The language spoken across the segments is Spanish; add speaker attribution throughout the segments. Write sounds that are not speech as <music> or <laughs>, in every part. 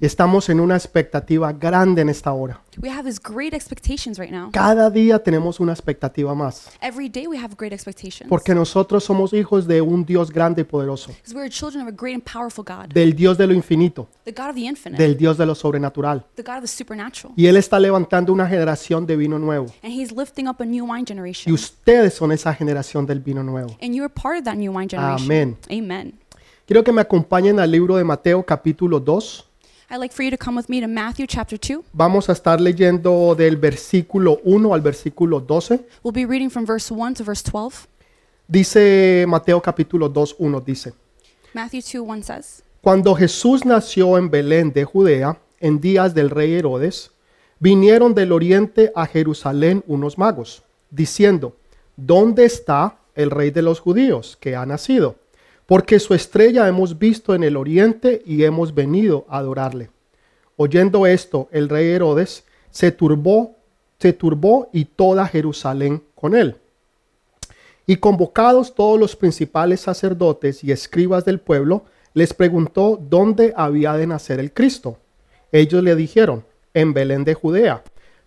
Speaker 1: Estamos en una expectativa grande en esta hora.
Speaker 2: We have these great expectations right now.
Speaker 1: Cada día tenemos una expectativa más,
Speaker 2: Every day we have great expectations.
Speaker 1: porque nosotros somos hijos de un Dios grande y poderoso,
Speaker 2: Because we're children of a great and powerful God,
Speaker 1: del Dios de lo infinito,
Speaker 2: the God of the infinite,
Speaker 1: del Dios de lo sobrenatural.
Speaker 2: the God of the supernatural.
Speaker 1: Y Él está levantando una generación de vino nuevo.
Speaker 2: And He's lifting up a new wine
Speaker 1: Y
Speaker 2: generation.
Speaker 1: ustedes son esa generación del vino nuevo.
Speaker 2: and you're part of that new wine generation.
Speaker 1: Amén.
Speaker 2: Amen.
Speaker 1: Quiero que me acompañen al libro de Mateo capítulo 2.
Speaker 2: I'd like for you to come with me to Matthew chapter 2.
Speaker 1: Vamos a estar leyendo del versículo 1 al versículo 12.
Speaker 2: We'll be reading from verse 1 to verse 12.
Speaker 1: Dice Mateo capítulo 2, 1, dice,
Speaker 2: Matthew 2 1 says,
Speaker 1: Cuando Jesús nació en Belén de Judea, en días del rey Herodes, vinieron del oriente a Jerusalén unos magos, diciendo, ¿Dónde está el rey de los judíos que ha nacido? Porque su estrella hemos visto en el oriente y hemos venido a adorarle. Oyendo esto, el rey Herodes se turbó, se turbó y toda Jerusalén con él. Y convocados todos los principales sacerdotes y escribas del pueblo, les preguntó dónde había de nacer el Cristo. Ellos le dijeron, en Belén de Judea,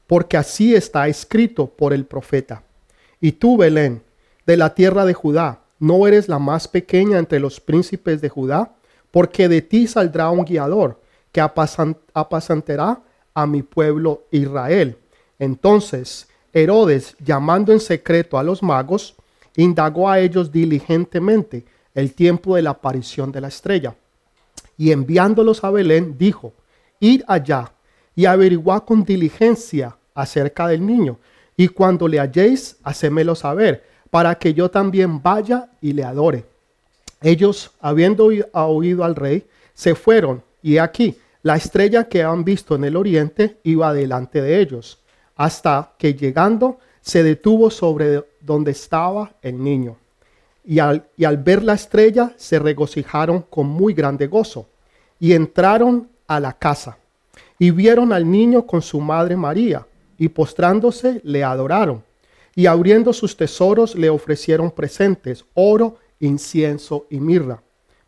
Speaker 1: porque así está escrito por el profeta. Y tú, Belén, de la tierra de Judá, no eres la más pequeña entre los príncipes de Judá, porque de ti saldrá un guiador que apasan- apacentará a mi pueblo Israel. Entonces Herodes, llamando en secreto a los magos, indagó a ellos diligentemente el tiempo de la aparición de la estrella y enviándolos a Belén, dijo, Id allá y averiguad con diligencia acerca del niño, y cuando le halléis, hacémelo saber, para que yo también vaya y le adore. Ellos, habiendo oí- a oído al rey, se fueron, y he aquí, la estrella que han visto en el oriente iba delante de ellos, hasta que llegando se detuvo sobre donde estaba el niño y al, y al ver la estrella se regocijaron con muy grande gozo. Y entraron a la casa y vieron al niño con su madre María, y postrándose le adoraron. Y abriendo sus tesoros le ofrecieron presentes, oro, incienso y mirra.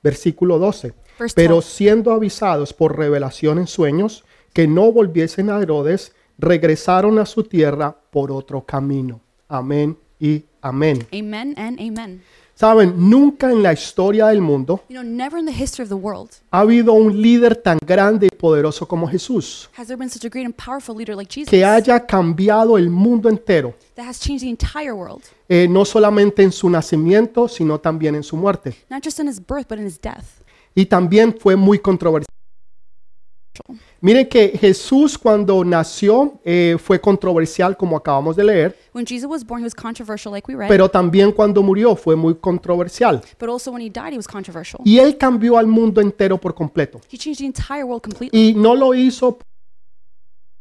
Speaker 1: Versículo 12.
Speaker 2: Verse
Speaker 1: Pero
Speaker 2: 12.
Speaker 1: siendo avisados por revelación en sueños que no volviesen a Herodes, regresaron a su tierra por otro camino. Amén y amén.
Speaker 2: Amen and amen.
Speaker 1: Saben, nunca en la historia del mundo
Speaker 2: You know, never in the history of the world
Speaker 1: ha habido un líder tan grande y poderoso como Jesús,
Speaker 2: has there been such a great and powerful leader like Jesus
Speaker 1: que haya cambiado el mundo entero,
Speaker 2: that has changed the entire world,
Speaker 1: eh, no solamente en su nacimiento, sino también en su muerte.
Speaker 2: not just in his birth, but in his death.
Speaker 1: Y también fue muy controversial. Miren que Jesús cuando nació eh, fue controversial, como acabamos de leer,
Speaker 2: When Jesus was born, he was controversial, like we read,
Speaker 1: pero también cuando murió fue muy controversial.
Speaker 2: but also when he died, he was controversial.
Speaker 1: Y él cambió al mundo entero por completo.
Speaker 2: He changed the entire world completely.
Speaker 1: Y no lo hizo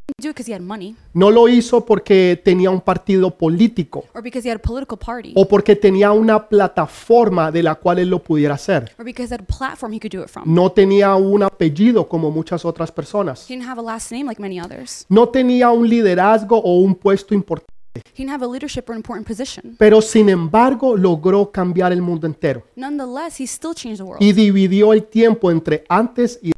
Speaker 2: He didn't do it because he had money
Speaker 1: No lo hizo porque tenía un partido político
Speaker 2: or because he had a political party
Speaker 1: o porque tenía una plataforma de la cual él lo pudiera hacer.
Speaker 2: or because he had a platform he could do it from.
Speaker 1: No tenía un apellido como muchas otras personas.
Speaker 2: He didn't have a last name like many others.
Speaker 1: No tenía un liderazgo o un puesto importante.
Speaker 2: He didn't have a leadership or important position.
Speaker 1: Pero sin embargo logró cambiar el mundo entero
Speaker 2: Nonetheless, he still changed the world.
Speaker 1: y dividió el tiempo entre antes y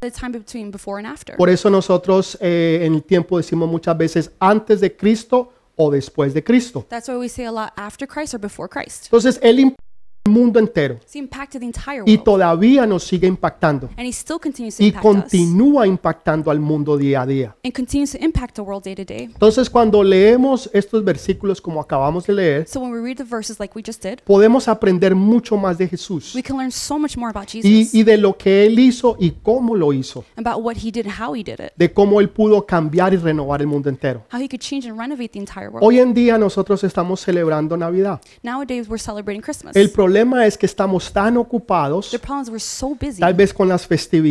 Speaker 2: The time between before and after.
Speaker 1: por eso nosotros eh, en el tiempo decimos muchas veces antes de Cristo o después de Cristo.
Speaker 2: That's why we say a lot after Christ or before Christ.
Speaker 1: Entonces él impactó el mundo entero
Speaker 2: So he impacted the entire
Speaker 1: y
Speaker 2: world.
Speaker 1: todavía nos sigue impactando.
Speaker 2: And he still continues to
Speaker 1: y
Speaker 2: impact us
Speaker 1: continúa impactando al mundo día a día.
Speaker 2: and continues to impact the world day to day.
Speaker 1: Entonces, cuando leemos estos versículos como acabamos de leer,
Speaker 2: So when we read the verses like we just did,
Speaker 1: podemos aprender mucho más de Jesús
Speaker 2: we can learn so much more about
Speaker 1: y,
Speaker 2: Jesus,
Speaker 1: y de lo que Él hizo y cómo lo hizo,
Speaker 2: about what he did and how he did it,
Speaker 1: de cómo Él pudo cambiar y renovar el mundo entero.
Speaker 2: how he could change and renovate the entire world.
Speaker 1: Hoy en día nosotros estamos celebrando Navidad.
Speaker 2: Nowadays, we're celebrating Christmas.
Speaker 1: El problema es que estamos tan ocupados,
Speaker 2: The problem is we're so busy.
Speaker 1: tal vez con las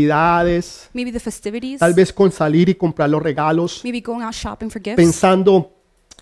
Speaker 1: festividades,
Speaker 2: Maybe the festivities,
Speaker 1: tal vez con salir y comprar los regalos,
Speaker 2: maybe going out shopping for gifts,
Speaker 1: pensando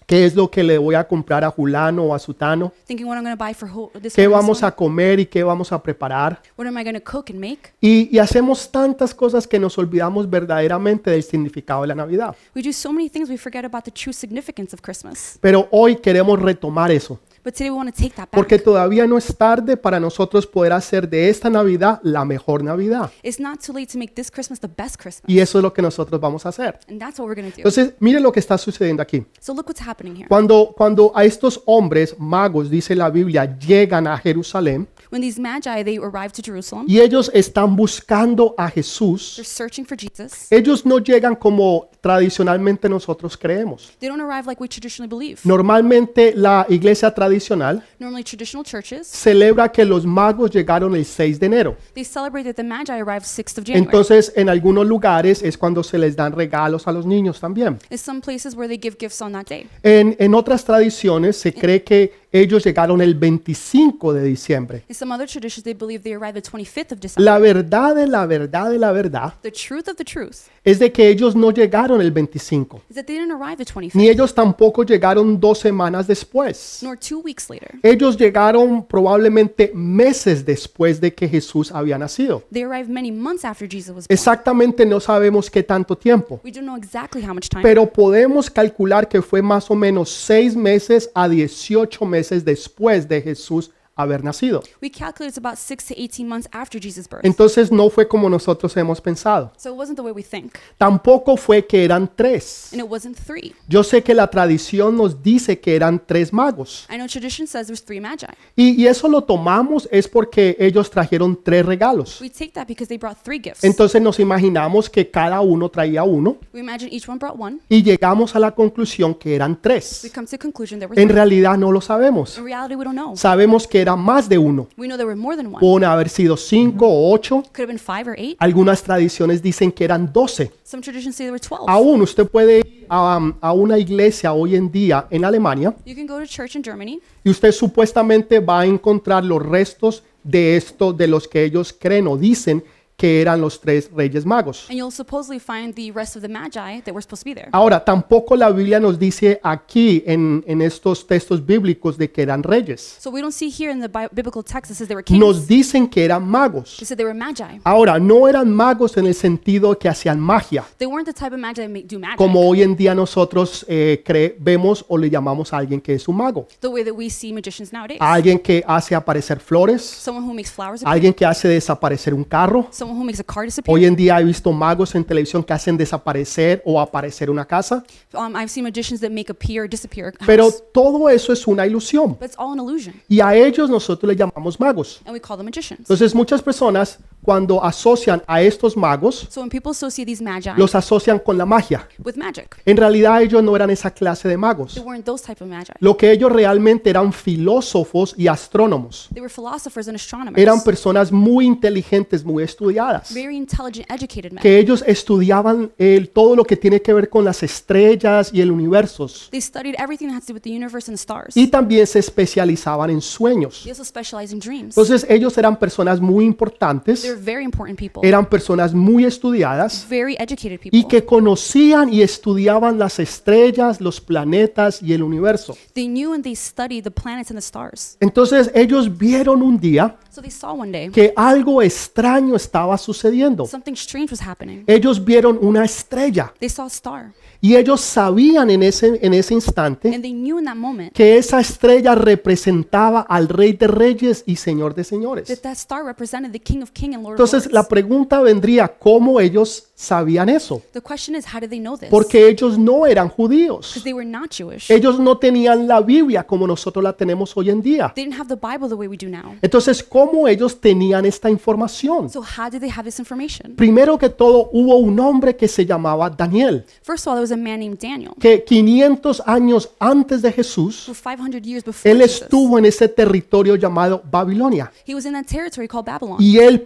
Speaker 1: qué es lo que le voy a comprar a Julano o a Sutano.
Speaker 2: thinking what I'm going to buy for who, this
Speaker 1: qué
Speaker 2: one, this
Speaker 1: vamos
Speaker 2: one.
Speaker 1: a comer y qué vamos a preparar.
Speaker 2: What am I going to cook and make?
Speaker 1: Y, y hacemos tantas cosas que nos olvidamos verdaderamente del significado de la Navidad.
Speaker 2: We do so many things we forget about the true significance of Christmas.
Speaker 1: Pero hoy queremos retomar eso.
Speaker 2: But today we want to take that back.
Speaker 1: Porque todavía no es tarde para nosotros poder hacer de esta Navidad la mejor Navidad.
Speaker 2: It's not too late to make this Christmas the best Christmas.
Speaker 1: Y eso es lo que nosotros vamos a hacer.
Speaker 2: And that's what we're going to do.
Speaker 1: Entonces, mire lo que está sucediendo aquí.
Speaker 2: So look what's happening here.
Speaker 1: Cuando, cuando a estos hombres magos, dice la Biblia, llegan a Jerusalén
Speaker 2: When these magi, they arrive to Jerusalem,
Speaker 1: y ellos están buscando a Jesús,
Speaker 2: they're searching for Jesus.
Speaker 1: ellos no llegan como tradicionalmente nosotros creemos.
Speaker 2: They don't arrive like we traditionally believe.
Speaker 1: Normalmente la iglesia tradicional
Speaker 2: Normally, traditional churches,
Speaker 1: celebra que los magos llegaron el 6 de enero.
Speaker 2: they celebrate that the magi arrived 6th of January.
Speaker 1: Entonces, en algunos lugares es cuando se les dan regalos a los niños también.
Speaker 2: There's some places where they give gifts on that day.
Speaker 1: En, en otras tradiciones se cree que ellos llegaron el 25 de diciembre.
Speaker 2: In some other traditions, they believe they arrive the 25th of December.
Speaker 1: La verdad de la verdad de la verdad
Speaker 2: the truth of the truth
Speaker 1: es de que ellos no llegaron el 25,
Speaker 2: is that they didn't arrive the 25th,
Speaker 1: ni ellos tampoco llegaron dos semanas después.
Speaker 2: nor two weeks later.
Speaker 1: Ellos llegaron probablemente meses después de que Jesús había nacido.
Speaker 2: They arrived many months after Jesus was born.
Speaker 1: Exactamente no sabemos qué tanto tiempo,
Speaker 2: We don't know exactly how much time,
Speaker 1: pero podemos calcular que fue más o menos seis meses a 18 meses después de Jesús haber nacido.
Speaker 2: we calculate it's about 6 to 18 months after Jesus' birth.
Speaker 1: Entonces no fue como nosotros hemos pensado.
Speaker 2: so it wasn't the way we think,
Speaker 1: Tampoco fue que eran tres.
Speaker 2: and it wasn't three.
Speaker 1: Yo sé que la tradición nos dice que eran tres magos.
Speaker 2: I know tradition says there's three magi.
Speaker 1: Y, y eso lo tomamos es porque ellos trajeron tres regalos.
Speaker 2: We take that because they brought three gifts.
Speaker 1: Entonces nos imaginamos que cada uno traía uno
Speaker 2: we imagine each one brought one.
Speaker 1: y llegamos a la conclusión que eran
Speaker 2: We
Speaker 1: tres.
Speaker 2: come to the conclusion there were
Speaker 1: En
Speaker 2: three.
Speaker 1: realidad no lo sabemos.
Speaker 2: In reality, we don't know.
Speaker 1: Sabemos que era más de uno.
Speaker 2: We know there were more than one.
Speaker 1: Pueden haber sido cinco o ocho.
Speaker 2: Could have been five or eight.
Speaker 1: Algunas tradiciones dicen que eran doce.
Speaker 2: Some traditions say there were 12.
Speaker 1: Aún usted puede ir a, um, a una iglesia hoy en día en Alemania
Speaker 2: You can go to church in Germany,
Speaker 1: y usted supuestamente va a encontrar los restos de esto de los que ellos creen o dicen que eran los tres reyes magos.
Speaker 2: and you'll supposedly find the rest of the magi that were supposed to be there.
Speaker 1: Ahora, tampoco la Biblia nos dice aquí en, en estos textos bíblicos de que eran reyes.
Speaker 2: So we don't see here in the bi- biblical text that says they were kings.
Speaker 1: Nos dicen que eran
Speaker 2: They
Speaker 1: magos.
Speaker 2: said they were magi.
Speaker 1: Ahora, no eran magos en el sentido que hacían magia,
Speaker 2: They weren't the type of magi that make, do magic.
Speaker 1: como hoy en día nosotros eh, cre- vemos o le llamamos a alguien que es un mago.
Speaker 2: the way that we see magicians nowadays.
Speaker 1: A alguien que hace aparecer flores,
Speaker 2: someone who makes flowers
Speaker 1: a
Speaker 2: appear.
Speaker 1: alguien que hace desaparecer un carro,
Speaker 2: someone who makes a car disappear.
Speaker 1: Hoy en día he visto magos en televisión que hacen desaparecer o aparecer una casa,
Speaker 2: um, I've seen magicians that make appear or disappear. a
Speaker 1: pero
Speaker 2: house.
Speaker 1: todo eso es una ilusión
Speaker 2: but it's all an illusion,
Speaker 1: y a ellos nosotros les llamamos magos.
Speaker 2: and we call them magicians.
Speaker 1: Entonces muchas personas cuando asocian a estos magos,
Speaker 2: so when people associate these magi
Speaker 1: los asocian con la magia.
Speaker 2: with magic,
Speaker 1: En realidad ellos no eran esa clase de magos.
Speaker 2: they weren't those type of magi.
Speaker 1: Lo que ellos realmente eran filósofos y astrónomos.
Speaker 2: They were philosophers and astronomers.
Speaker 1: Eran personas muy inteligentes, muy estudiadas.
Speaker 2: very intelligent, educated men.
Speaker 1: Que ellos estudiaban eh, todo lo que tiene que ver con las estrellas y el universo.
Speaker 2: They studied everything that has to do with the universe and the stars.
Speaker 1: y también se especializaban en sueños.
Speaker 2: They also specialize in dreams.
Speaker 1: Entonces ellos eran personas muy
Speaker 2: They're
Speaker 1: importantes,
Speaker 2: very important people,
Speaker 1: eran personas muy estudiadas
Speaker 2: very educated people.
Speaker 1: y que conocían y estudiaban las estrellas, los planetas y el universo.
Speaker 2: They knew and they studied the planets and the stars.
Speaker 1: Entonces ellos vieron un día
Speaker 2: So they saw one day
Speaker 1: que algo extraño estaba sucediendo.
Speaker 2: something strange was happening.
Speaker 1: Ellos vieron una estrella
Speaker 2: They saw a star,
Speaker 1: y ellos sabían en ese, en ese instante
Speaker 2: and they knew in that moment
Speaker 1: que esa estrella representaba al Rey de Reyes y Señor de Señores.
Speaker 2: that that star represented the King of King and Lord of
Speaker 1: Entonces la
Speaker 2: Lords.
Speaker 1: pregunta vendría, ¿cómo ellos sabían eso?
Speaker 2: The question is, how did they know this?
Speaker 1: Porque ellos no eran judíos.
Speaker 2: Because they were not Jewish. They
Speaker 1: Ellos no tenían la Biblia como nosotros la tenemos hoy en día.
Speaker 2: didn't have the Bible the way we do now.
Speaker 1: Entonces, ¿cómo ellos tenían esta información?
Speaker 2: So how did they have this information?
Speaker 1: Primero que todo, hubo un hombre que se llamaba Daniel,
Speaker 2: First of all, there was a man named Daniel
Speaker 1: que 500 años antes de Jesús,
Speaker 2: who 500 years before
Speaker 1: él
Speaker 2: Jesus,
Speaker 1: estuvo en ese territorio llamado Babilonia
Speaker 2: he was in that territory called Babylon.
Speaker 1: y él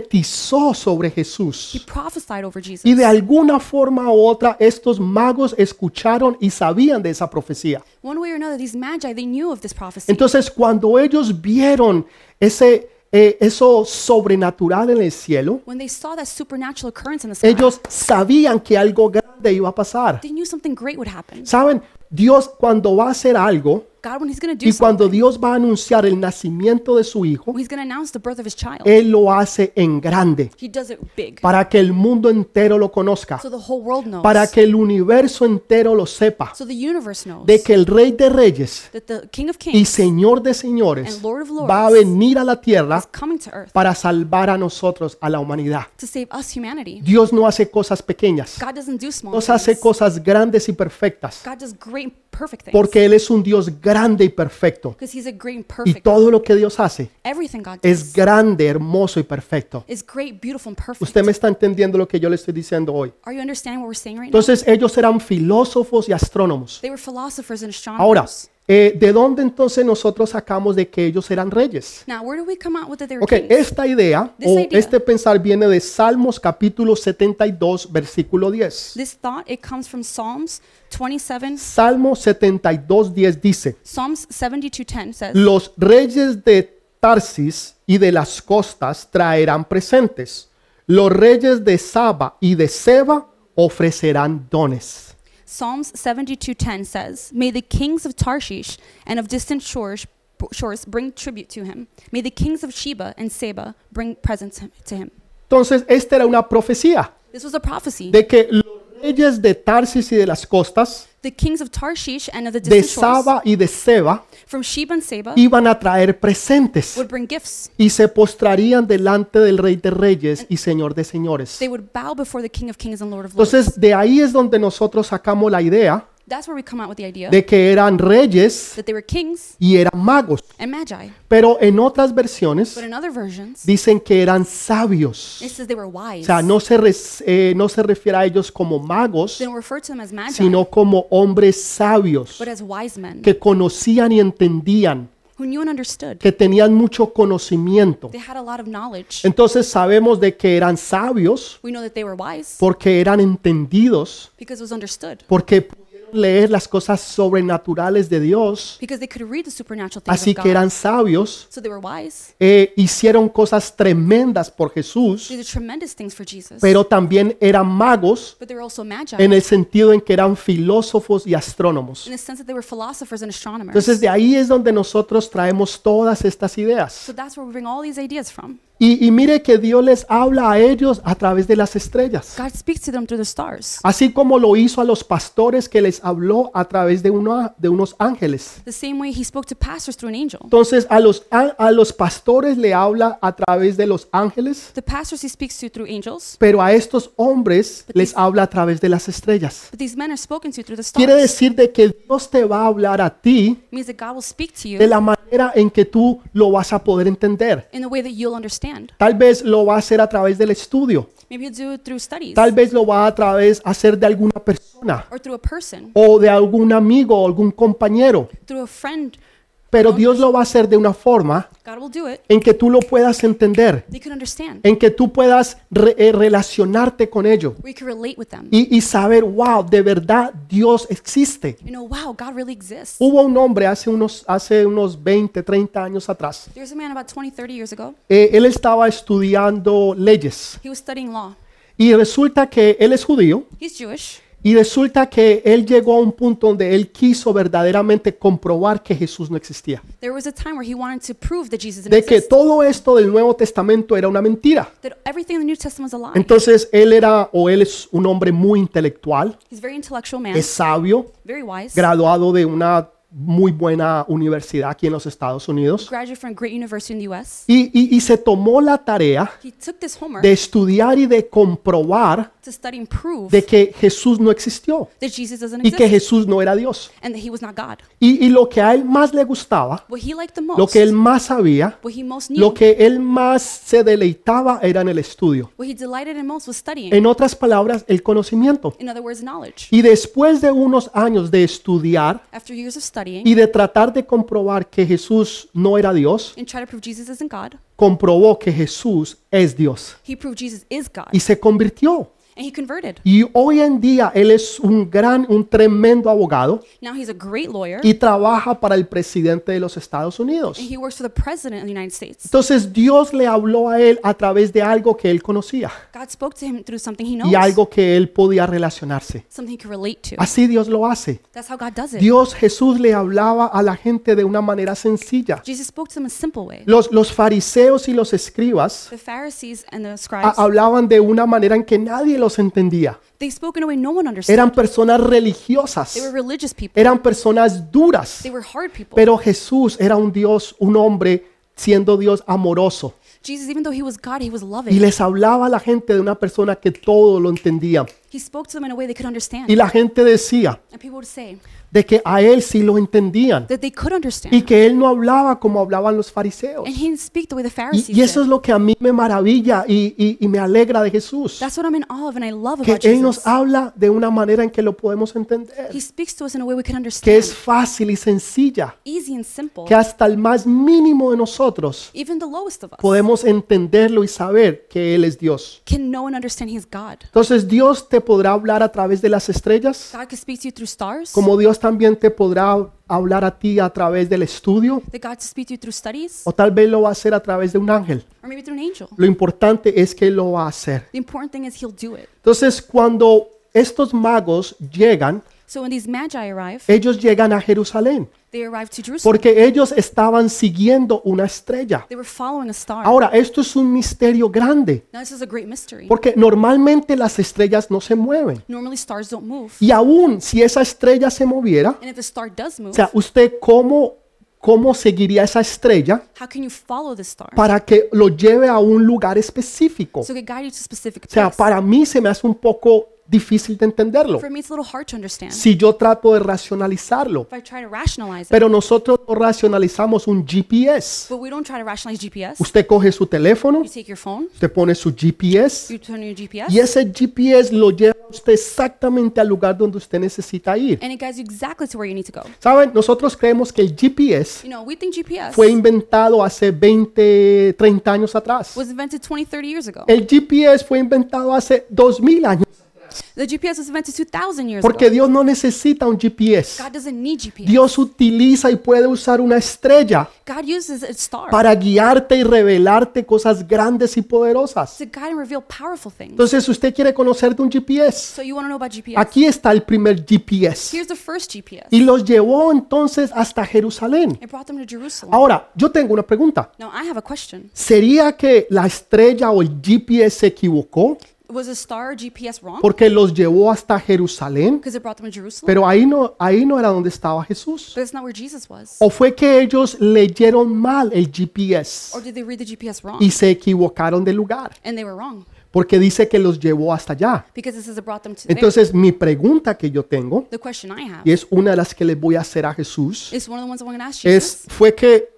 Speaker 1: profetizó sobre
Speaker 2: He
Speaker 1: Jesús.
Speaker 2: prophesied over Jesus.
Speaker 1: Y de alguna forma u otra estos magos escucharon y sabían de esa profecía.
Speaker 2: One way or another, these magi, they knew of this prophecy.
Speaker 1: Entonces cuando ellos vieron ese, eh, eso sobrenatural en el cielo,
Speaker 2: when they saw that supernatural occurrence in the sky,
Speaker 1: ellos sabían que algo grande iba a pasar.
Speaker 2: they knew something great would happen.
Speaker 1: Saben, Dios cuando va a hacer algo,
Speaker 2: God, when He's going to do
Speaker 1: Y
Speaker 2: something,
Speaker 1: cuando Dios va a anunciar el nacimiento de su hijo,
Speaker 2: when He's going to announce the birth of His child,
Speaker 1: Él lo hace en grande,
Speaker 2: He does it
Speaker 1: Eh,
Speaker 2: big,
Speaker 1: para que el mundo entero lo conozca,
Speaker 2: so the whole world knows,
Speaker 1: para que el universo entero lo sepa,
Speaker 2: so the universe knows
Speaker 1: de que el Rey de Reyes
Speaker 2: that the King of
Speaker 1: y
Speaker 2: Kings
Speaker 1: Señor de Señores
Speaker 2: and Lord of Lords
Speaker 1: va a venir a la tierra
Speaker 2: is coming to earth
Speaker 1: para salvar a nosotros, a la humanidad.
Speaker 2: to save us humanity.
Speaker 1: Dios no hace cosas pequeñas,
Speaker 2: God doesn't do small
Speaker 1: Dios hace
Speaker 2: things.
Speaker 1: cosas grandes y perfectas,
Speaker 2: God does great and perfect things
Speaker 1: porque Él es un Dios grande y perfecto.
Speaker 2: because He's a great and
Speaker 1: Y
Speaker 2: perfect.
Speaker 1: todo lo que Dios hace
Speaker 2: Everything God does
Speaker 1: es grande, hermoso y perfecto.
Speaker 2: is great, beautiful, and perfect.
Speaker 1: Usted me está entendiendo lo que yo le estoy diciendo hoy.
Speaker 2: Are you understanding what we're saying right now?
Speaker 1: Entonces ellos eran filósofos y astrónomos.
Speaker 2: They were philosophers and
Speaker 1: Ahora,
Speaker 2: astronomers.
Speaker 1: eh, ¿de dónde entonces nosotros sacamos de que ellos eran reyes?
Speaker 2: Now, where do we come out with that they were
Speaker 1: Ok,
Speaker 2: kings?
Speaker 1: esta idea o este pensar viene de Salmos capítulo 72, versículo 10.
Speaker 2: This thought, it comes from Psalms 27,
Speaker 1: Salmo 72, 10 dice,
Speaker 2: Psalms 72.10 says,
Speaker 1: los reyes de Tarsis y de las costas traerán presentes. Los reyes de Saba y de Seba ofrecerán dones.
Speaker 2: Psalms 72.10 says, May the kings of Tarshish and of distant shores, shores bring tribute to him. May the kings of Sheba and Seba bring presents to him.
Speaker 1: Entonces, esta era una profecía
Speaker 2: This was a prophecy.
Speaker 1: de que los reyes de Tarsis y de las costas,
Speaker 2: the kings of Tarshish and of the
Speaker 1: de
Speaker 2: distant shores
Speaker 1: Saba y de Seba,
Speaker 2: from Sheba and Seba
Speaker 1: iban a traer presentes
Speaker 2: would bring gifts.
Speaker 1: y se postrarían delante del Rey de Reyes y Señor de Señores.
Speaker 2: They would bow before the King of Kings and Lord of Lords.
Speaker 1: Entonces, de ahí es donde nosotros sacamos la idea
Speaker 2: That's where we come out with the idea
Speaker 1: de que eran reyes
Speaker 2: that they were kings
Speaker 1: y eran magos.
Speaker 2: and magi.
Speaker 1: Pero en otras
Speaker 2: But
Speaker 1: versiones
Speaker 2: in other versions,
Speaker 1: dicen que eran sabios.
Speaker 2: it says they were
Speaker 1: O
Speaker 2: wise.
Speaker 1: sea, no se, res- eh, no se refiere a ellos como magos,
Speaker 2: They don't refer to them as magi,
Speaker 1: sino como hombres sabios.
Speaker 2: but as wise men
Speaker 1: que conocían y entendían,
Speaker 2: who knew and understood.
Speaker 1: que tenían mucho conocimiento.
Speaker 2: They had a lot of knowledge.
Speaker 1: Entonces sabemos de que eran sabios
Speaker 2: We know that they were wise
Speaker 1: porque eran entendidos,
Speaker 2: because it was understood,
Speaker 1: porque pudieron leer las cosas sobrenaturales de Dios,
Speaker 2: because they could read the supernatural things
Speaker 1: así
Speaker 2: of
Speaker 1: que
Speaker 2: God.
Speaker 1: eran sabios,
Speaker 2: So they were wise.
Speaker 1: eh, hicieron cosas tremendas por Jesús,
Speaker 2: They did tremendous things for Jesus.
Speaker 1: pero también eran magos
Speaker 2: but they were also magi
Speaker 1: en el sentido en que eran filósofos y astrónomos.
Speaker 2: in the sense that they were philosophers and astronomers.
Speaker 1: Entonces de ahí es donde nosotros traemos todas estas ideas.
Speaker 2: so that's where we bring all these ideas from.
Speaker 1: Y, y mire que Dios les habla a ellos a través de las estrellas.
Speaker 2: God speaks to them through the stars,
Speaker 1: Así como lo hizo a los pastores que les habló a través de, una- de unos ángeles.
Speaker 2: the same way He spoke to pastors through an angel.
Speaker 1: Entonces a los, a, a los pastores le habla a través de los ángeles,
Speaker 2: The pastors He speaks to through angels,
Speaker 1: pero a estos hombres les habla a través de las estrellas.
Speaker 2: but these men are spoken to through the stars.
Speaker 1: Quiere decir de que Dios te va a hablar a ti
Speaker 2: means that God will speak to
Speaker 1: de
Speaker 2: you
Speaker 1: la manera en que tú lo vas a poder entender.
Speaker 2: in a way that you'll understand.
Speaker 1: Tal vez lo va a hacer a través del estudio,
Speaker 2: Maybe you'll do it through studies
Speaker 1: tal vez lo va a través hacer de alguna persona.
Speaker 2: or through a person,
Speaker 1: o de algún amigo o algún compañero,
Speaker 2: through a friend.
Speaker 1: pero Dios lo va a hacer de una forma
Speaker 2: God will do it.
Speaker 1: en que tú lo puedas entender,
Speaker 2: They can understand.
Speaker 1: en que tú puedas re- eh, relacionarte con ello
Speaker 2: We can relate with them.
Speaker 1: y, y saber, wow, de verdad Dios existe.
Speaker 2: You know, wow, God really exists.
Speaker 1: Hubo un hombre hace unos, hace unos 20, 30 años atrás.
Speaker 2: There's a man about 20, 30 years ago.
Speaker 1: Eh, él estaba estudiando leyes
Speaker 2: He was studying law.
Speaker 1: y resulta que él es judío
Speaker 2: He's Jewish.
Speaker 1: y resulta que él llegó a un punto donde él quiso verdaderamente comprobar que Jesús no existía.
Speaker 2: There was a time where he wanted to prove that Jesus didn't
Speaker 1: de que
Speaker 2: exist,
Speaker 1: todo esto del Nuevo Testamento era una mentira.
Speaker 2: that everything in the New Testament was a lie.
Speaker 1: Entonces él era o él es un hombre muy intelectual,
Speaker 2: He's a very intellectual man,
Speaker 1: es sabio,
Speaker 2: very wise,
Speaker 1: graduado de una muy buena universidad aquí en los Estados Unidos
Speaker 2: graduated from a great university in the U.S.
Speaker 1: y, y- y se tomó la tarea
Speaker 2: He took this homework
Speaker 1: de estudiar y de comprobar
Speaker 2: to study and prove
Speaker 1: de que Jesús no existió
Speaker 2: that Jesus doesn't
Speaker 1: y que
Speaker 2: exist
Speaker 1: Jesús no era Dios.
Speaker 2: and that he was not God.
Speaker 1: Y, y lo que a él más le gustaba,
Speaker 2: What he liked the
Speaker 1: lo
Speaker 2: most,
Speaker 1: que él más sabía,
Speaker 2: what he most
Speaker 1: lo
Speaker 2: knew,
Speaker 1: que él más se deleitaba era en el estudio.
Speaker 2: what he delighted in most was studying.
Speaker 1: En otras palabras, el conocimiento.
Speaker 2: In other words, knowledge.
Speaker 1: Y después de unos años de estudiar
Speaker 2: After years of studying
Speaker 1: y de tratar de comprobar que Jesús no era Dios,
Speaker 2: and try to prove Jesus isn't God,
Speaker 1: comprobó que Jesús es Dios
Speaker 2: he proved Jesus is God
Speaker 1: y se convirtió.
Speaker 2: and he converted.
Speaker 1: Y hoy en día él es un gran, un tremendo abogado
Speaker 2: Now he's a great lawyer
Speaker 1: y trabaja para el presidente de los Estados Unidos.
Speaker 2: and he works for the president of the United States.
Speaker 1: Entonces Dios le habló a él a través de algo que él conocía
Speaker 2: God spoke to him through something he
Speaker 1: y
Speaker 2: knows,
Speaker 1: algo que él podía relacionarse.
Speaker 2: something he could relate to.
Speaker 1: Así Dios lo hace.
Speaker 2: That's how God does it.
Speaker 1: Dios Jesús le hablaba a la gente de una manera sencilla.
Speaker 2: Jesus spoke to them a simple way.
Speaker 1: Los, los fariseos y los escribas
Speaker 2: The Pharisees and the scribes,
Speaker 1: a- hablaban de una manera en que nadie los entendía.
Speaker 2: they spoke in a way no one understood.
Speaker 1: Eran personas
Speaker 2: They were
Speaker 1: religiosas,
Speaker 2: religious people.
Speaker 1: eran personas duras,
Speaker 2: They were hard people.
Speaker 1: pero Jesús era un Dios, un hombre siendo Dios amoroso
Speaker 2: Jesus, even though he was God, he was loving.
Speaker 1: y les hablaba a la gente de una persona que todo lo entendía.
Speaker 2: He spoke to them in a way they could understand.
Speaker 1: Y la gente decía
Speaker 2: And people would say
Speaker 1: de que a él sí lo entendían
Speaker 2: that they could understand.
Speaker 1: y que él no hablaba como hablaban los fariseos.
Speaker 2: And he didn't speak the way the Pharisees
Speaker 1: Y, y eso
Speaker 2: did.
Speaker 1: es lo que a mí me maravilla y, y- y me alegra de Jesús.
Speaker 2: That's what I'm in awe of and I love
Speaker 1: Que
Speaker 2: about
Speaker 1: Él nos
Speaker 2: Jesus.
Speaker 1: habla de una manera en que lo podemos entender.
Speaker 2: He speaks to us in a way we can
Speaker 1: Que
Speaker 2: understand.
Speaker 1: es fácil y sencilla.
Speaker 2: Easy and simple.
Speaker 1: Que hasta el más mínimo de nosotros
Speaker 2: Even the lowest of us
Speaker 1: podemos entenderlo y saber que Él es Dios.
Speaker 2: can know and understand he's God.
Speaker 1: Entonces Dios te podrá hablar a través de las estrellas.
Speaker 2: God could speak to you through stars.
Speaker 1: Como Dios también te podrá hablar a ti a través del estudio.
Speaker 2: That God could speak to you through studies
Speaker 1: O tal vez lo va a hacer a través de un ángel.
Speaker 2: or maybe through an angel.
Speaker 1: Lo importante es que lo va a hacer.
Speaker 2: The important thing is he'll do it.
Speaker 1: Entonces cuando estos magos llegan,
Speaker 2: So when these magi arrive,
Speaker 1: ellos llegan a Jerusalén
Speaker 2: they arrive to Jerusalem.
Speaker 1: porque ellos estaban siguiendo una estrella.
Speaker 2: They were following a star.
Speaker 1: Ahora, esto es un misterio grande
Speaker 2: Now this is a great mystery.
Speaker 1: porque normalmente las estrellas no se mueven.
Speaker 2: Normally stars don't move.
Speaker 1: Y aún si esa estrella se moviera,
Speaker 2: And if a star does
Speaker 1: o
Speaker 2: move,
Speaker 1: sea, usted cómo, cómo seguiría esa estrella
Speaker 2: how can you follow the star?
Speaker 1: para que lo lleve a un lugar específico.
Speaker 2: So it could guide you to a specific
Speaker 1: O sea,
Speaker 2: place.
Speaker 1: para mí se me hace un poco difícil de entenderlo
Speaker 2: For me, it's a little hard to understand.
Speaker 1: si yo trato de racionalizarlo.
Speaker 2: If I try to rationalize it,
Speaker 1: Pero nosotros no racionalizamos un GPS.
Speaker 2: but we don't try to rationalize GPS.
Speaker 1: Usted coge su teléfono,
Speaker 2: You take your phone,
Speaker 1: usted pone su GPS
Speaker 2: you turn on your GPS,
Speaker 1: y ese GPS lo lleva a usted exactamente al lugar donde usted necesita ir.
Speaker 2: and it guides you exactly to where you need to go.
Speaker 1: Saben, nosotros creemos que el GPS
Speaker 2: You know, we think GPS
Speaker 1: fue inventado hace 20, 30 años atrás.
Speaker 2: was invented 20, 30 years ago.
Speaker 1: El GPS fue inventado hace 2000 años
Speaker 2: The GPS was invented 2,000 years
Speaker 1: porque
Speaker 2: ago.
Speaker 1: Dios no necesita un GPS.
Speaker 2: God doesn't need GPS.
Speaker 1: Dios utiliza y puede usar una estrella
Speaker 2: God uses a star
Speaker 1: para guiarte y revelarte cosas grandes y poderosas.
Speaker 2: to guide and reveal powerful things.
Speaker 1: Entonces, usted quiere conocer de un GPS.
Speaker 2: So you want to know about GPS?
Speaker 1: Aquí está el primer GPS.
Speaker 2: Here's the first GPS.
Speaker 1: Y los llevó entonces hasta Jerusalén.
Speaker 2: It brought them to Jerusalem.
Speaker 1: Ahora, yo tengo una pregunta.
Speaker 2: Now I have a question.
Speaker 1: ¿Sería que la estrella o el GPS se equivocó
Speaker 2: Was a star or GPS wrong?
Speaker 1: porque los llevó hasta Jerusalén?
Speaker 2: Because it brought them to Jerusalem?
Speaker 1: Pero ahí no, ahí no era donde estaba Jesús.
Speaker 2: But that's not where Jesus was.
Speaker 1: ¿O fue que ellos leyeron mal el
Speaker 2: Or
Speaker 1: GPS
Speaker 2: did they read the GPS
Speaker 1: y
Speaker 2: wrong?
Speaker 1: se equivocaron del lugar?
Speaker 2: And they were wrong.
Speaker 1: Porque dice que los llevó hasta allá.
Speaker 2: Because this is it brought them to there.
Speaker 1: Entonces, mi pregunta que yo tengo,
Speaker 2: The question I have
Speaker 1: y es una de las que les voy a hacer a Jesús,
Speaker 2: is one of the ones I'm going to ask
Speaker 1: es
Speaker 2: Jesus.
Speaker 1: fue que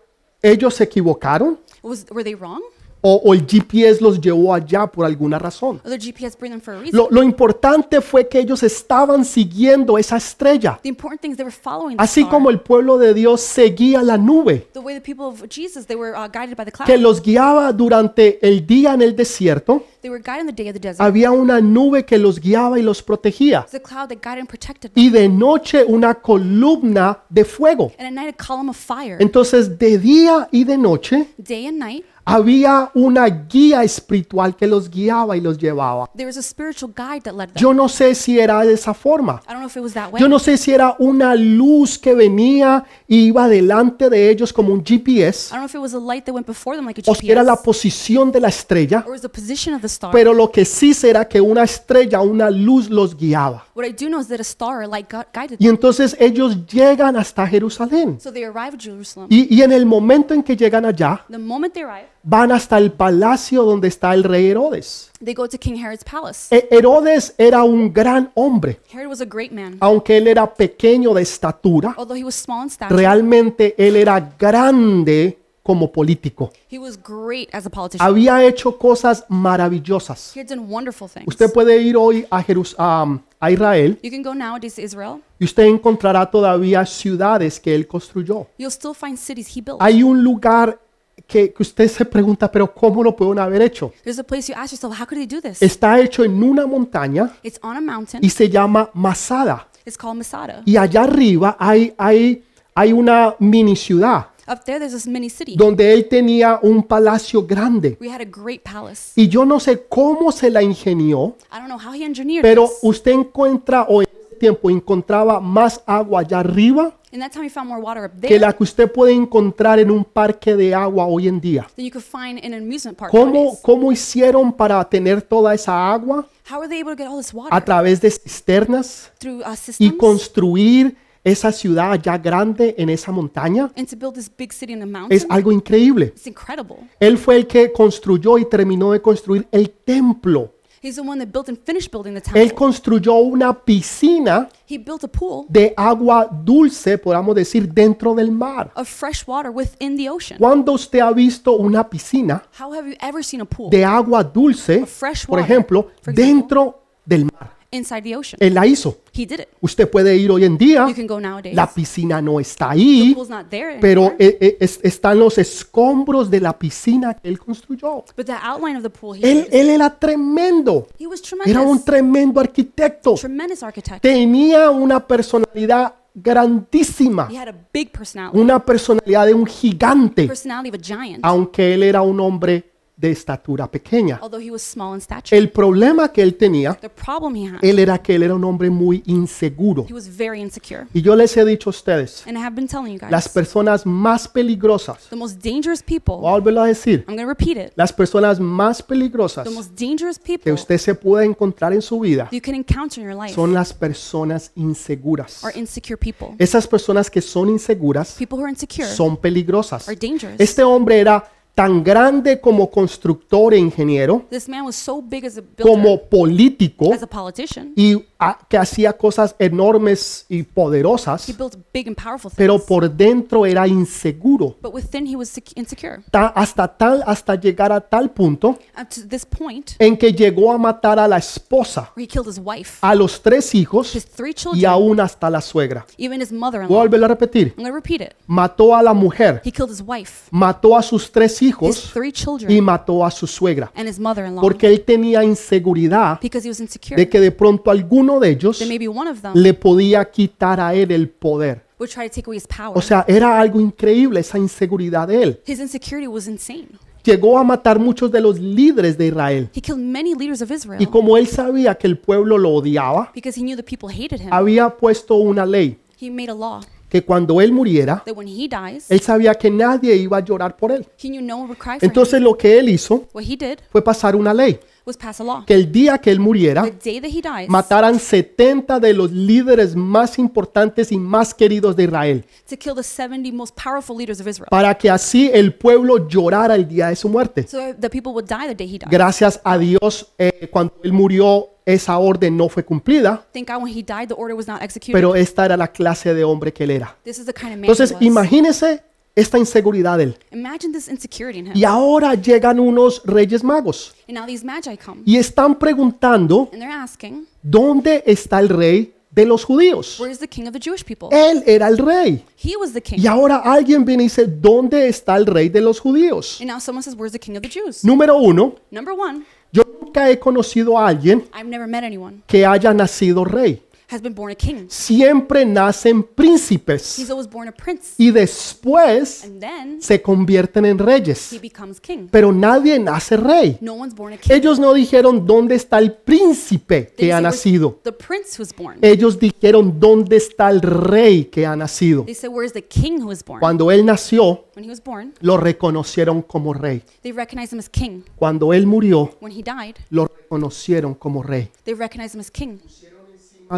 Speaker 1: ellos se equivocaron
Speaker 2: Was, were they wrong?
Speaker 1: o, o el GPS los llevó allá por alguna razón.
Speaker 2: Or did GPS bring them for a reason?
Speaker 1: Lo, lo importante fue que ellos estaban siguiendo esa estrella,
Speaker 2: The important thing is they were following the
Speaker 1: así
Speaker 2: star.
Speaker 1: como el pueblo de Dios seguía la nube
Speaker 2: the way the people of Jesus, they were uh, guided by the cloud.
Speaker 1: que los guiaba durante el día en el desierto.
Speaker 2: They were guided in the day of the desert.
Speaker 1: Había una nube que los guiaba y los protegía,
Speaker 2: It's the cloud that guided and protected them.
Speaker 1: y de noche una columna de fuego.
Speaker 2: And at night, a column of fire.
Speaker 1: Entonces, de día y de noche
Speaker 2: Day and night,
Speaker 1: había una guía espiritual que los guiaba y los llevaba.
Speaker 2: there was a spiritual guide that led them.
Speaker 1: Yo no sé si era de esa forma.
Speaker 2: I don't know if it was that way.
Speaker 1: Yo no sé si era una luz que venía y iba delante de ellos como un
Speaker 2: I
Speaker 1: GPS,
Speaker 2: don't know if it was a light that went before them like a
Speaker 1: o si era la
Speaker 2: GPS.
Speaker 1: posición de la estrella,
Speaker 2: Or was the position of the star.
Speaker 1: pero lo que sí será que una estrella, una luz los guiaba.
Speaker 2: What I do know is that a star or light gu- guided
Speaker 1: Y
Speaker 2: them.
Speaker 1: entonces ellos llegan hasta Jerusalén.
Speaker 2: So they arrive at Jerusalem.
Speaker 1: Y, y en el momento en que llegan allá,
Speaker 2: The moment they arrive,
Speaker 1: van hasta el palacio donde está el rey Herodes.
Speaker 2: they go to King Herod's palace.
Speaker 1: He- Herodes era un gran hombre,
Speaker 2: Herod was a great man.
Speaker 1: aunque él era pequeño de estatura,
Speaker 2: Although he was small in stature,
Speaker 1: realmente él era grande como político.
Speaker 2: he was great as a politician.
Speaker 1: había hecho cosas maravillosas.
Speaker 2: He had done wonderful things.
Speaker 1: Usted puede ir hoy a, Jerus- a- a Israel
Speaker 2: You can go nowadays to Israel.
Speaker 1: y usted encontrará todavía ciudades que él construyó.
Speaker 2: You'll still find cities he built.
Speaker 1: Hay un lugar que, que usted se pregunta, pero ¿cómo lo pueden haber hecho?
Speaker 2: There's a place you ask yourself, how could they do this?
Speaker 1: Está hecho en una montaña
Speaker 2: It's on a mountain.
Speaker 1: y se llama Masada.
Speaker 2: It's called Masada.
Speaker 1: Y allá arriba hay, hay, hay una mini ciudad
Speaker 2: Up there, there's this mini city.
Speaker 1: donde él tenía un palacio grande.
Speaker 2: We had a great palace.
Speaker 1: Y yo no sé cómo se la ingenió,
Speaker 2: I don't know how he engineered
Speaker 1: pero
Speaker 2: this.
Speaker 1: usted encuentra o en ese tiempo encontraba más agua allá arriba
Speaker 2: In that time, he found more water up
Speaker 1: que
Speaker 2: there
Speaker 1: la que usted puede encontrar en un parque de agua hoy en día.
Speaker 2: than you could find in an amusement park.
Speaker 1: ¿Cómo,
Speaker 2: nowadays.
Speaker 1: cómo hicieron para tener toda esa agua
Speaker 2: How were they able to get all this water?
Speaker 1: a través de cisternas
Speaker 2: Through uh,
Speaker 1: y
Speaker 2: systems?
Speaker 1: construir esa ciudad allá grande en esa montaña?
Speaker 2: and to build this big city in a mountain?
Speaker 1: Es algo increíble.
Speaker 2: it's incredible.
Speaker 1: Él fue el que construyó y terminó de construir el templo.
Speaker 2: He's the one that built and finished building the temple.
Speaker 1: Él construyó una piscina
Speaker 2: he built a pool
Speaker 1: de agua dulce, podamos decir, dentro del mar.
Speaker 2: of fresh water within the ocean.
Speaker 1: ¿Cuándo usted ha visto una piscina
Speaker 2: How have you ever seen a pool
Speaker 1: de agua dulce,
Speaker 2: fresh
Speaker 1: por
Speaker 2: water,
Speaker 1: ejemplo,
Speaker 2: for example?
Speaker 1: dentro del mar?
Speaker 2: inside the ocean?
Speaker 1: Él la hizo.
Speaker 2: he did it.
Speaker 1: Usted puede ir hoy en día,
Speaker 2: You can go nowadays.
Speaker 1: la piscina no está ahí,
Speaker 2: pool's not there
Speaker 1: pero
Speaker 2: anymore.
Speaker 1: eh, eh, es- están los escombros de la piscina que él construyó.
Speaker 2: but the outline of the pool, he,
Speaker 1: Él,
Speaker 2: used,
Speaker 1: él era tremendo,
Speaker 2: he was
Speaker 1: era un
Speaker 2: tremendous.
Speaker 1: tremendo arquitecto,
Speaker 2: tremendous architect.
Speaker 1: tenía una personalidad grandísima,
Speaker 2: he had a big personality.
Speaker 1: una personalidad de un gigante.
Speaker 2: personality of a giant.
Speaker 1: aunque él era un hombre de estatura pequeña.
Speaker 2: although he was small in stature.
Speaker 1: El problema que él tenía,
Speaker 2: the problem he had,
Speaker 1: él era que él era un hombre muy inseguro.
Speaker 2: he was very insecure.
Speaker 1: Y yo les he dicho a ustedes,
Speaker 2: And I have been telling you guys,
Speaker 1: las personas más peligrosas,
Speaker 2: the most dangerous people,
Speaker 1: vuelvo a decir,
Speaker 2: I'm going to repeat it,
Speaker 1: las personas más peligrosas
Speaker 2: the most dangerous
Speaker 1: que
Speaker 2: people
Speaker 1: usted se pueda encontrar en su vida
Speaker 2: that you can encounter in your life
Speaker 1: son las personas inseguras.
Speaker 2: are insecure people.
Speaker 1: Esas personas que son inseguras
Speaker 2: People who are insecure
Speaker 1: son peligrosas.
Speaker 2: are dangerous.
Speaker 1: Este hombre era tan grande como constructor e ingeniero,
Speaker 2: this man was so big as a builder,
Speaker 1: como político,
Speaker 2: as a politician.
Speaker 1: y a- que hacía cosas enormes y
Speaker 2: He
Speaker 1: poderosas,
Speaker 2: built big and powerful things.
Speaker 1: pero por dentro era inseguro,
Speaker 2: but within he was sec- insecure.
Speaker 1: ta- hasta tal hasta llegar a tal punto
Speaker 2: Up to this point,
Speaker 1: en que llegó a matar a la esposa,
Speaker 2: where he killed his wife,
Speaker 1: a los tres hijos
Speaker 2: his three
Speaker 1: y
Speaker 2: children,
Speaker 1: aún hasta la suegra.
Speaker 2: even his mother-in-law.
Speaker 1: Voy a volverlo a repetir.
Speaker 2: I'm going to repeat it.
Speaker 1: Mató a la mujer,
Speaker 2: He killed his wife,
Speaker 1: mató a sus tres
Speaker 2: his
Speaker 1: hijos
Speaker 2: three
Speaker 1: y
Speaker 2: children,
Speaker 1: mató a su suegra,
Speaker 2: and his mother-in-law.
Speaker 1: porque él tenía inseguridad
Speaker 2: Because he was insecure.
Speaker 1: de que de pronto alguno de ellos
Speaker 2: Then maybe one of them
Speaker 1: le podía quitar a él el poder.
Speaker 2: would try to take away his power.
Speaker 1: O sea, era algo increíble esa inseguridad de él.
Speaker 2: His insecurity was insane.
Speaker 1: Llegó a matar muchos de los líderes de Israel.
Speaker 2: He killed many leaders of
Speaker 1: Y
Speaker 2: Israel
Speaker 1: como él sabía que el pueblo lo odiaba,
Speaker 2: because he knew the people hated him.
Speaker 1: había puesto una ley
Speaker 2: He made a law
Speaker 1: que cuando él muriera,
Speaker 2: that when he dies,
Speaker 1: él sabía que nadie iba a llorar por él.
Speaker 2: he knew no one would cry for him.
Speaker 1: Entonces lo que él hizo
Speaker 2: What he did
Speaker 1: fue pasar una ley,
Speaker 2: was pass a law.
Speaker 1: que el día que él
Speaker 2: The
Speaker 1: muriera,
Speaker 2: day that he dies,
Speaker 1: mataran 70 de los líderes más importantes y más queridos de Israel,
Speaker 2: to kill the 70 most powerful leaders of Israel.
Speaker 1: para que así el pueblo llorara el día de su muerte.
Speaker 2: So the people would die the day he died.
Speaker 1: Gracias a Dios, eh, cuando él murió, esa orden no fue cumplida,
Speaker 2: Thank God when he died, the order was not executed.
Speaker 1: pero esta era la clase de hombre que él era.
Speaker 2: This is the kind of man
Speaker 1: Entonces,
Speaker 2: he was.
Speaker 1: imagínese esta inseguridad de él.
Speaker 2: Imagine this insecurity in him.
Speaker 1: Y ahora llegan unos reyes magos
Speaker 2: And now these magi come
Speaker 1: y están preguntando,
Speaker 2: and they're asking,
Speaker 1: ¿dónde está el rey de los judíos?
Speaker 2: Where's the king of the Jewish people?
Speaker 1: Él era el rey.
Speaker 2: He was the king.
Speaker 1: Y ahora alguien viene y dice, ¿dónde está el rey de los judíos?
Speaker 2: And now someone says, Where's the king of the Jews?
Speaker 1: Número uno,
Speaker 2: Number one,
Speaker 1: yo nunca he conocido a alguien
Speaker 2: I've never met anyone
Speaker 1: que haya nacido rey.
Speaker 2: has been born a king.
Speaker 1: Siempre nacen príncipes.
Speaker 2: He's always born a prince.
Speaker 1: y después
Speaker 2: And then
Speaker 1: se convierten en
Speaker 2: he
Speaker 1: reyes.
Speaker 2: becomes king.
Speaker 1: Pero nadie nace rey.
Speaker 2: No one's born a king.
Speaker 1: Ellos no dijeron dónde está el príncipe
Speaker 2: They
Speaker 1: que ha
Speaker 2: said, "Where's
Speaker 1: nacido. Eh.
Speaker 2: The prince who's born.
Speaker 1: Ellos dijeron dónde está el rey que ha nacido.
Speaker 2: They said, Where's the king who is born?
Speaker 1: Cuando él nació,
Speaker 2: When he was born,
Speaker 1: lo reconocieron como rey.
Speaker 2: they recognized him as king.
Speaker 1: Cuando él murió,
Speaker 2: When he died,
Speaker 1: lo reconocieron como rey.
Speaker 2: they recognized him as king.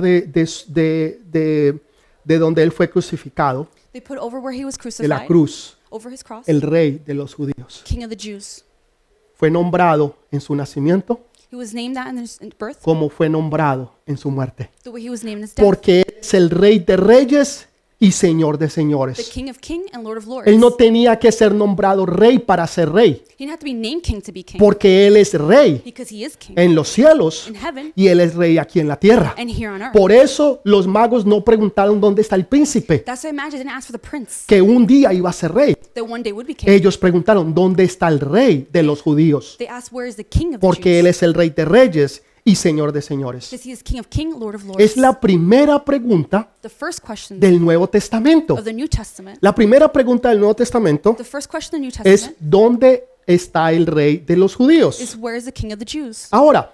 Speaker 1: De, de, de- de- de donde él fue crucificado,
Speaker 2: They put over where he was
Speaker 1: de la
Speaker 2: crucified,
Speaker 1: cruz,
Speaker 2: over his cross,
Speaker 1: el rey de los judíos.
Speaker 2: king of the Jews.
Speaker 1: Fue nombrado en su nacimiento
Speaker 2: He was named that in his birth,
Speaker 1: como fue nombrado en su muerte.
Speaker 2: the way he was named in his death.
Speaker 1: porque es el rey de reyes y Señor de
Speaker 2: the
Speaker 1: señores.
Speaker 2: King of King and Lord of Lords.
Speaker 1: Él no tenía que ser nombrado rey para ser rey,
Speaker 2: he didn't have to be named king to be king
Speaker 1: porque Él es rey
Speaker 2: because he is king
Speaker 1: en los cielos
Speaker 2: in heaven
Speaker 1: y Él es rey aquí en la tierra.
Speaker 2: and here on earth.
Speaker 1: Por eso los magos no preguntaron dónde está el príncipe,
Speaker 2: That's why Imagine didn't ask for the prince
Speaker 1: que un día iba a ser rey.
Speaker 2: that one day would be king.
Speaker 1: Ellos preguntaron dónde está el rey de los judíos,
Speaker 2: They asked, Where is the king of the
Speaker 1: porque
Speaker 2: Jews?
Speaker 1: Él es el rey de reyes y Señor de señores.
Speaker 2: Because he is king of king, Lord of lords.
Speaker 1: Es la primera pregunta
Speaker 2: the first question
Speaker 1: del Nuevo Testamento.
Speaker 2: of the New Testament.
Speaker 1: La primera pregunta del Nuevo Testamento
Speaker 2: The first question of the New Testament
Speaker 1: es ¿dónde está el rey de los
Speaker 2: is
Speaker 1: judíos?
Speaker 2: where is the king of the Jews?
Speaker 1: Ahora,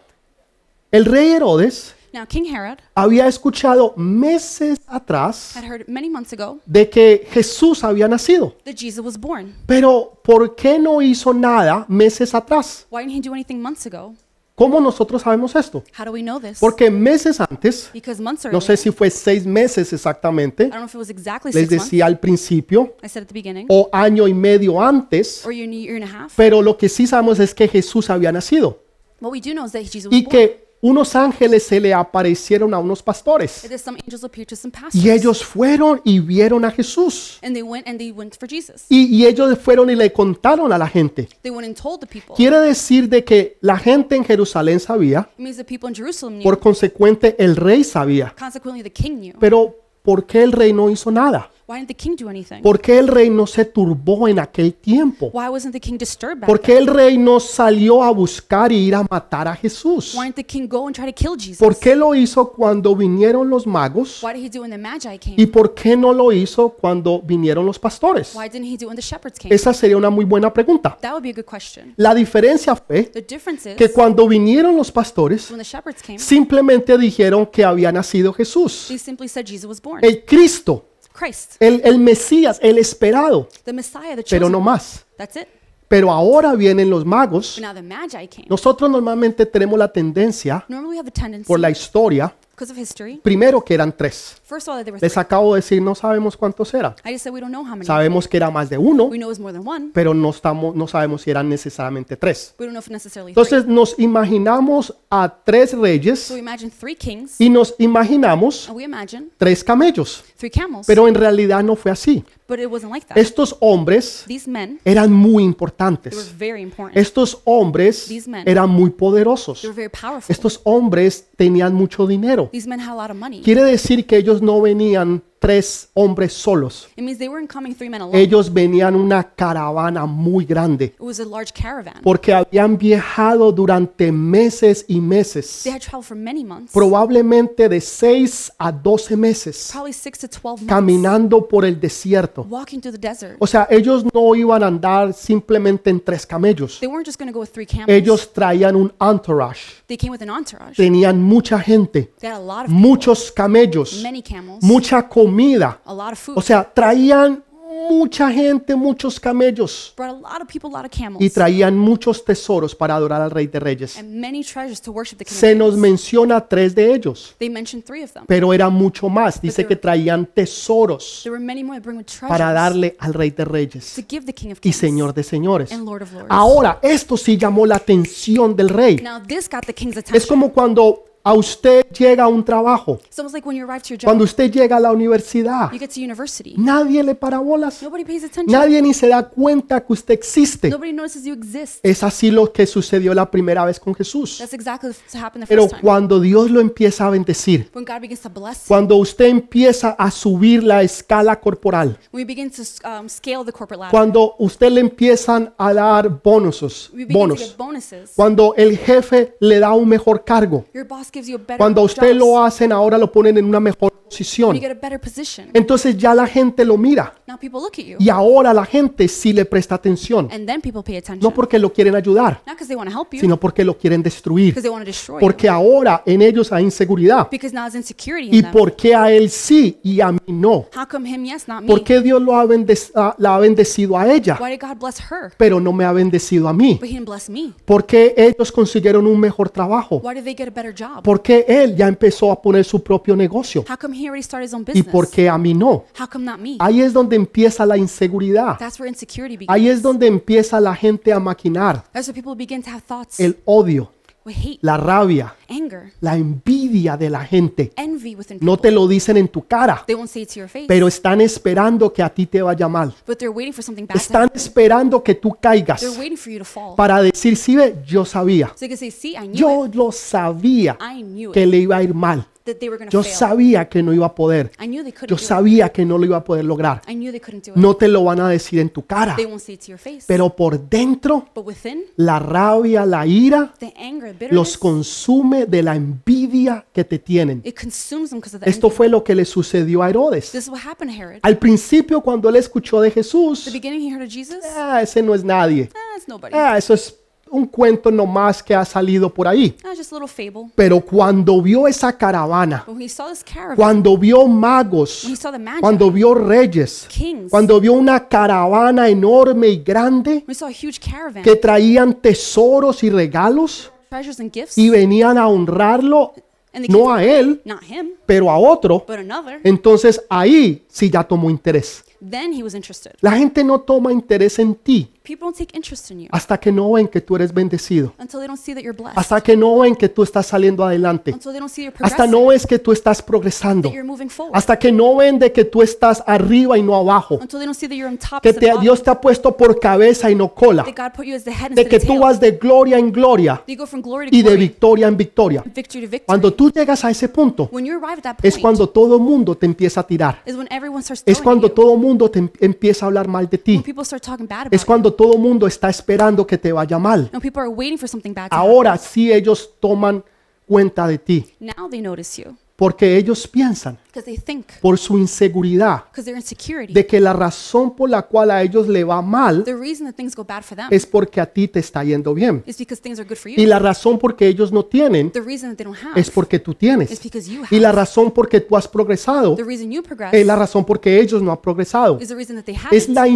Speaker 1: el rey Herodes
Speaker 2: Now, King Herod
Speaker 1: había escuchado meses atrás
Speaker 2: had heard many months ago
Speaker 1: de que Jesús había nacido,
Speaker 2: that Jesus was born.
Speaker 1: pero ¿por qué no hizo nada meses atrás?
Speaker 2: Why didn't he do anything months ago?
Speaker 1: ¿Cómo nosotros sabemos esto?
Speaker 2: How do we know this?
Speaker 1: Porque meses antes,
Speaker 2: because months earlier,
Speaker 1: no sé si fue seis meses exactamente,
Speaker 2: I don't know if it was exactly
Speaker 1: les
Speaker 2: six months.
Speaker 1: decía al principio,
Speaker 2: I said at the beginning,
Speaker 1: o año y medio antes,
Speaker 2: or year, and a- year and a half.
Speaker 1: pero lo que sí sabemos es que Jesús había nacido.
Speaker 2: What we do know is that Jesus was
Speaker 1: y
Speaker 2: born.
Speaker 1: que unos ángeles se le aparecieron a unos pastores
Speaker 2: It is some angels appeared to some pastors,
Speaker 1: y ellos fueron y vieron a Jesús
Speaker 2: and they went and they went for Jesus.
Speaker 1: y, y ellos fueron y le contaron a la gente.
Speaker 2: They went and told the people.
Speaker 1: Quiere decir de que la gente en Jerusalén sabía,
Speaker 2: It means the people in Jerusalem knew.
Speaker 1: por consecuente el rey sabía,
Speaker 2: Consequently, the king knew.
Speaker 1: pero ¿por qué el rey no hizo nada?
Speaker 2: Why didn't the king do anything?
Speaker 1: ¿Por qué el rey no se turbó en aquel tiempo?
Speaker 2: Why wasn't the king disturbed back
Speaker 1: ¿Por
Speaker 2: then?
Speaker 1: qué el rey no salió a buscar y ir a matar a Jesús?
Speaker 2: Why didn't the king go and try to kill Jesus?
Speaker 1: ¿Por qué lo hizo cuando vinieron los magos?
Speaker 2: Why did he do when the Magi came?
Speaker 1: ¿Y por qué no lo hizo cuando vinieron los pastores?
Speaker 2: Why didn't he do when the shepherds came?
Speaker 1: Esa sería una muy buena pregunta.
Speaker 2: That would be a good question.
Speaker 1: La diferencia fue
Speaker 2: The difference is
Speaker 1: que cuando vinieron los pastores,
Speaker 2: when the shepherds came,
Speaker 1: simplemente dijeron que había nacido Jesús,
Speaker 2: they simply said Jesus was born.
Speaker 1: el Cristo,
Speaker 2: Christ,
Speaker 1: el, el Mesías, el esperado,
Speaker 2: the Messiah, the
Speaker 1: pero
Speaker 2: chosen.
Speaker 1: no más.
Speaker 2: That's it.
Speaker 1: Pero ahora vienen los
Speaker 2: But
Speaker 1: magos.
Speaker 2: now the Magi came.
Speaker 1: Nosotros normalmente tenemos la tendencia
Speaker 2: Normally we have a
Speaker 1: por la
Speaker 2: tendency,
Speaker 1: historia,
Speaker 2: because of history,
Speaker 1: primero que eran tres.
Speaker 2: first of all, that there were
Speaker 1: Les
Speaker 2: three.
Speaker 1: acabo de decir, no sabemos cuántos eran.
Speaker 2: I just said we don't know how many.
Speaker 1: Sabemos que era más de uno,
Speaker 2: We know it's more than one.
Speaker 1: pero no, estamos, no sabemos si eran necesariamente tres.
Speaker 2: We don't know if necessarily three.
Speaker 1: Entonces nos imaginamos a tres
Speaker 2: So
Speaker 1: reyes
Speaker 2: we imagine three kings,
Speaker 1: y nos imaginamos
Speaker 2: and we imagine
Speaker 1: tres camellos,
Speaker 2: three camels.
Speaker 1: pero en realidad no fue así.
Speaker 2: But it wasn't like that.
Speaker 1: Estos hombres
Speaker 2: These men,
Speaker 1: eran muy
Speaker 2: they were
Speaker 1: importantes.
Speaker 2: very important.
Speaker 1: Estos hombres eran muy poderosos.
Speaker 2: They were very powerful.
Speaker 1: Estos hombres tenían mucho dinero.
Speaker 2: These men had a lot of money.
Speaker 1: Quiere decir que ellos no venían tres hombres solos.
Speaker 2: It means they weren't coming three men alone.
Speaker 1: Ellos venían una caravana muy grande
Speaker 2: It was a large caravan.
Speaker 1: porque habían viajado durante meses y meses.
Speaker 2: They had traveled for many months,
Speaker 1: probablemente de 6 a 12 meses
Speaker 2: probably six to 12 months,
Speaker 1: caminando por el desierto.
Speaker 2: walking through the desert.
Speaker 1: O sea, ellos no iban a andar simplemente en tres camellos.
Speaker 2: They weren't just going to go with three camels.
Speaker 1: Ellos traían un entourage.
Speaker 2: They came with an entourage.
Speaker 1: Tenían mucha gente,
Speaker 2: They had a lot of
Speaker 1: muchos camellos,
Speaker 2: many camels,
Speaker 1: mucha comida.
Speaker 2: a lot of
Speaker 1: O
Speaker 2: food.
Speaker 1: sea, traían mucha gente, muchos camellos
Speaker 2: Brought a lot of people, a lot of
Speaker 1: y
Speaker 2: camels,
Speaker 1: traían muchos tesoros para adorar al Rey de Reyes.
Speaker 2: and many treasures to worship the
Speaker 1: Se
Speaker 2: king. of
Speaker 1: nos
Speaker 2: Kings.
Speaker 1: menciona tres de ellos,
Speaker 2: They mentioned three of them.
Speaker 1: pero era mucho más. Dice que traían tesoros.
Speaker 2: There were many more to bring with
Speaker 1: para
Speaker 2: treasures
Speaker 1: darle al Rey de
Speaker 2: to
Speaker 1: Reyes
Speaker 2: give the king of
Speaker 1: y
Speaker 2: kings
Speaker 1: Señor de Señores.
Speaker 2: and lord of lords.
Speaker 1: Ahora, esto sí llamó la atención del rey.
Speaker 2: Now, this got the king's
Speaker 1: Es
Speaker 2: attention.
Speaker 1: como cuando a usted llega a un trabajo,
Speaker 2: It's almost like when you arrive to your job,
Speaker 1: cuando usted llega a la universidad,
Speaker 2: you get to university.
Speaker 1: nadie le parabolas,
Speaker 2: Nobody pays attention.
Speaker 1: nadie ni se da cuenta que usted existe.
Speaker 2: Nobody notices you exist.
Speaker 1: Es así lo que sucedió la primera vez con Jesús.
Speaker 2: That's exactly what happened the
Speaker 1: Pero
Speaker 2: first time.
Speaker 1: cuando Dios lo empieza a bendecir,
Speaker 2: When God begins to bless you,
Speaker 1: cuando usted empieza a subir la escala corporal,
Speaker 2: when we begin to um, scale the corporate ladder,
Speaker 1: cuando usted le empiezan a dar bonusos,
Speaker 2: we begin to
Speaker 1: bonos,
Speaker 2: get bonuses.
Speaker 1: Cuando el jefe le da un mejor cargo.
Speaker 2: Your boss gives you a better
Speaker 1: Cuando a usted
Speaker 2: job.
Speaker 1: lo hacen, ahora lo ponen en una mejor
Speaker 2: When you
Speaker 1: posición.
Speaker 2: get a better position.
Speaker 1: Entonces ya la gente lo mira.
Speaker 2: Now people look at you,
Speaker 1: Y ahora la gente sí le presta atención.
Speaker 2: and then people pay attention.
Speaker 1: No porque lo quieren ayudar,
Speaker 2: Not because they want to help you,
Speaker 1: sino porque lo quieren destruir.
Speaker 2: because they want to destroy you.
Speaker 1: Porque ahora en ellos hay inseguridad.
Speaker 2: Because now there's insecurity in
Speaker 1: ¿Y
Speaker 2: them.
Speaker 1: por qué a él sí y a mí no?
Speaker 2: How come him yes, not me?
Speaker 1: ¿Por qué Dios lo ha bendec- ah, la ha bendecido a ella,
Speaker 2: Why did God bless her,
Speaker 1: pero no me ha bendecido a mí?
Speaker 2: but he didn't bless me?
Speaker 1: ¿Por qué ellos consiguieron un mejor trabajo?
Speaker 2: Why did they get a better job?
Speaker 1: ¿Por qué él ya empezó a poner su propio negocio?
Speaker 2: How come he already started his own
Speaker 1: ¿Y
Speaker 2: business?
Speaker 1: por qué a mí no?
Speaker 2: How come not me?
Speaker 1: Ahí es donde empieza la inseguridad.
Speaker 2: That's where insecurity begins.
Speaker 1: Ahí es donde empieza la gente a maquinar
Speaker 2: That's where people begin to have thoughts
Speaker 1: el odio,
Speaker 2: with hate,
Speaker 1: la rabia,
Speaker 2: anger,
Speaker 1: la envidia de la gente.
Speaker 2: envy within people.
Speaker 1: No te lo dicen en tu cara,
Speaker 2: They won't say it to your face,
Speaker 1: pero están esperando que a ti te vaya mal.
Speaker 2: but they're waiting for something bad to happen.
Speaker 1: Están esperando que tú
Speaker 2: They're
Speaker 1: caigas
Speaker 2: waiting for you to fall.
Speaker 1: para decir, sí, ve, yo sabía.
Speaker 2: so they can say, see, I knew
Speaker 1: Yo
Speaker 2: it.
Speaker 1: lo sabía
Speaker 2: I knew
Speaker 1: que
Speaker 2: it.
Speaker 1: le iba a ir mal.
Speaker 2: That they were going to
Speaker 1: Yo
Speaker 2: fail.
Speaker 1: sabía que no iba a poder.
Speaker 2: I knew they couldn't
Speaker 1: Yo
Speaker 2: do it.
Speaker 1: sabía que no lo iba a poder lograr.
Speaker 2: I knew they couldn't do it.
Speaker 1: No te lo van a decir en tu cara,
Speaker 2: They won't say it to your face.
Speaker 1: pero por dentro
Speaker 2: but within,
Speaker 1: la rabia, la ira
Speaker 2: the anger, the
Speaker 1: los
Speaker 2: bitterness,
Speaker 1: consume de la envidia que te tienen.
Speaker 2: it consumes them because of the
Speaker 1: Esto
Speaker 2: envy.
Speaker 1: fue lo que le sucedió a Herodes.
Speaker 2: This is what happened to Herod.
Speaker 1: Al principio cuando él escuchó de
Speaker 2: the
Speaker 1: Jesús,
Speaker 2: beginning, he heard of Jesus.
Speaker 1: ah, ese no es nadie.
Speaker 2: Ah, it's nobody.
Speaker 1: Ah, eso es un cuento nomás que ha salido por ahí.
Speaker 2: Ah, just a little fable.
Speaker 1: Pero cuando vio esa caravana,
Speaker 2: But when he saw this caravan,
Speaker 1: cuando vio
Speaker 2: when he
Speaker 1: magos,
Speaker 2: saw the magi,
Speaker 1: cuando vio reyes,
Speaker 2: kings,
Speaker 1: cuando vio una caravana enorme y grande
Speaker 2: when he saw a huge caravan,
Speaker 1: que traían tesoros y regalos
Speaker 2: treasures and gifts,
Speaker 1: y venían a honrarlo,
Speaker 2: and they came,
Speaker 1: no a él,
Speaker 2: not him,
Speaker 1: pero a otro,
Speaker 2: but another,
Speaker 1: entonces ahí sí ya tomó interés.
Speaker 2: then he was interested.
Speaker 1: La gente no toma interés en ti
Speaker 2: People don't take interest in you
Speaker 1: hasta que no ven que tú eres bendecido,
Speaker 2: until they don't see that you're blessed,
Speaker 1: hasta que no ven que tú estás saliendo adelante,
Speaker 2: until they don't see you're
Speaker 1: hasta
Speaker 2: progressing,
Speaker 1: no ves que tú estás progresando,
Speaker 2: that you're moving forward,
Speaker 1: hasta que no ven de que tú estás arriba y no abajo,
Speaker 2: until they don't see that you're on top
Speaker 1: que
Speaker 2: instead
Speaker 1: te,
Speaker 2: of bottom,
Speaker 1: Dios te ha puesto por cabeza y no cola,
Speaker 2: that God put you as the head
Speaker 1: de
Speaker 2: instead
Speaker 1: que
Speaker 2: of
Speaker 1: tú
Speaker 2: tail,
Speaker 1: vas de gloria en gloria
Speaker 2: that you go from glory to
Speaker 1: y de
Speaker 2: glory,
Speaker 1: victoria en victoria.
Speaker 2: victory to victory.
Speaker 1: Cuando tú llegas a ese punto,
Speaker 2: when you arrive at that point,
Speaker 1: es cuando todo mundo te empieza a tirar,
Speaker 2: is when everyone starts
Speaker 1: es
Speaker 2: throwing
Speaker 1: cuando
Speaker 2: at you,
Speaker 1: todo mundo te em- empieza a hablar mal de
Speaker 2: when
Speaker 1: ti,
Speaker 2: people start talking bad about
Speaker 1: es cuando todo mundo está esperando que te vaya mal.
Speaker 2: you, when people are waiting for something bad to happen.
Speaker 1: Ahora sí ellos toman cuenta de ti,
Speaker 2: Now they notice you
Speaker 1: porque ellos piensan,
Speaker 2: because they think,
Speaker 1: por su inseguridad,
Speaker 2: because they're insecurity.
Speaker 1: de que la razón por la cual a ellos le va mal
Speaker 2: The reason that things go bad for them
Speaker 1: es porque a ti te está yendo bien.
Speaker 2: is because things are good for
Speaker 1: Y
Speaker 2: you.
Speaker 1: la razón por que ellos no tienen
Speaker 2: The reason that they don't have
Speaker 1: es porque tú tienes.
Speaker 2: is because you have.
Speaker 1: Y la razón por que tú has progresado
Speaker 2: the reason you progress
Speaker 1: es la razón por que ellos no han progresado.
Speaker 2: is the reason that they have.
Speaker 1: Es la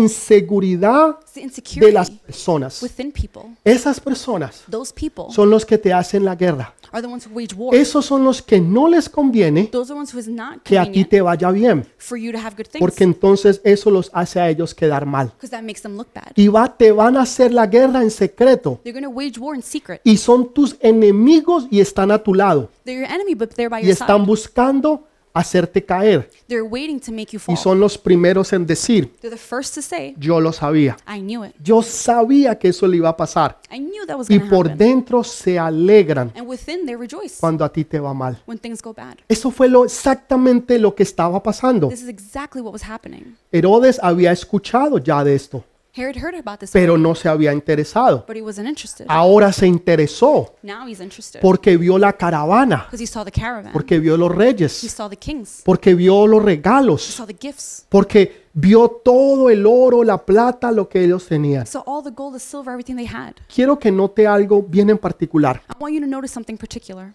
Speaker 1: inseguridad
Speaker 2: it's the
Speaker 1: de
Speaker 2: insecurity
Speaker 1: las personas.
Speaker 2: within people.
Speaker 1: Esas personas
Speaker 2: Those people
Speaker 1: son los que te hacen la guerra.
Speaker 2: are the ones who wage war.
Speaker 1: Esos son los que no les conviene
Speaker 2: Those are the ones who is not
Speaker 1: que a ti
Speaker 2: convenient
Speaker 1: te vaya bien.
Speaker 2: for you to have good things
Speaker 1: porque entonces eso los hace a ellos quedar mal.
Speaker 2: because that makes them look bad.
Speaker 1: Y va, te van a hacer la guerra en secreto.
Speaker 2: They're going to wage war in secret.
Speaker 1: Y son tus enemigos y están a tu lado.
Speaker 2: They're your enemy, but they're by
Speaker 1: Y
Speaker 2: your
Speaker 1: están
Speaker 2: side.
Speaker 1: buscando hacerte caer.
Speaker 2: They're waiting to make
Speaker 1: Y
Speaker 2: you fall.
Speaker 1: son los primeros en decir,
Speaker 2: They're the first to say,
Speaker 1: yo lo sabía.
Speaker 2: I knew it.
Speaker 1: Yo sabía que eso le iba a pasar.
Speaker 2: I knew that was
Speaker 1: Y
Speaker 2: going to
Speaker 1: por
Speaker 2: happen.
Speaker 1: dentro se alegran
Speaker 2: And within, they rejoice
Speaker 1: cuando a ti te va mal.
Speaker 2: when things go bad.
Speaker 1: Eso fue lo, exactamente lo que estaba pasando.
Speaker 2: This is exactly what was happening.
Speaker 1: Herodes había escuchado ya de esto,
Speaker 2: Herod heard about this,
Speaker 1: pero Ah. no se había interesado.
Speaker 2: but he wasn't interested.
Speaker 1: Ahora se interesó
Speaker 2: Now he's interested
Speaker 1: porque vio la caravana,
Speaker 2: because he saw the caravan,
Speaker 1: porque vio los
Speaker 2: he
Speaker 1: reyes,
Speaker 2: saw the kings,
Speaker 1: porque vio los
Speaker 2: he
Speaker 1: regalos,
Speaker 2: saw the gifts,
Speaker 1: porque vio todo el oro, la plata, lo que ellos tenían.
Speaker 2: he saw all the gold, the silver, everything they had.
Speaker 1: Quiero que note algo bien en particular.
Speaker 2: I want you to notice something particular.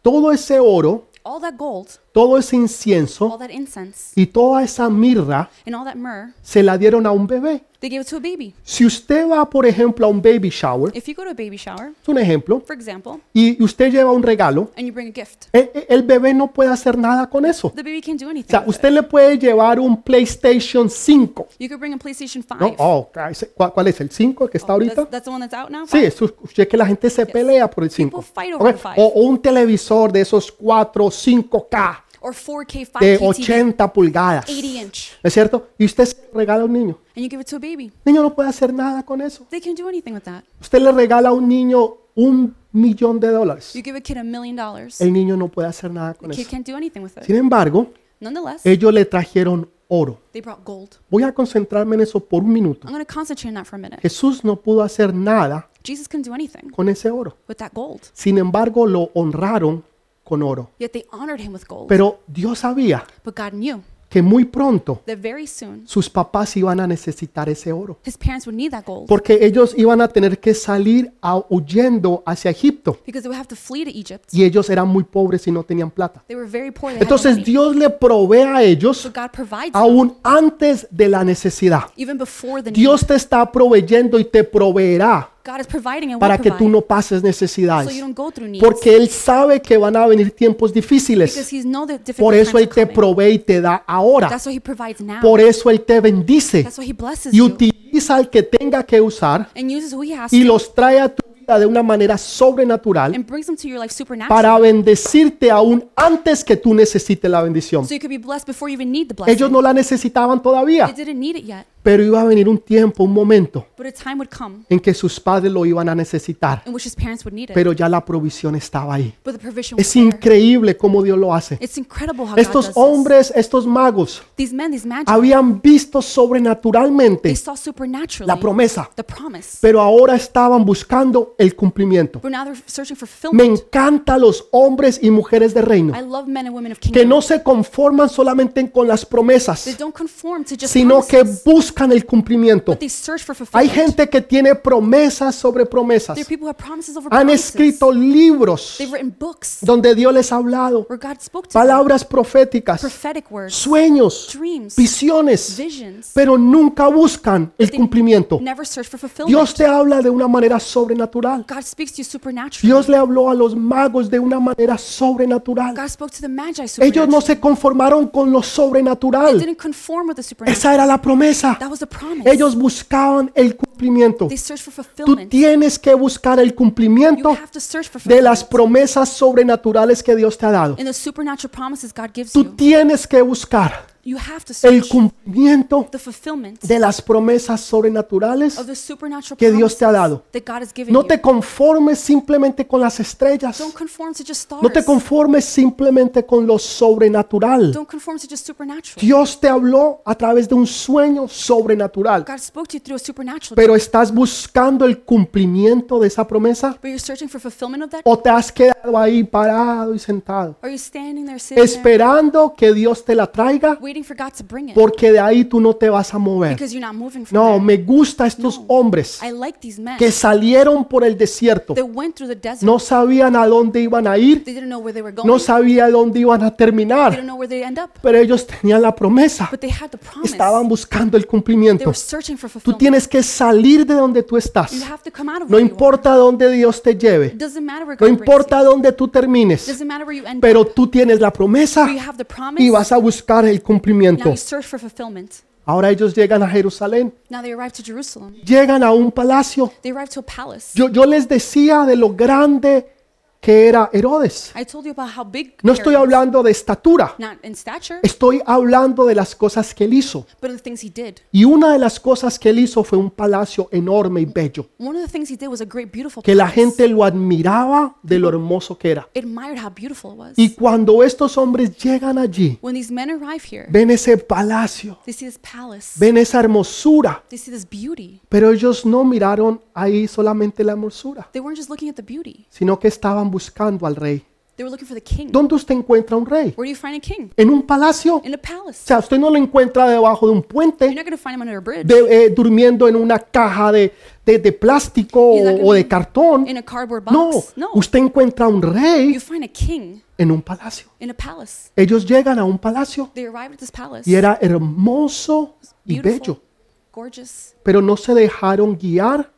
Speaker 1: Todo ese oro,
Speaker 2: All that gold,
Speaker 1: todo ese
Speaker 2: all
Speaker 1: incienso
Speaker 2: that incense,
Speaker 1: y toda esa mirra
Speaker 2: and all that myrrh,
Speaker 1: se la dieron a un bebé.
Speaker 2: they gave it to a baby.
Speaker 1: Si usted va, por ejemplo, a un baby shower,
Speaker 2: If you go to a baby shower,
Speaker 1: es un ejemplo,
Speaker 2: for example,
Speaker 1: y usted lleva un regalo,
Speaker 2: and you bring a gift,
Speaker 1: e- e- el bebé no puede hacer nada con eso. O
Speaker 2: the baby can't do anything.
Speaker 1: sea,
Speaker 2: with
Speaker 1: usted
Speaker 2: it.
Speaker 1: le puede llevar un PlayStation 5
Speaker 2: You could bring a PlayStation 5.
Speaker 1: No, oh, ca- ese- ¿cuál, cuál es? ¿El 5 que está
Speaker 2: Oh, that's,
Speaker 1: ahorita?
Speaker 2: that's the one that's out now?
Speaker 1: Sí, eso es es que la gente se pelea por el 5.
Speaker 2: People fight over the five.
Speaker 1: O, o un televisor de esos 4, 5K
Speaker 2: Or 4K, 5K
Speaker 1: de
Speaker 2: TV,
Speaker 1: 80 pulgadas.
Speaker 2: 80 inch,
Speaker 1: ¿No es cierto? Y usted se lo regala a un niño.
Speaker 2: and you give it to a baby.
Speaker 1: El niño no puede hacer nada con eso.
Speaker 2: They can't do anything with that.
Speaker 1: Usted le regala a un niño un millón de dólares.
Speaker 2: You give a kid a million dollars.
Speaker 1: El niño no puede hacer nada
Speaker 2: The
Speaker 1: con
Speaker 2: kid
Speaker 1: eso.
Speaker 2: can't do anything with it.
Speaker 1: Sin embargo,
Speaker 2: Nonetheless,
Speaker 1: ellos le trajeron oro.
Speaker 2: they brought gold.
Speaker 1: Voy a concentrarme en eso por un minuto.
Speaker 2: I'm going to concentrate on that for a minute.
Speaker 1: Jesús no pudo hacer nada
Speaker 2: Jesus couldn't do anything
Speaker 1: con ese oro.
Speaker 2: with that gold.
Speaker 1: Sin embargo, lo honraron con oro.
Speaker 2: Yet they honored him with gold.
Speaker 1: Pero Dios sabía
Speaker 2: But God knew
Speaker 1: que muy pronto
Speaker 2: that very soon
Speaker 1: sus papás iban a necesitar ese oro.
Speaker 2: his parents would need that gold
Speaker 1: Porque ellos iban a tener que salir a- huyendo hacia Egipto.
Speaker 2: because they would have to flee to Egypt.
Speaker 1: Y ellos eran muy pobres y no tenían plata.
Speaker 2: They were very poor. They had no
Speaker 1: Entonces
Speaker 2: money.
Speaker 1: Dios le provee a ellos
Speaker 2: So God provides them
Speaker 1: aún antes de la necesidad.
Speaker 2: even before the need.
Speaker 1: Dios te está proveyendo y te proveerá
Speaker 2: God is providing and will
Speaker 1: para que tú
Speaker 2: provide
Speaker 1: no pases
Speaker 2: so you
Speaker 1: necesidades.
Speaker 2: don't go through needs.
Speaker 1: Porque Él sabe que van a venir tiempos
Speaker 2: Because
Speaker 1: difíciles.
Speaker 2: he's know that difficult
Speaker 1: Por
Speaker 2: times
Speaker 1: eso
Speaker 2: are
Speaker 1: Él te
Speaker 2: coming.
Speaker 1: provee y te da ahora.
Speaker 2: That's why he provides now.
Speaker 1: Por eso Él te bendice
Speaker 2: That's why he blesses
Speaker 1: y
Speaker 2: you
Speaker 1: utiliza al que tenga que usar
Speaker 2: and uses who he has
Speaker 1: y
Speaker 2: to
Speaker 1: los trae a tu vida vida de una manera sobrenatural
Speaker 2: and brings them to your life supernaturally.
Speaker 1: para bendecirte aún antes que tú necesites la bendición.
Speaker 2: So you could be blessed before you even need the blessing.
Speaker 1: Ellos no la necesitaban
Speaker 2: They
Speaker 1: todavía,
Speaker 2: didn't need it yet,
Speaker 1: pero iba a venir un tiempo, un momento
Speaker 2: but a time would come
Speaker 1: en que sus padres lo iban a necesitar,
Speaker 2: in which his parents would need it.
Speaker 1: pero ya la provisión estaba ahí.
Speaker 2: but the provision was
Speaker 1: Es
Speaker 2: there.
Speaker 1: increíble cómo Dios lo hace.
Speaker 2: It's incredible how God
Speaker 1: Estos
Speaker 2: does this.
Speaker 1: hombres, estos magos,
Speaker 2: These men, these magic,
Speaker 1: habían visto
Speaker 2: they
Speaker 1: sobrenaturalmente
Speaker 2: saw supernaturally
Speaker 1: la promesa,
Speaker 2: the promise.
Speaker 1: pero ahora estaban buscando el cumplimiento.
Speaker 2: but now they're searching for
Speaker 1: Me
Speaker 2: fulfillment.
Speaker 1: encantan los hombres y mujeres de reino
Speaker 2: I love men and women of
Speaker 1: que
Speaker 2: kingdom.
Speaker 1: no se conforman solamente con las
Speaker 2: they
Speaker 1: promesas,
Speaker 2: don't conform to just
Speaker 1: sino que
Speaker 2: promises,
Speaker 1: buscan el cumplimiento.
Speaker 2: but they search for
Speaker 1: Hay
Speaker 2: fulfillment.
Speaker 1: gente que tiene promesas sobre promesas.
Speaker 2: there are people who have promises over
Speaker 1: Han
Speaker 2: promises.
Speaker 1: escrito libros
Speaker 2: They've written books
Speaker 1: donde Dios les ha hablado,
Speaker 2: where God spoke to them.
Speaker 1: palabras proféticas,
Speaker 2: Prophetic words,
Speaker 1: sueños,
Speaker 2: dreams,
Speaker 1: visiones,
Speaker 2: visions.
Speaker 1: pero nunca buscan el cumplimiento.
Speaker 2: Never search for fulfillment.
Speaker 1: Dios te habla de una manera sobrenatural.
Speaker 2: God speaks to you supernaturally.
Speaker 1: Dios le habló a los magos de una manera sobrenatural.
Speaker 2: God spoke to the Magi
Speaker 1: Ellos
Speaker 2: supernaturally.
Speaker 1: no se conformaron con lo
Speaker 2: They
Speaker 1: sobrenatural.
Speaker 2: didn't conform with the supernatural.
Speaker 1: Esa era la promesa.
Speaker 2: That was the promise.
Speaker 1: Ellos buscaban el cumplimiento.
Speaker 2: they searched for
Speaker 1: Tú
Speaker 2: fulfillment.
Speaker 1: tienes que buscar el
Speaker 2: You
Speaker 1: cumplimiento
Speaker 2: have to search for
Speaker 1: de las
Speaker 2: fulfillment
Speaker 1: promesas sobrenaturales que Dios te ha dado.
Speaker 2: in the supernatural promises God gives
Speaker 1: Tú
Speaker 2: you.
Speaker 1: tienes que buscar
Speaker 2: You have to search
Speaker 1: el cumplimiento
Speaker 2: the fulfillment
Speaker 1: de las promesas sobrenaturales.
Speaker 2: of the supernatural
Speaker 1: que Dios te ha
Speaker 2: promises
Speaker 1: dado.
Speaker 2: that God has given
Speaker 1: No
Speaker 2: you.
Speaker 1: te conformes simplemente con las estrellas.
Speaker 2: Don't conform to just stars.
Speaker 1: No te conformes simplemente con lo sobrenatural.
Speaker 2: Don't conform to just supernatural.
Speaker 1: Dios te habló a través de un sueño sobrenatural.
Speaker 2: God spoke to you through a supernatural.
Speaker 1: Pero estás buscando el cumplimiento de esa promesa
Speaker 2: but you're searching for fulfillment of that?
Speaker 1: o te has quedado ahí parado y sentado
Speaker 2: Are you standing there sitting there
Speaker 1: esperando que Dios te la traiga
Speaker 2: waiting for God to bring it?
Speaker 1: porque de ahí tú no te vas a mover.
Speaker 2: Because you're not moving from
Speaker 1: No,
Speaker 2: there.
Speaker 1: me gusta estos hombres
Speaker 2: I like these men
Speaker 1: que salieron por el desierto.
Speaker 2: that went through the desert.
Speaker 1: No sabían a dónde iban a ir,
Speaker 2: They didn't know where they were going.
Speaker 1: no sabían dónde iban a
Speaker 2: They
Speaker 1: terminar,
Speaker 2: don't know where they end up.
Speaker 1: pero ellos tenían la promesa.
Speaker 2: But they had the promise.
Speaker 1: Estaban buscando el
Speaker 2: They
Speaker 1: cumplimiento.
Speaker 2: were searching for
Speaker 1: Tú
Speaker 2: fulfillment.
Speaker 1: tienes que salir de donde tú
Speaker 2: You
Speaker 1: estás.
Speaker 2: have to come out of
Speaker 1: No
Speaker 2: where you are.
Speaker 1: importa dónde Dios te lleve.
Speaker 2: It doesn't matter where
Speaker 1: No
Speaker 2: God brings you.
Speaker 1: importa dónde tú
Speaker 2: It
Speaker 1: termines.
Speaker 2: doesn't matter where you end up.
Speaker 1: Pero tú tienes la promesa
Speaker 2: You have the promise.
Speaker 1: y vas a buscar el
Speaker 2: Now
Speaker 1: cumplimiento.
Speaker 2: you search for fulfillment.
Speaker 1: Ahora ellos llegan a Jerusalén.
Speaker 2: Now they arrive to Jerusalem.
Speaker 1: Llegan a un palacio.
Speaker 2: They arrive to a palace.
Speaker 1: Yo, yo les decía de lo grande que era Herodes.
Speaker 2: I told you about how big.
Speaker 1: No estoy
Speaker 2: Herod was.
Speaker 1: hablando de estatura.
Speaker 2: Not in stature,
Speaker 1: Estoy hablando de las cosas que él hizo.
Speaker 2: but in the things he did.
Speaker 1: Y una de las cosas que él hizo fue un palacio enorme y bello.
Speaker 2: One of the things he did was a great, beautiful.
Speaker 1: que la
Speaker 2: palace.
Speaker 1: gente lo admiraba de lo hermoso que era.
Speaker 2: admired how beautiful it was.
Speaker 1: Y cuando estos hombres llegan allí,
Speaker 2: When these men arrive here,
Speaker 1: ven ese palacio,
Speaker 2: they see this palace.
Speaker 1: ven esa hermosura,
Speaker 2: They see this beauty.
Speaker 1: pero ellos no miraron ahí solamente la hermosura,
Speaker 2: They weren't just looking at the beauty.
Speaker 1: sino que estaban buscando al rey.
Speaker 2: They were looking for the king.
Speaker 1: ¿Dónde usted encuentra un rey?
Speaker 2: Where do you find a king?
Speaker 1: ¿En un palacio? O
Speaker 2: In a palace.
Speaker 1: sea, usted no lo encuentra debajo de un
Speaker 2: You're
Speaker 1: puente,
Speaker 2: not going to find him under a bridge,
Speaker 1: de- eh, durmiendo en una caja de, de- de plástico o, o de cartón.
Speaker 2: in a cardboard
Speaker 1: No,
Speaker 2: box. No.
Speaker 1: usted encuentra un
Speaker 2: You
Speaker 1: rey
Speaker 2: find a king
Speaker 1: en un palacio.
Speaker 2: in a palace.
Speaker 1: Ellos llegan a un palacio
Speaker 2: They arrived at this palace.
Speaker 1: y era hermoso y
Speaker 2: Beautiful,
Speaker 1: bello,
Speaker 2: gorgeous.
Speaker 1: pero no se dejaron guiar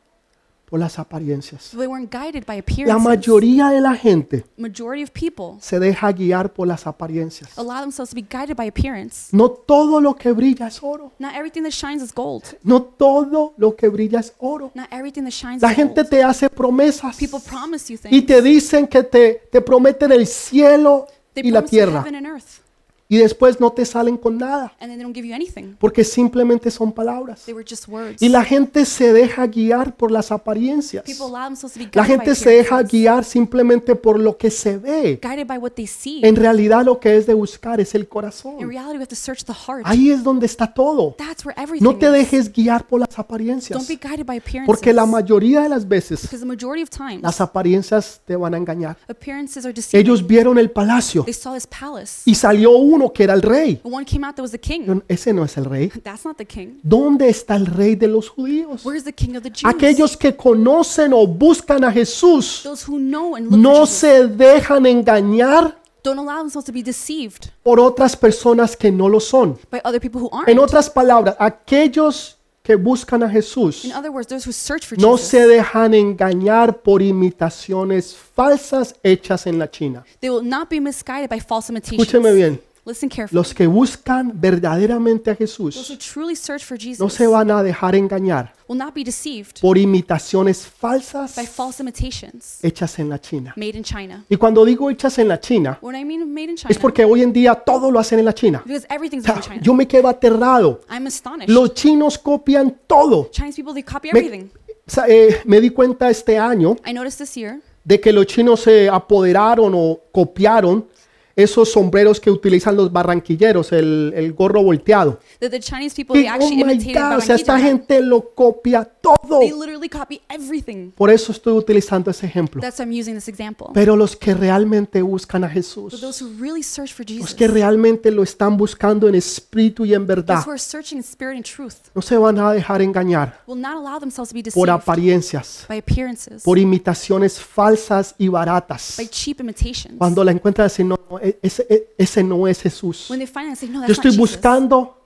Speaker 1: por las apariencias.
Speaker 2: So they weren't guided by
Speaker 1: La
Speaker 2: appearances.
Speaker 1: mayoría de la gente
Speaker 2: Majority of people
Speaker 1: se deja guiar por las apariencias.
Speaker 2: allow themselves to be guided by appearance.
Speaker 1: No todo lo que brilla es oro.
Speaker 2: Not everything that shines is gold.
Speaker 1: No todo lo que brilla es oro.
Speaker 2: Not everything that shines
Speaker 1: La
Speaker 2: is
Speaker 1: gente
Speaker 2: gold.
Speaker 1: te hace promesas
Speaker 2: People promise you
Speaker 1: y
Speaker 2: things.
Speaker 1: te dicen que te, te prometen el cielo
Speaker 2: They
Speaker 1: y la
Speaker 2: promise you
Speaker 1: tierra
Speaker 2: heaven and earth,
Speaker 1: y después no te salen con nada
Speaker 2: and then they don't give you anything.
Speaker 1: porque simplemente son palabras.
Speaker 2: They were just words.
Speaker 1: Y la gente se deja guiar por las apariencias.
Speaker 2: People allow themselves to be guided
Speaker 1: La
Speaker 2: by
Speaker 1: gente se deja
Speaker 2: appearances,
Speaker 1: guiar simplemente por lo que se ve.
Speaker 2: guided by what they see.
Speaker 1: En realidad lo que es de buscar es el
Speaker 2: In
Speaker 1: corazón.
Speaker 2: reality, we have to search the heart.
Speaker 1: Ahí es donde está todo.
Speaker 2: That's where everything
Speaker 1: No te
Speaker 2: is.
Speaker 1: dejes guiar por las
Speaker 2: Don't
Speaker 1: apariencias.
Speaker 2: be guided by appearances.
Speaker 1: Porque la mayoría de las veces
Speaker 2: because the majority of times,
Speaker 1: las apariencias te van a engañar.
Speaker 2: appearances are deceiving.
Speaker 1: Ellos vieron el palacio
Speaker 2: They saw this palace.
Speaker 1: y salió uno que era el rey.
Speaker 2: And one came out that was the king.
Speaker 1: Yo, Ese no es el rey.
Speaker 2: <laughs> That's not the king.
Speaker 1: ¿Dónde está el rey de los judíos?
Speaker 2: Where's the king of the Jews?
Speaker 1: Aquellos que conocen o buscan a Jesús
Speaker 2: Those who know and look for
Speaker 1: no
Speaker 2: Jesus
Speaker 1: se dejan engañar
Speaker 2: don't allow themselves to be deceived
Speaker 1: por otras personas que no lo son.
Speaker 2: by other people who aren't.
Speaker 1: En otras palabras, aquellos que buscan a Jesús
Speaker 2: In other words, those who search for
Speaker 1: no
Speaker 2: Jesus,
Speaker 1: se dejan engañar por imitaciones falsas hechas en la China.
Speaker 2: they will not be misguided by false imitations.
Speaker 1: Escúcheme bien,
Speaker 2: Listen carefully.
Speaker 1: Los que buscan verdaderamente a
Speaker 2: Those who
Speaker 1: Jesús
Speaker 2: truly search for
Speaker 1: no
Speaker 2: Jesus
Speaker 1: se van a dejar engañar
Speaker 2: will not be deceived
Speaker 1: por imitaciones falsas
Speaker 2: by false imitations
Speaker 1: hechas en la China.
Speaker 2: made in China.
Speaker 1: Y cuando digo hechas en la China,
Speaker 2: When I mean made in China,
Speaker 1: es porque hoy en día todo lo hacen en la China.
Speaker 2: because everything's
Speaker 1: O sea,
Speaker 2: made in China.
Speaker 1: Yo me quedo aterrado.
Speaker 2: I'm astonished.
Speaker 1: Los chinos copian todo.
Speaker 2: Chinese people, they copy
Speaker 1: Me,
Speaker 2: everything.
Speaker 1: o sea, eh, me di cuenta este año
Speaker 2: I noticed this year
Speaker 1: de que los chinos se apoderaron o copiaron esos sombreros que utilizan los barranquilleros, el, el gorro volteado.
Speaker 2: that the Chinese people,
Speaker 1: Y,
Speaker 2: they
Speaker 1: oh
Speaker 2: actually
Speaker 1: my
Speaker 2: imitated
Speaker 1: God, o sea,
Speaker 2: Barranquilla.
Speaker 1: esta gente lo copia todo.
Speaker 2: They literally copy everything.
Speaker 1: Por eso estoy utilizando ese ejemplo.
Speaker 2: That's why I'm using this example.
Speaker 1: Pero los que realmente buscan a
Speaker 2: But
Speaker 1: Jesús,
Speaker 2: those who really search for
Speaker 1: los
Speaker 2: Jesus,
Speaker 1: que realmente lo están buscando en espíritu y en verdad,
Speaker 2: those who are searching in spirit and truth,
Speaker 1: no se van a dejar engañar
Speaker 2: will not allow themselves to be
Speaker 1: por
Speaker 2: deceived
Speaker 1: apariencias,
Speaker 2: by appearances,
Speaker 1: por imitaciones falsas y
Speaker 2: by
Speaker 1: baratas.
Speaker 2: cheap imitations.
Speaker 1: Cuando la encuentras, decir, no, no, e- ese, e- ese no es Jesús.
Speaker 2: when they find it, they say, no,
Speaker 1: Yo
Speaker 2: that's
Speaker 1: estoy
Speaker 2: not Jesus.
Speaker 1: buscando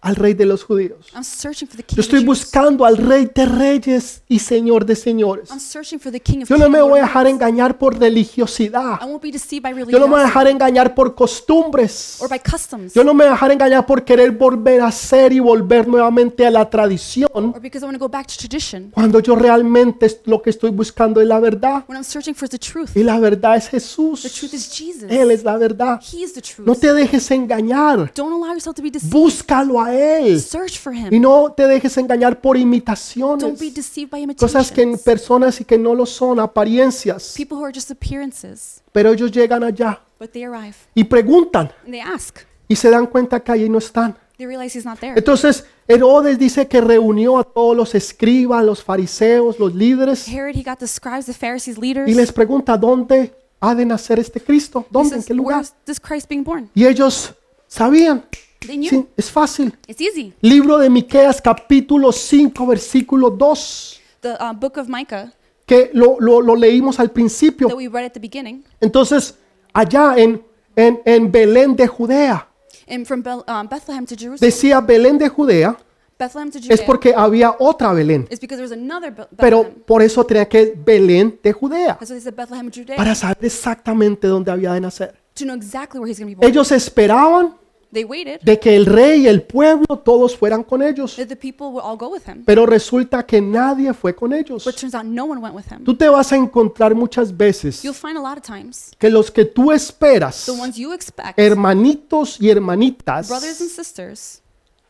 Speaker 1: al rey de los judíos.
Speaker 2: I'm searching for the
Speaker 1: Yo
Speaker 2: King
Speaker 1: estoy
Speaker 2: of Jews.
Speaker 1: buscando al rey de reyes y señor de señores.
Speaker 2: I'm searching for the King of
Speaker 1: Yo no
Speaker 2: Kings,
Speaker 1: me
Speaker 2: Lord
Speaker 1: voy a
Speaker 2: of
Speaker 1: dejar
Speaker 2: Lords.
Speaker 1: engañar por religiosidad.
Speaker 2: I won't be deceived by
Speaker 1: Yo no me voy a
Speaker 2: religion
Speaker 1: dejar engañar por costumbres.
Speaker 2: or by customs
Speaker 1: Yo no me voy a dejar engañar por querer volver a ser y volver nuevamente a la tradición
Speaker 2: or because I want to go back to tradition.
Speaker 1: cuando yo realmente es- lo que estoy buscando es la verdad.
Speaker 2: When I'm searching for the truth,
Speaker 1: Y la verdad es
Speaker 2: the truth
Speaker 1: Jesús.
Speaker 2: is Jesus.
Speaker 1: Él es la verdad.
Speaker 2: He is the
Speaker 1: No
Speaker 2: truth.
Speaker 1: te dejes engañar.
Speaker 2: Don't allow yourself to be deceived.
Speaker 1: Búscalo a Él.
Speaker 2: Search for
Speaker 1: Y
Speaker 2: him.
Speaker 1: no te dejes engañar por
Speaker 2: Don't be
Speaker 1: imitaciones.
Speaker 2: deceived by
Speaker 1: Cosas que en
Speaker 2: imitations.
Speaker 1: personas y que no lo son, apariencias.
Speaker 2: People who are just appearances,
Speaker 1: Pero ellos llegan allá
Speaker 2: but they arrive
Speaker 1: y preguntan
Speaker 2: and they ask.
Speaker 1: y se dan cuenta que allí no están.
Speaker 2: They realize he's not there.
Speaker 1: Entonces Herodes dice que reunió a todos los escribas, los fariseos, los líderes
Speaker 2: Herod, he got the scribes, the Pharisees, leaders.
Speaker 1: y les pregunta, ¿dónde ha de nacer este Cristo?
Speaker 2: He
Speaker 1: ¿Dónde? ¿En
Speaker 2: says,
Speaker 1: qué lugar?
Speaker 2: Where's this Christ being born?
Speaker 1: Y ellos sabían.
Speaker 2: They knew.
Speaker 1: Sí, es fácil.
Speaker 2: It's easy.
Speaker 1: Libro de Miqueas capítulo 5 versículo 2,
Speaker 2: The uh, book of Micah
Speaker 1: que lo, lo- lo leímos al principio.
Speaker 2: that we read at the beginning,
Speaker 1: Entonces, allá en, en, en Belén de Judea,
Speaker 2: and from Bel- um, Bethlehem to Jerusalem,
Speaker 1: decía Belén de Judea,
Speaker 2: Bethlehem to Judea,
Speaker 1: es porque había otra Belén,
Speaker 2: is because there was another Be-
Speaker 1: pero
Speaker 2: Bethlehem.
Speaker 1: por eso tenía que Belén de Judea,
Speaker 2: That's why they said Bethlehem of Judea,
Speaker 1: para saber exactamente dónde había de nacer.
Speaker 2: to know exactly where he's going to be born.
Speaker 1: Ellos esperaban
Speaker 2: They waited
Speaker 1: de que el rey, el pueblo, todos fueran con ellos,
Speaker 2: that the people would all go with him,
Speaker 1: pero resulta que nadie fue con ellos.
Speaker 2: but turns out no one went with him.
Speaker 1: Tú te vas a encontrar muchas veces
Speaker 2: You'll find a lot of times
Speaker 1: que los que tú esperas,
Speaker 2: the ones you expect,
Speaker 1: hermanitos y hermanitas,
Speaker 2: brothers and sisters,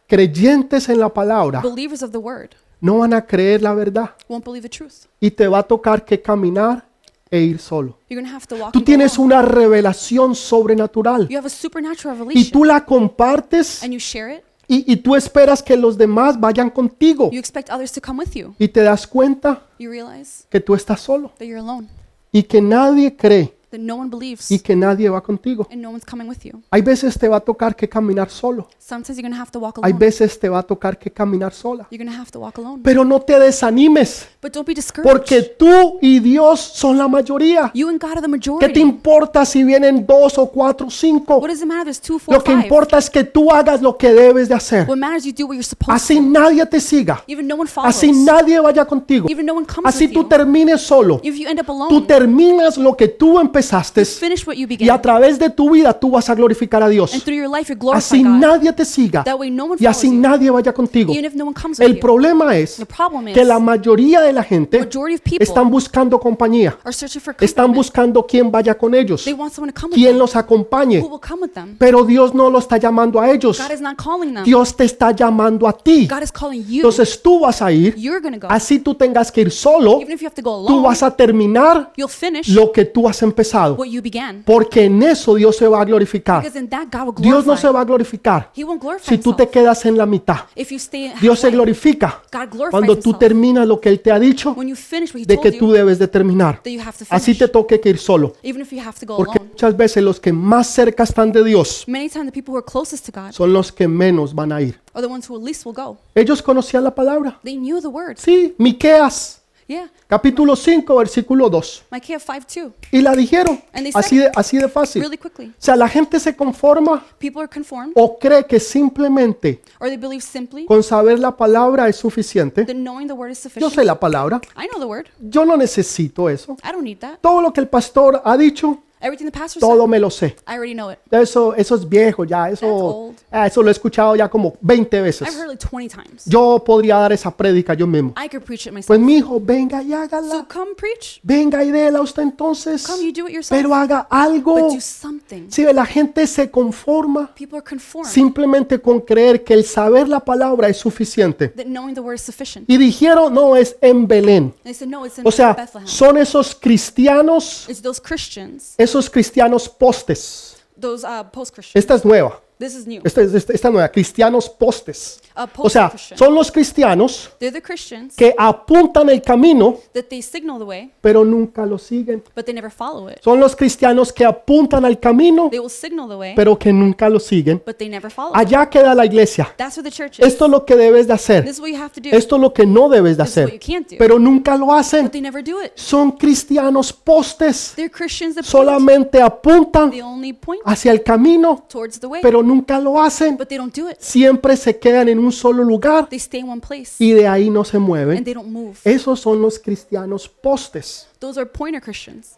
Speaker 1: creyentes en la palabra,
Speaker 2: believers of the word,
Speaker 1: no van a creer la verdad
Speaker 2: won't believe the truth.
Speaker 1: y te va a tocar que caminar e ir solo.
Speaker 2: You're going to have to walk.
Speaker 1: Tú
Speaker 2: and go
Speaker 1: tienes
Speaker 2: alone.
Speaker 1: una revelación sobrenatural
Speaker 2: You have a supernatural
Speaker 1: y
Speaker 2: revelation,
Speaker 1: tú la compartes
Speaker 2: and you share it.
Speaker 1: y, y tú esperas que los demás vayan contigo
Speaker 2: You expect others to come with you.
Speaker 1: y te das cuenta
Speaker 2: You realize
Speaker 1: que tú estás solo
Speaker 2: that you're alone,
Speaker 1: y que nadie cree
Speaker 2: that no one believes,
Speaker 1: y que nadie va contigo.
Speaker 2: and no one's coming with you.
Speaker 1: Hay veces te va a tocar que caminar solo,
Speaker 2: Sometimes you're going to have to walk
Speaker 1: hay
Speaker 2: alone.
Speaker 1: veces te va a tocar que caminar sola,
Speaker 2: You're going to have to walk alone.
Speaker 1: pero no te desanimes.
Speaker 2: But don't be discouraged.
Speaker 1: Porque tú y Dios son la mayoría.
Speaker 2: You and God are the
Speaker 1: ¿Qué te
Speaker 2: majority.
Speaker 1: importa si vienen dos o cuatro o cinco?
Speaker 2: What does it matter? There's two, four,
Speaker 1: Lo que
Speaker 2: five.
Speaker 1: importa es que tú hagas lo que debes de hacer.
Speaker 2: What matters? You do what you're supposed
Speaker 1: Así
Speaker 2: to.
Speaker 1: nadie te siga.
Speaker 2: Even no one follows.
Speaker 1: Así nadie vaya contigo.
Speaker 2: Even no one comes
Speaker 1: Así
Speaker 2: with you.
Speaker 1: tú termines solo.
Speaker 2: If you end up
Speaker 1: Tú
Speaker 2: alone,
Speaker 1: terminas lo que tú empezaste
Speaker 2: finish what you
Speaker 1: y a
Speaker 2: began,
Speaker 1: través de tu vida tú vas a glorificar a
Speaker 2: and
Speaker 1: Dios.
Speaker 2: through your life you glorify
Speaker 1: Así
Speaker 2: God.
Speaker 1: nadie te siga
Speaker 2: That way, no one
Speaker 1: y
Speaker 2: follows
Speaker 1: así
Speaker 2: you,
Speaker 1: nadie vaya contigo.
Speaker 2: even if no one comes
Speaker 1: El
Speaker 2: with you.
Speaker 1: problema es
Speaker 2: The problem
Speaker 1: que la
Speaker 2: is
Speaker 1: mayoría de la gente
Speaker 2: majority of people
Speaker 1: están buscando compañía.
Speaker 2: are searching for
Speaker 1: Están
Speaker 2: company.
Speaker 1: buscando quién vaya con ellos,
Speaker 2: They want someone to come with
Speaker 1: quién
Speaker 2: them.
Speaker 1: los acompañe.
Speaker 2: Who will come with them?
Speaker 1: Pero Dios no lo está llamando a ellos.
Speaker 2: God is not calling them.
Speaker 1: Dios te está llamando a ti.
Speaker 2: God is calling you.
Speaker 1: Entonces tú vas a ir,
Speaker 2: You're going to go.
Speaker 1: así tú tengas que ir solo,
Speaker 2: Even if you have to go
Speaker 1: tú
Speaker 2: alone,
Speaker 1: vas a terminar
Speaker 2: you'll finish
Speaker 1: lo que tú has empezado.
Speaker 2: what you began.
Speaker 1: Porque en eso Dios se va a glorificar.
Speaker 2: Because in that, God will
Speaker 1: Dios no se
Speaker 2: glorify.
Speaker 1: va a glorificar
Speaker 2: He won't glorify
Speaker 1: si tú te
Speaker 2: himself.
Speaker 1: quedas en la mitad.
Speaker 2: If you stay
Speaker 1: Dios se
Speaker 2: halfway,
Speaker 1: glorifica
Speaker 2: God glorifies
Speaker 1: cuando tú
Speaker 2: himself.
Speaker 1: terminas lo que Él te ha dicho
Speaker 2: When you finish what he
Speaker 1: de que
Speaker 2: told
Speaker 1: tú
Speaker 2: you,
Speaker 1: debes de terminar.
Speaker 2: that you have to
Speaker 1: Así
Speaker 2: finish.
Speaker 1: te toque que ir solo.
Speaker 2: Even if you have to go
Speaker 1: Porque
Speaker 2: alone.
Speaker 1: muchas veces los que más cerca están de Dios
Speaker 2: Many times the people who are closest to God
Speaker 1: son los que menos van a ir.
Speaker 2: are the ones who at least will go.
Speaker 1: Ellos conocían la palabra.
Speaker 2: They knew the words.
Speaker 1: Sí, Miqueas,
Speaker 2: Yeah.
Speaker 1: capítulo 5, versículo 2.
Speaker 2: Micah 5 2.
Speaker 1: Y la dijeron así de, así de fácil.
Speaker 2: Really quickly.
Speaker 1: O sea, la gente se conforma
Speaker 2: People are conformed
Speaker 1: o cree que simplemente
Speaker 2: or they believe simply
Speaker 1: con saber la palabra es suficiente.
Speaker 2: that knowing the word is
Speaker 1: Yo
Speaker 2: sufficient.
Speaker 1: sé la palabra,
Speaker 2: I know the word.
Speaker 1: yo no necesito eso.
Speaker 2: I don't need that.
Speaker 1: Todo lo que el pastor ha dicho,
Speaker 2: Everything the pastor
Speaker 1: Todo
Speaker 2: said,
Speaker 1: me lo sé.
Speaker 2: I already know it.
Speaker 1: Eso, eso es viejo ya,
Speaker 2: That's
Speaker 1: eso,
Speaker 2: old.
Speaker 1: ah, eso lo he escuchado ya como 20
Speaker 2: I've
Speaker 1: veces.
Speaker 2: heard it like 20 times.
Speaker 1: Yo podría dar esa prédica yo mismo.
Speaker 2: I could preach it myself.
Speaker 1: Pues mi hijo, venga y
Speaker 2: So
Speaker 1: hágala.
Speaker 2: come preach.
Speaker 1: Venga y déla usted entonces.
Speaker 2: Come, you do it yourself.
Speaker 1: Pero haga
Speaker 2: but
Speaker 1: algo.
Speaker 2: do something.
Speaker 1: Si ve, la gente se conforma
Speaker 2: People are conformed
Speaker 1: simplemente con creer que el saber la palabra es suficiente.
Speaker 2: that knowing the word is sufficient.
Speaker 1: Y dijeron, no, es en Belén.
Speaker 2: They said, no, it's in
Speaker 1: O sea,
Speaker 2: Bethlehem.
Speaker 1: son esos cristianos,
Speaker 2: it's those Christians,
Speaker 1: esos cristianos postes.
Speaker 2: those uh, post-Christians.
Speaker 1: Esta es nueva.
Speaker 2: This is new.
Speaker 1: Esta, esta- esta nueva, cristianos postes.
Speaker 2: Uh,
Speaker 1: O sea,
Speaker 2: post-Christian.
Speaker 1: son los cristianos
Speaker 2: They're the Christians
Speaker 1: que apuntan el camino,
Speaker 2: that they signal the way,
Speaker 1: pero nunca lo siguen.
Speaker 2: but they never follow it.
Speaker 1: Son los cristianos que apuntan al camino,
Speaker 2: They will signal the way,
Speaker 1: pero que nunca lo siguen.
Speaker 2: but they never follow it.
Speaker 1: Allá queda la iglesia.
Speaker 2: That's what the church is.
Speaker 1: Esto es lo que debes de hacer.
Speaker 2: This is what you have to do,
Speaker 1: Esto es lo que no debes de
Speaker 2: This is what you
Speaker 1: hacer.
Speaker 2: can't do.
Speaker 1: Pero nunca lo hacen.
Speaker 2: but they never do it.
Speaker 1: Son cristianos postes.
Speaker 2: They're Christians that point.
Speaker 1: Solamente apuntan
Speaker 2: They only point
Speaker 1: hacia el camino,
Speaker 2: towards the way,
Speaker 1: pero nunca lo hacen.
Speaker 2: but they don't do it.
Speaker 1: Siempre se quedan en un solo lugar
Speaker 2: They stay in one place
Speaker 1: y eh, de ahí no se mueven.
Speaker 2: and they don't move.
Speaker 1: Esos son los cristianos postes
Speaker 2: Those are pointer Christians.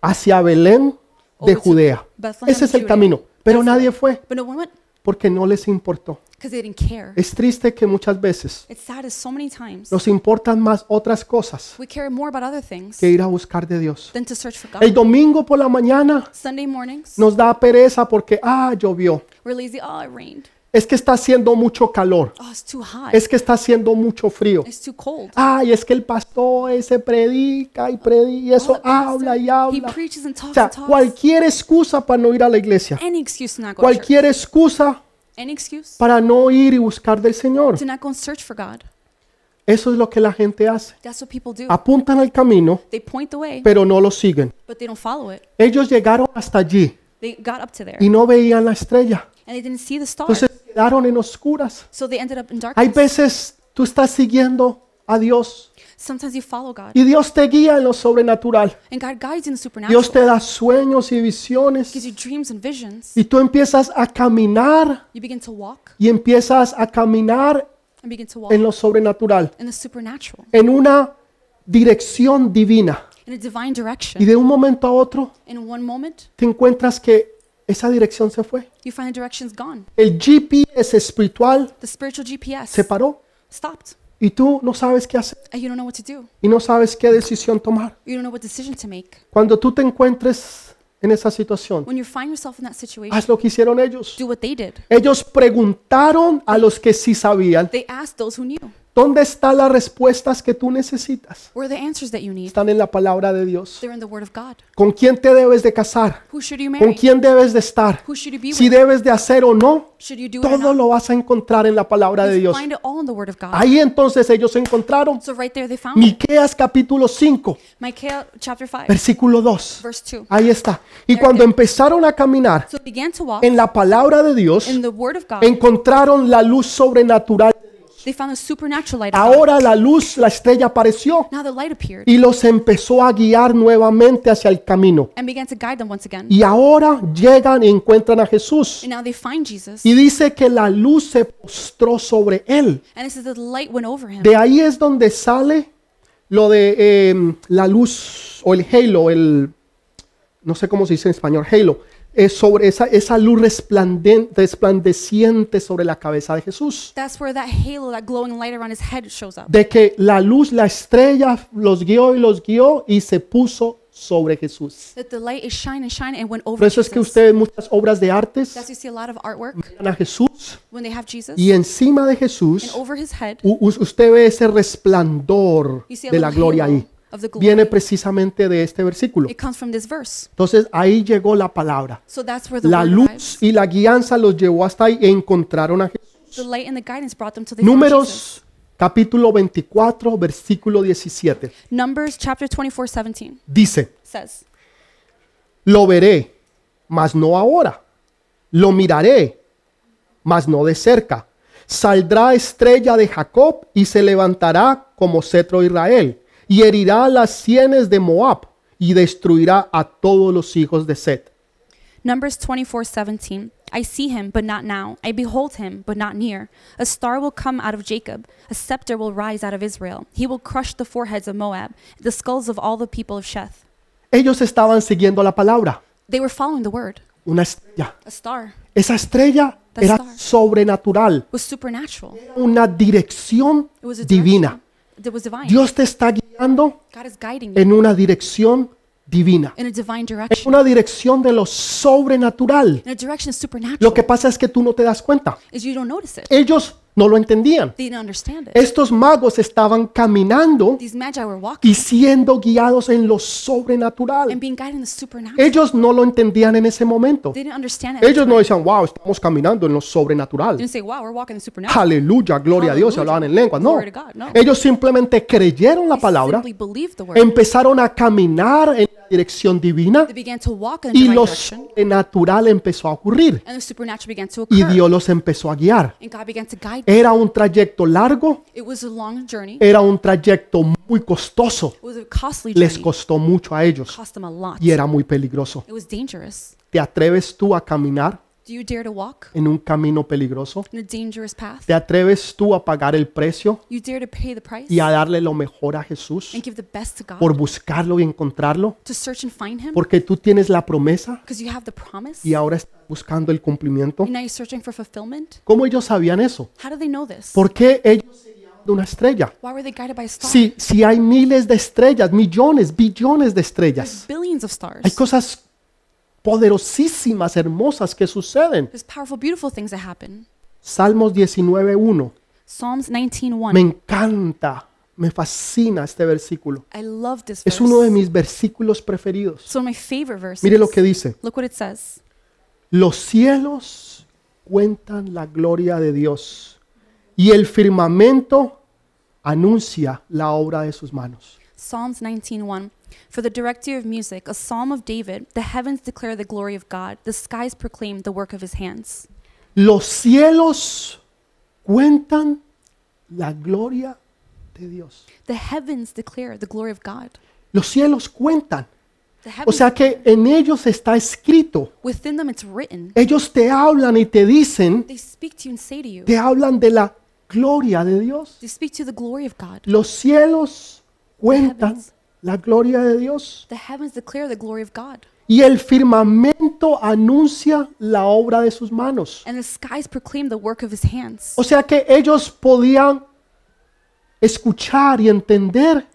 Speaker 1: hacia Belén de Judea. Ese es el camino. Pero nadie fue
Speaker 2: But no one went
Speaker 1: porque no les importó.
Speaker 2: because they didn't care.
Speaker 1: Es triste que muchas veces
Speaker 2: It's sad as so many times
Speaker 1: nos importan más otras cosas
Speaker 2: we care more about other things
Speaker 1: que ir a buscar de Dios.
Speaker 2: than to search for God.
Speaker 1: El domingo por la mañana
Speaker 2: Sunday mornings,
Speaker 1: nos da pereza porque, ah, llovió.
Speaker 2: we're lazy. Oh, it rained.
Speaker 1: Es que está haciendo mucho calor.
Speaker 2: Oh, it's too hot.
Speaker 1: Es Ah, que está haciendo mucho frío.
Speaker 2: It's too cold.
Speaker 1: Ay, es que el pastor ese predica y predica y eso habla y
Speaker 2: He
Speaker 1: habla.
Speaker 2: preaches and
Speaker 1: O
Speaker 2: talks
Speaker 1: sea,
Speaker 2: and talks.
Speaker 1: cualquier excusa para no ir a la iglesia.
Speaker 2: Any excuse to not go to church.
Speaker 1: Cualquier excusa
Speaker 2: Any excuse
Speaker 1: para no ir y buscar del Señor.
Speaker 2: to not go and search for God.
Speaker 1: Eso es lo que la gente hace.
Speaker 2: That's what people do.
Speaker 1: Apuntan al camino,
Speaker 2: They point the way,
Speaker 1: pero no lo siguen.
Speaker 2: but they don't follow it.
Speaker 1: Ellos llegaron hasta allí
Speaker 2: They got up to there
Speaker 1: y no veían la estrella.
Speaker 2: and they didn't see the star.
Speaker 1: Entonces quedaron en oscuras.
Speaker 2: So they ended up in
Speaker 1: Hay
Speaker 2: darkness.
Speaker 1: veces tú estás siguiendo a Dios
Speaker 2: Sometimes you follow God
Speaker 1: y Dios te guía en lo sobrenatural.
Speaker 2: and God guides you in the supernatural.
Speaker 1: Dios te da sueños y
Speaker 2: gives
Speaker 1: visiones
Speaker 2: you dreams and visions.
Speaker 1: y tú empiezas a caminar
Speaker 2: You begin to walk
Speaker 1: y empiezas a caminar
Speaker 2: and begin to walk
Speaker 1: en lo sobrenatural,
Speaker 2: in the supernatural,
Speaker 1: en una dirección divina.
Speaker 2: in a divine
Speaker 1: Y
Speaker 2: direction.
Speaker 1: de un momento a otro
Speaker 2: In one moment,
Speaker 1: te encuentras que esa dirección se fue.
Speaker 2: you find the direction's gone.
Speaker 1: El GPS espiritual
Speaker 2: The spiritual
Speaker 1: se
Speaker 2: GPS
Speaker 1: paró
Speaker 2: stopped,
Speaker 1: y tú no sabes qué hacer
Speaker 2: and you don't know what to do.
Speaker 1: y no sabes qué decisión tomar.
Speaker 2: You don't know what decision to make.
Speaker 1: Cuando tú te encuentres en esa situación,
Speaker 2: When you find yourself in that situation,
Speaker 1: haz lo que hicieron ellos.
Speaker 2: do what they did.
Speaker 1: Ellos preguntaron a los que sí sabían,
Speaker 2: They asked those who knew.
Speaker 1: ¿dónde están las respuestas que tú necesitas?
Speaker 2: Where are the answers that you need?
Speaker 1: Están en la palabra de Dios.
Speaker 2: They're in the Word of God.
Speaker 1: ¿Con quién te debes de casar?
Speaker 2: Who should you
Speaker 1: ¿Con
Speaker 2: marry?
Speaker 1: quién debes de estar?
Speaker 2: Who should you be
Speaker 1: Si
Speaker 2: with?
Speaker 1: debes de hacer o no,
Speaker 2: Should you do it or
Speaker 1: todo
Speaker 2: not?
Speaker 1: lo vas a encontrar en la palabra de
Speaker 2: You
Speaker 1: Dios.
Speaker 2: find it all in the Word of God.
Speaker 1: Ahí entonces ellos encontraron
Speaker 2: So right there they found it.
Speaker 1: Miqueas capítulo 5,
Speaker 2: Micah chapter 5,
Speaker 1: versículo 2.
Speaker 2: verse 2.
Speaker 1: Ahí está. Y cuando empezaron a caminar
Speaker 2: So they began to walk
Speaker 1: en la palabra de Dios,
Speaker 2: in the Word of God.
Speaker 1: encontraron la luz sobrenatural.
Speaker 2: They found the supernatural light. of God.
Speaker 1: Ahora la luz, la estrella apareció
Speaker 2: Now the light appeared
Speaker 1: y los empezó a guiar nuevamente hacia el camino.
Speaker 2: and began to guide them once again.
Speaker 1: Y ahora llegan y encuentran a Jesús.
Speaker 2: And now they find Jesus.
Speaker 1: Y dice que la luz se postró sobre él.
Speaker 2: And it says that the light went over him.
Speaker 1: De ahí es donde sale lo de eh, la luz o el halo, el no sé cómo se dice en español, halo, es sobre esa, esa luz resplanden- resplandeciente sobre la cabeza de Jesús.
Speaker 2: That's where that halo, that glowing light around his head shows up.
Speaker 1: De que la luz, la estrella los guió y los guió y se puso sobre Jesús.
Speaker 2: That the light is shining, shining, and went over
Speaker 1: Por eso es que
Speaker 2: Jesus.
Speaker 1: ustedes muchas obras de artes
Speaker 2: That's why you see a lot of artwork
Speaker 1: miran a Jesús
Speaker 2: when they have Jesus.
Speaker 1: y encima de
Speaker 2: And
Speaker 1: Jesús
Speaker 2: over his head,
Speaker 1: u- u- usted ve ese resplandor
Speaker 2: you see a
Speaker 1: de la
Speaker 2: little
Speaker 1: gloria
Speaker 2: halo
Speaker 1: ahí.
Speaker 2: of the glory.
Speaker 1: Viene precisamente de este versículo.
Speaker 2: It comes from this verse.
Speaker 1: Entonces ahí llegó la palabra.
Speaker 2: So that's where the
Speaker 1: La
Speaker 2: word
Speaker 1: luz
Speaker 2: arrives.
Speaker 1: y la guianza los llevó hasta ahí e encontraron a Jesús.
Speaker 2: The light and the guidance brought them to the Jesus.
Speaker 1: Números capítulo 24, versículo 17.
Speaker 2: Numbers chapter 24, 17
Speaker 1: Dice,
Speaker 2: says,
Speaker 1: lo veré, mas no ahora. Lo miraré, mas no de cerca. Saldrá estrella de Jacob y se levantará como cetro de Israel, y herirá las sienes de Moab y destruirá a todos los hijos de Set.
Speaker 2: Numbers 24 17. I see him, but not now. I behold him, but not near. A star will come out of Jacob. A scepter will rise out of Israel. He will crush the foreheads of Moab, the skulls of all the people of Sheth.
Speaker 1: Ellos estaban siguiendo la palabra.
Speaker 2: They were following the word.
Speaker 1: Una estrella.
Speaker 2: A star
Speaker 1: Esa estrella
Speaker 2: The
Speaker 1: era
Speaker 2: star.
Speaker 1: sobrenatural,
Speaker 2: was supernatural.
Speaker 1: una dirección
Speaker 2: It was a
Speaker 1: divina.
Speaker 2: direction. It was divine.
Speaker 1: Dios te está guiando
Speaker 2: God is guiding you
Speaker 1: en una dirección divina,
Speaker 2: in a divine
Speaker 1: en
Speaker 2: direction.
Speaker 1: una dirección de lo sobrenatural.
Speaker 2: In a direction supernatural.
Speaker 1: Lo que pasa es que tú no te das cuenta.
Speaker 2: is you don't notice it.
Speaker 1: Ellos no lo entendían.
Speaker 2: They didn't understand it.
Speaker 1: Estos magos estaban caminando
Speaker 2: These magi were walking
Speaker 1: y siendo guiados en lo
Speaker 2: and
Speaker 1: sobrenatural.
Speaker 2: being guided in the supernatural.
Speaker 1: Ellos no lo entendían en ese momento.
Speaker 2: They didn't understand it. at the
Speaker 1: Ellos
Speaker 2: time.
Speaker 1: no decían, wow, estamos caminando en lo
Speaker 2: They
Speaker 1: sobrenatural.
Speaker 2: didn't say, wow, we're walking in the supernatural.
Speaker 1: Aleluya, gloria a Dios, hablaban en lenguas. No.
Speaker 2: Glory to God, no.
Speaker 1: Ellos simplemente creyeron la
Speaker 2: They
Speaker 1: palabra,
Speaker 2: simply believed the word.
Speaker 1: empezaron a caminar en la dirección divina
Speaker 2: They began to walk in a
Speaker 1: y
Speaker 2: divine
Speaker 1: lo
Speaker 2: direction.
Speaker 1: sobrenatural empezó a ocurrir
Speaker 2: And the supernatural began to
Speaker 1: y
Speaker 2: occur.
Speaker 1: Dios los empezó a guiar.
Speaker 2: And God began to guide.
Speaker 1: Era un trayecto largo,
Speaker 2: It was a long journey.
Speaker 1: era un trayecto muy costoso.
Speaker 2: It was a costly journey.
Speaker 1: Les costó mucho a ellos
Speaker 2: cost them a lot.
Speaker 1: y era muy peligroso.
Speaker 2: It was dangerous.
Speaker 1: ¿Te atreves tú a caminar
Speaker 2: Do you dare to walk
Speaker 1: en un camino peligroso?
Speaker 2: in a dangerous path?
Speaker 1: ¿Te atreves tú a pagar el precio
Speaker 2: You dare to pay the price
Speaker 1: y a darle lo mejor a Jesús
Speaker 2: and give the best to God
Speaker 1: por buscarlo y encontrarlo?
Speaker 2: to search and find Him
Speaker 1: Porque tú tienes la promesa
Speaker 2: because you have the promise
Speaker 1: y ahora estás buscando el cumplimiento.
Speaker 2: and now you're searching for fulfillment.
Speaker 1: ¿Cómo ellos sabían eso?
Speaker 2: How do they know this?
Speaker 1: ¿Por qué ellos se guiaban de una estrella?
Speaker 2: Why were they guided by a star?
Speaker 1: Si, si hay miles de estrellas, millones, billones de estrellas,
Speaker 2: Billions of stars.
Speaker 1: hay cosas poderosísimas, hermosas que suceden.
Speaker 2: There's powerful, beautiful things that happen.
Speaker 1: Salmos 19.1.
Speaker 2: Psalms
Speaker 1: Me
Speaker 2: 19:1.
Speaker 1: encanta, me fascina este versículo.
Speaker 2: I love this verse.
Speaker 1: Es uno de mis versículos preferidos.
Speaker 2: It's one of my favorite verses.
Speaker 1: Mire lo que dice.
Speaker 2: Look what it says.
Speaker 1: Los cielos cuentan la gloria de Dios y el firmamento anuncia la obra de sus manos.
Speaker 2: Psalms 19:1 For the director of music, a psalm of David, the heavens declare the glory of God, the skies proclaim the work of his hands.
Speaker 1: Los cielos cuentan la gloria de Dios.
Speaker 2: The heavens declare the glory of God.
Speaker 1: Los cielos cuentan.
Speaker 2: The
Speaker 1: O
Speaker 2: heavens
Speaker 1: sea que en ellos está escrito.
Speaker 2: within them it's written.
Speaker 1: Ellos te hablan y te dicen,
Speaker 2: They speak to you and say to you.
Speaker 1: te hablan de la gloria de Dios.
Speaker 2: They speak to the glory of God.
Speaker 1: Los cielos cuentan la gloria de Dios
Speaker 2: The heavens declare the glory of God,
Speaker 1: y el firmamento anuncia la obra de sus manos.
Speaker 2: and the skies proclaim the work of his hands.
Speaker 1: O sea que ellos podían escuchar y entender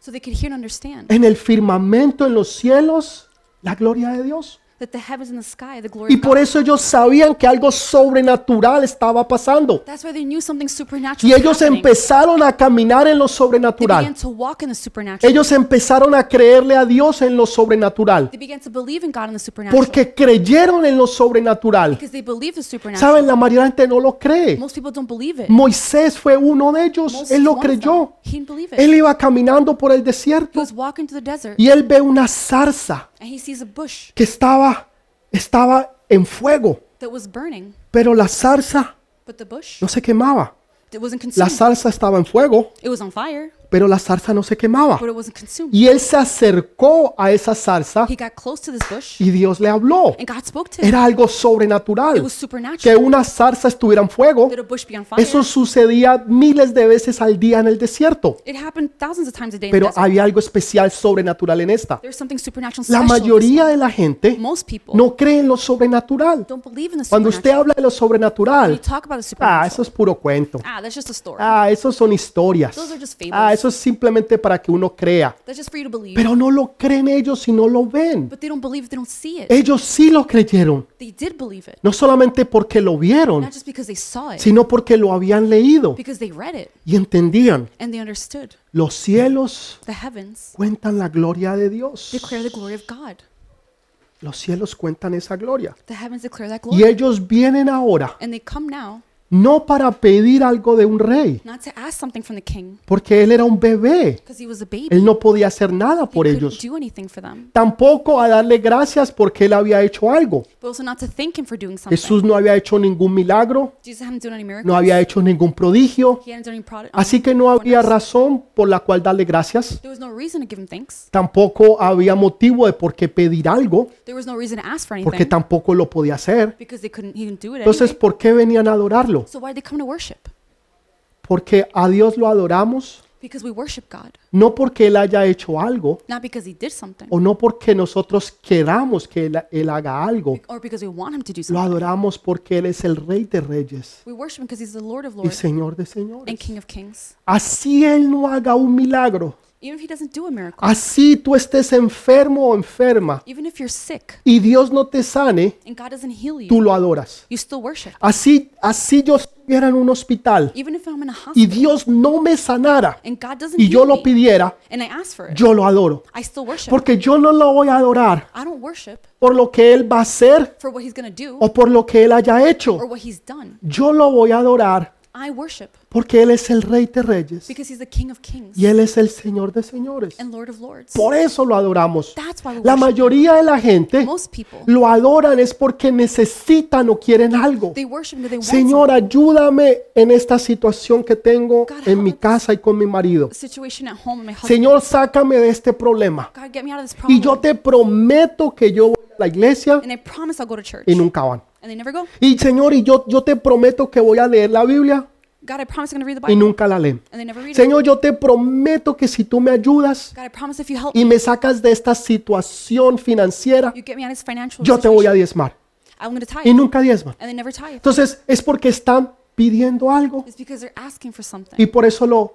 Speaker 2: So they could hear and understand
Speaker 1: en el firmamento, en los cielos, la gloria de Dios.
Speaker 2: that the heavens and the sky, the glory
Speaker 1: Y
Speaker 2: of
Speaker 1: por
Speaker 2: God.
Speaker 1: eso ellos sabían que algo sobrenatural estaba pasando.
Speaker 2: That's why they knew something supernatural.
Speaker 1: Y
Speaker 2: was
Speaker 1: ellos
Speaker 2: happening.
Speaker 1: empezaron a caminar en lo
Speaker 2: They began
Speaker 1: sobrenatural.
Speaker 2: to walk in the supernatural.
Speaker 1: Ellos empezaron a creerle a Dios en lo sobrenatural.
Speaker 2: They began to believe in God in the supernatural.
Speaker 1: Porque creyeron en lo sobrenatural.
Speaker 2: Because they believe the supernatural.
Speaker 1: Saben, la mayoría de gente no lo cree.
Speaker 2: Most people don't believe it.
Speaker 1: Moisés fue uno de ellos.
Speaker 2: Most
Speaker 1: Él lo
Speaker 2: one of them,
Speaker 1: creyó.
Speaker 2: He didn't believe it.
Speaker 1: Él iba caminando por el
Speaker 2: He
Speaker 1: desierto
Speaker 2: was walking to the desert
Speaker 1: y él ve una zarza
Speaker 2: and he sees a bush
Speaker 1: que estaba estaba en fuego,
Speaker 2: that was burning,
Speaker 1: pero la zarza
Speaker 2: but the bush
Speaker 1: no se quemaba.
Speaker 2: it wasn't
Speaker 1: La
Speaker 2: consumed.
Speaker 1: zarza estaba en fuego,
Speaker 2: It was on fire,
Speaker 1: pero la zarza no se quemaba.
Speaker 2: but it wasn't consumed.
Speaker 1: Y él se acercó a esa zarza
Speaker 2: He got close to this bush
Speaker 1: y Dios le habló.
Speaker 2: and God spoke to him.
Speaker 1: Era algo
Speaker 2: It
Speaker 1: sobrenatural.
Speaker 2: was
Speaker 1: Que
Speaker 2: supernatural.
Speaker 1: una zarza estuviera en fuego
Speaker 2: That a bush be on fire.
Speaker 1: Eso sucedía miles de veces al día en el desierto,
Speaker 2: It happened thousands of times a day. in the
Speaker 1: pero
Speaker 2: desert.
Speaker 1: había algo especial sobrenatural en esta.
Speaker 2: There's something supernatural
Speaker 1: La
Speaker 2: special. in this
Speaker 1: mayoría
Speaker 2: one.
Speaker 1: de la gente
Speaker 2: Most people
Speaker 1: no cree en lo sobrenatural.
Speaker 2: don't believe in the
Speaker 1: Cuando usted
Speaker 2: supernatural.
Speaker 1: habla de lo
Speaker 2: When you
Speaker 1: sobrenatural,
Speaker 2: talk about the
Speaker 1: ah,
Speaker 2: supernatural,
Speaker 1: eso es puro cuento.
Speaker 2: ah, that's just a story.
Speaker 1: Ah, eso son historias. Ah, eso es simplemente para que uno crea.
Speaker 2: That's just for you to believe.
Speaker 1: Pero no lo creen ellos si no lo ven.
Speaker 2: But they don't believe it, they don't see it.
Speaker 1: Ellos sí lo creyeron,
Speaker 2: They did believe it.
Speaker 1: no solamente porque lo vieron,
Speaker 2: Not just because they saw it,
Speaker 1: sino porque lo habían leído
Speaker 2: because they read it
Speaker 1: y entendían.
Speaker 2: and they understood.
Speaker 1: Los cielos
Speaker 2: The heavens
Speaker 1: cuentan la gloria de Dios.
Speaker 2: declare the glory of God.
Speaker 1: Los cielos cuentan esa gloria.
Speaker 2: The heavens declare that
Speaker 1: Y
Speaker 2: glory.
Speaker 1: ellos vienen ahora,
Speaker 2: And they come now
Speaker 1: no para pedir algo de un rey,
Speaker 2: not to ask something from the king,
Speaker 1: porque él era un bebé.
Speaker 2: because he was a baby.
Speaker 1: Él no podía hacer nada
Speaker 2: He
Speaker 1: por
Speaker 2: couldn't
Speaker 1: ellos.
Speaker 2: do anything for them.
Speaker 1: Tampoco a darle gracias porque él había hecho algo.
Speaker 2: But also not to thank him for doing something.
Speaker 1: Jesús no había hecho ningún milagro,
Speaker 2: Jesus hadn't done any miracles.
Speaker 1: no había hecho ningún prodigio,
Speaker 2: He hadn't done any product.
Speaker 1: así que no había razón por la cual darle gracias.
Speaker 2: There was no reason to give him thanks.
Speaker 1: Tampoco había motivo de por qué pedir algo,
Speaker 2: There was no reason to ask for
Speaker 1: porque
Speaker 2: anything.
Speaker 1: tampoco lo podía hacer.
Speaker 2: Because they couldn't he didn't do it
Speaker 1: Entonces,
Speaker 2: anyway.
Speaker 1: ¿por qué venían a adorarlo?
Speaker 2: So why did they come to worship?
Speaker 1: Porque a Dios lo adoramos
Speaker 2: because we worship God,
Speaker 1: no porque Él haya hecho algo
Speaker 2: not because He did something
Speaker 1: o no porque nosotros queramos que Él, Él haga algo.
Speaker 2: or because we want Him to do
Speaker 1: Lo
Speaker 2: something.
Speaker 1: adoramos porque Él es el Rey de Reyes
Speaker 2: We worship Him because He's the Lord of
Speaker 1: y
Speaker 2: Lords
Speaker 1: Señor de
Speaker 2: and
Speaker 1: Señores.
Speaker 2: King of Kings.
Speaker 1: Así Él no haga un milagro,
Speaker 2: Even if He doesn't do a miracle,
Speaker 1: así tú estés enfermo o enferma
Speaker 2: even if you're sick
Speaker 1: y Dios no te sane,
Speaker 2: and God doesn't heal
Speaker 1: tú
Speaker 2: you,
Speaker 1: lo adoras.
Speaker 2: you still worship.
Speaker 1: Así, así yo estuviera en un hospital
Speaker 2: Even if I'm in a
Speaker 1: y
Speaker 2: hospital
Speaker 1: Dios no me sanara
Speaker 2: and God doesn't
Speaker 1: y yo
Speaker 2: heal
Speaker 1: lo
Speaker 2: me
Speaker 1: pidiera,
Speaker 2: and I ask for it,
Speaker 1: yo lo adoro.
Speaker 2: I still worship.
Speaker 1: Porque yo no lo voy a adorar
Speaker 2: I don't worship
Speaker 1: por lo que Él va a hacer
Speaker 2: for what He's going to do
Speaker 1: o por lo que Él haya hecho.
Speaker 2: or what He's done.
Speaker 1: Yo lo voy a adorar
Speaker 2: I worship
Speaker 1: porque Él es el Rey de Reyes
Speaker 2: because He's the King of Kings
Speaker 1: y Él es el Señor de Señores.
Speaker 2: and Lord of Lords.
Speaker 1: Por eso lo adoramos.
Speaker 2: That's why we
Speaker 1: La
Speaker 2: worship.
Speaker 1: mayoría de la gente
Speaker 2: Most people,
Speaker 1: lo adoran es porque necesitan o quieren algo.
Speaker 2: they worship because they want
Speaker 1: Señor, ayúdame en esta situación que tengo
Speaker 2: God,
Speaker 1: en mi
Speaker 2: help.
Speaker 1: casa y con mi marido.
Speaker 2: some situation at home and my husband.
Speaker 1: Señor, sácame de este problema.
Speaker 2: God, get me out of this
Speaker 1: Y yo
Speaker 2: problem.
Speaker 1: te prometo que yo voy a la iglesia
Speaker 2: And I promise I'll go to church.
Speaker 1: y nunca van.
Speaker 2: And they never go.
Speaker 1: Y Señor, y yo, yo te prometo que voy a leer la Biblia
Speaker 2: God, I promise I'm going to read the
Speaker 1: y
Speaker 2: Bible.
Speaker 1: nunca la leen.
Speaker 2: And they never read it.
Speaker 1: Señor, yo te prometo que si tú me ayudas
Speaker 2: God, I promise if you help
Speaker 1: y
Speaker 2: me,
Speaker 1: me sacas de esta situación financiera,
Speaker 2: you get me out of this financial
Speaker 1: yo te voy a
Speaker 2: situation.
Speaker 1: diezmar.
Speaker 2: I'm going to tithe.
Speaker 1: Y nunca diezman.
Speaker 2: And they never tithe.
Speaker 1: Entonces es porque están pidiendo algo
Speaker 2: It's because they're asking for
Speaker 1: y
Speaker 2: something.
Speaker 1: por eso lo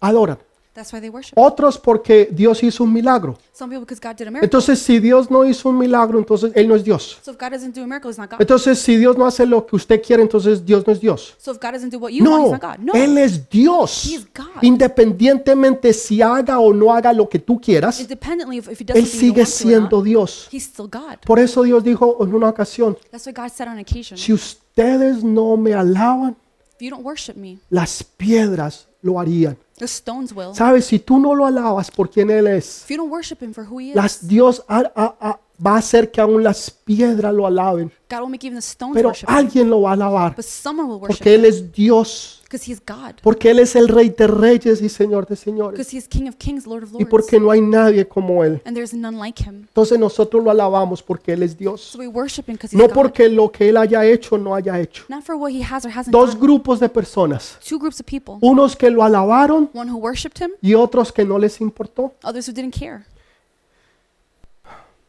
Speaker 1: adoran.
Speaker 2: That's why they worship.
Speaker 1: Otros porque Dios hizo un milagro.
Speaker 2: Some people because God did a miracle.
Speaker 1: Entonces si Dios no hizo un milagro, entonces Él no es Dios.
Speaker 2: So if God doesn't do a miracle, he's not God.
Speaker 1: Entonces si Dios no hace lo que usted quiere, entonces Dios no es Dios.
Speaker 2: So if God doesn't do what you want, he's
Speaker 1: No,
Speaker 2: not God. No.
Speaker 1: Él es Dios.
Speaker 2: He is God.
Speaker 1: Independientemente si haga o no haga lo que tú quieras,
Speaker 2: Independently, if, if he doesn't
Speaker 1: Él
Speaker 2: do what
Speaker 1: sigue
Speaker 2: you want to or not,
Speaker 1: siendo Dios.
Speaker 2: he's still God.
Speaker 1: Por eso Dios dijo en una ocasión,
Speaker 2: That's what God said on occasion.
Speaker 1: si ustedes no me alaban,
Speaker 2: If you don't worship me,
Speaker 1: las piedras lo harían.
Speaker 2: the stones will.
Speaker 1: Sabes, si tú no lo alabas por quien Él es,
Speaker 2: If you don't worship him for who he
Speaker 1: las,
Speaker 2: is,
Speaker 1: Dios ha- ha- ha- va a hacer que aún las piedras lo alaben.
Speaker 2: God will make even the stones
Speaker 1: Pero
Speaker 2: worship him.
Speaker 1: alguien lo va a alabar
Speaker 2: But someone will worship
Speaker 1: porque
Speaker 2: him
Speaker 1: Él es Dios,
Speaker 2: because he's God.
Speaker 1: porque Él es el Rey de Reyes y Señor de Señores
Speaker 2: Because he's King of Kings, Lord of
Speaker 1: y
Speaker 2: Lords.
Speaker 1: porque no hay nadie como Él.
Speaker 2: And there's none like him.
Speaker 1: Entonces nosotros lo alabamos porque Él es Dios,
Speaker 2: So we worship him because he's
Speaker 1: no
Speaker 2: God.
Speaker 1: porque lo que Él haya hecho no haya hecho.
Speaker 2: Not for what he has or hasn't
Speaker 1: Dos
Speaker 2: done.
Speaker 1: grupos de personas,
Speaker 2: Two groups of people.
Speaker 1: unos que lo alabaron
Speaker 2: One who worshiped him,
Speaker 1: y otros que no les importó.
Speaker 2: others who didn't care.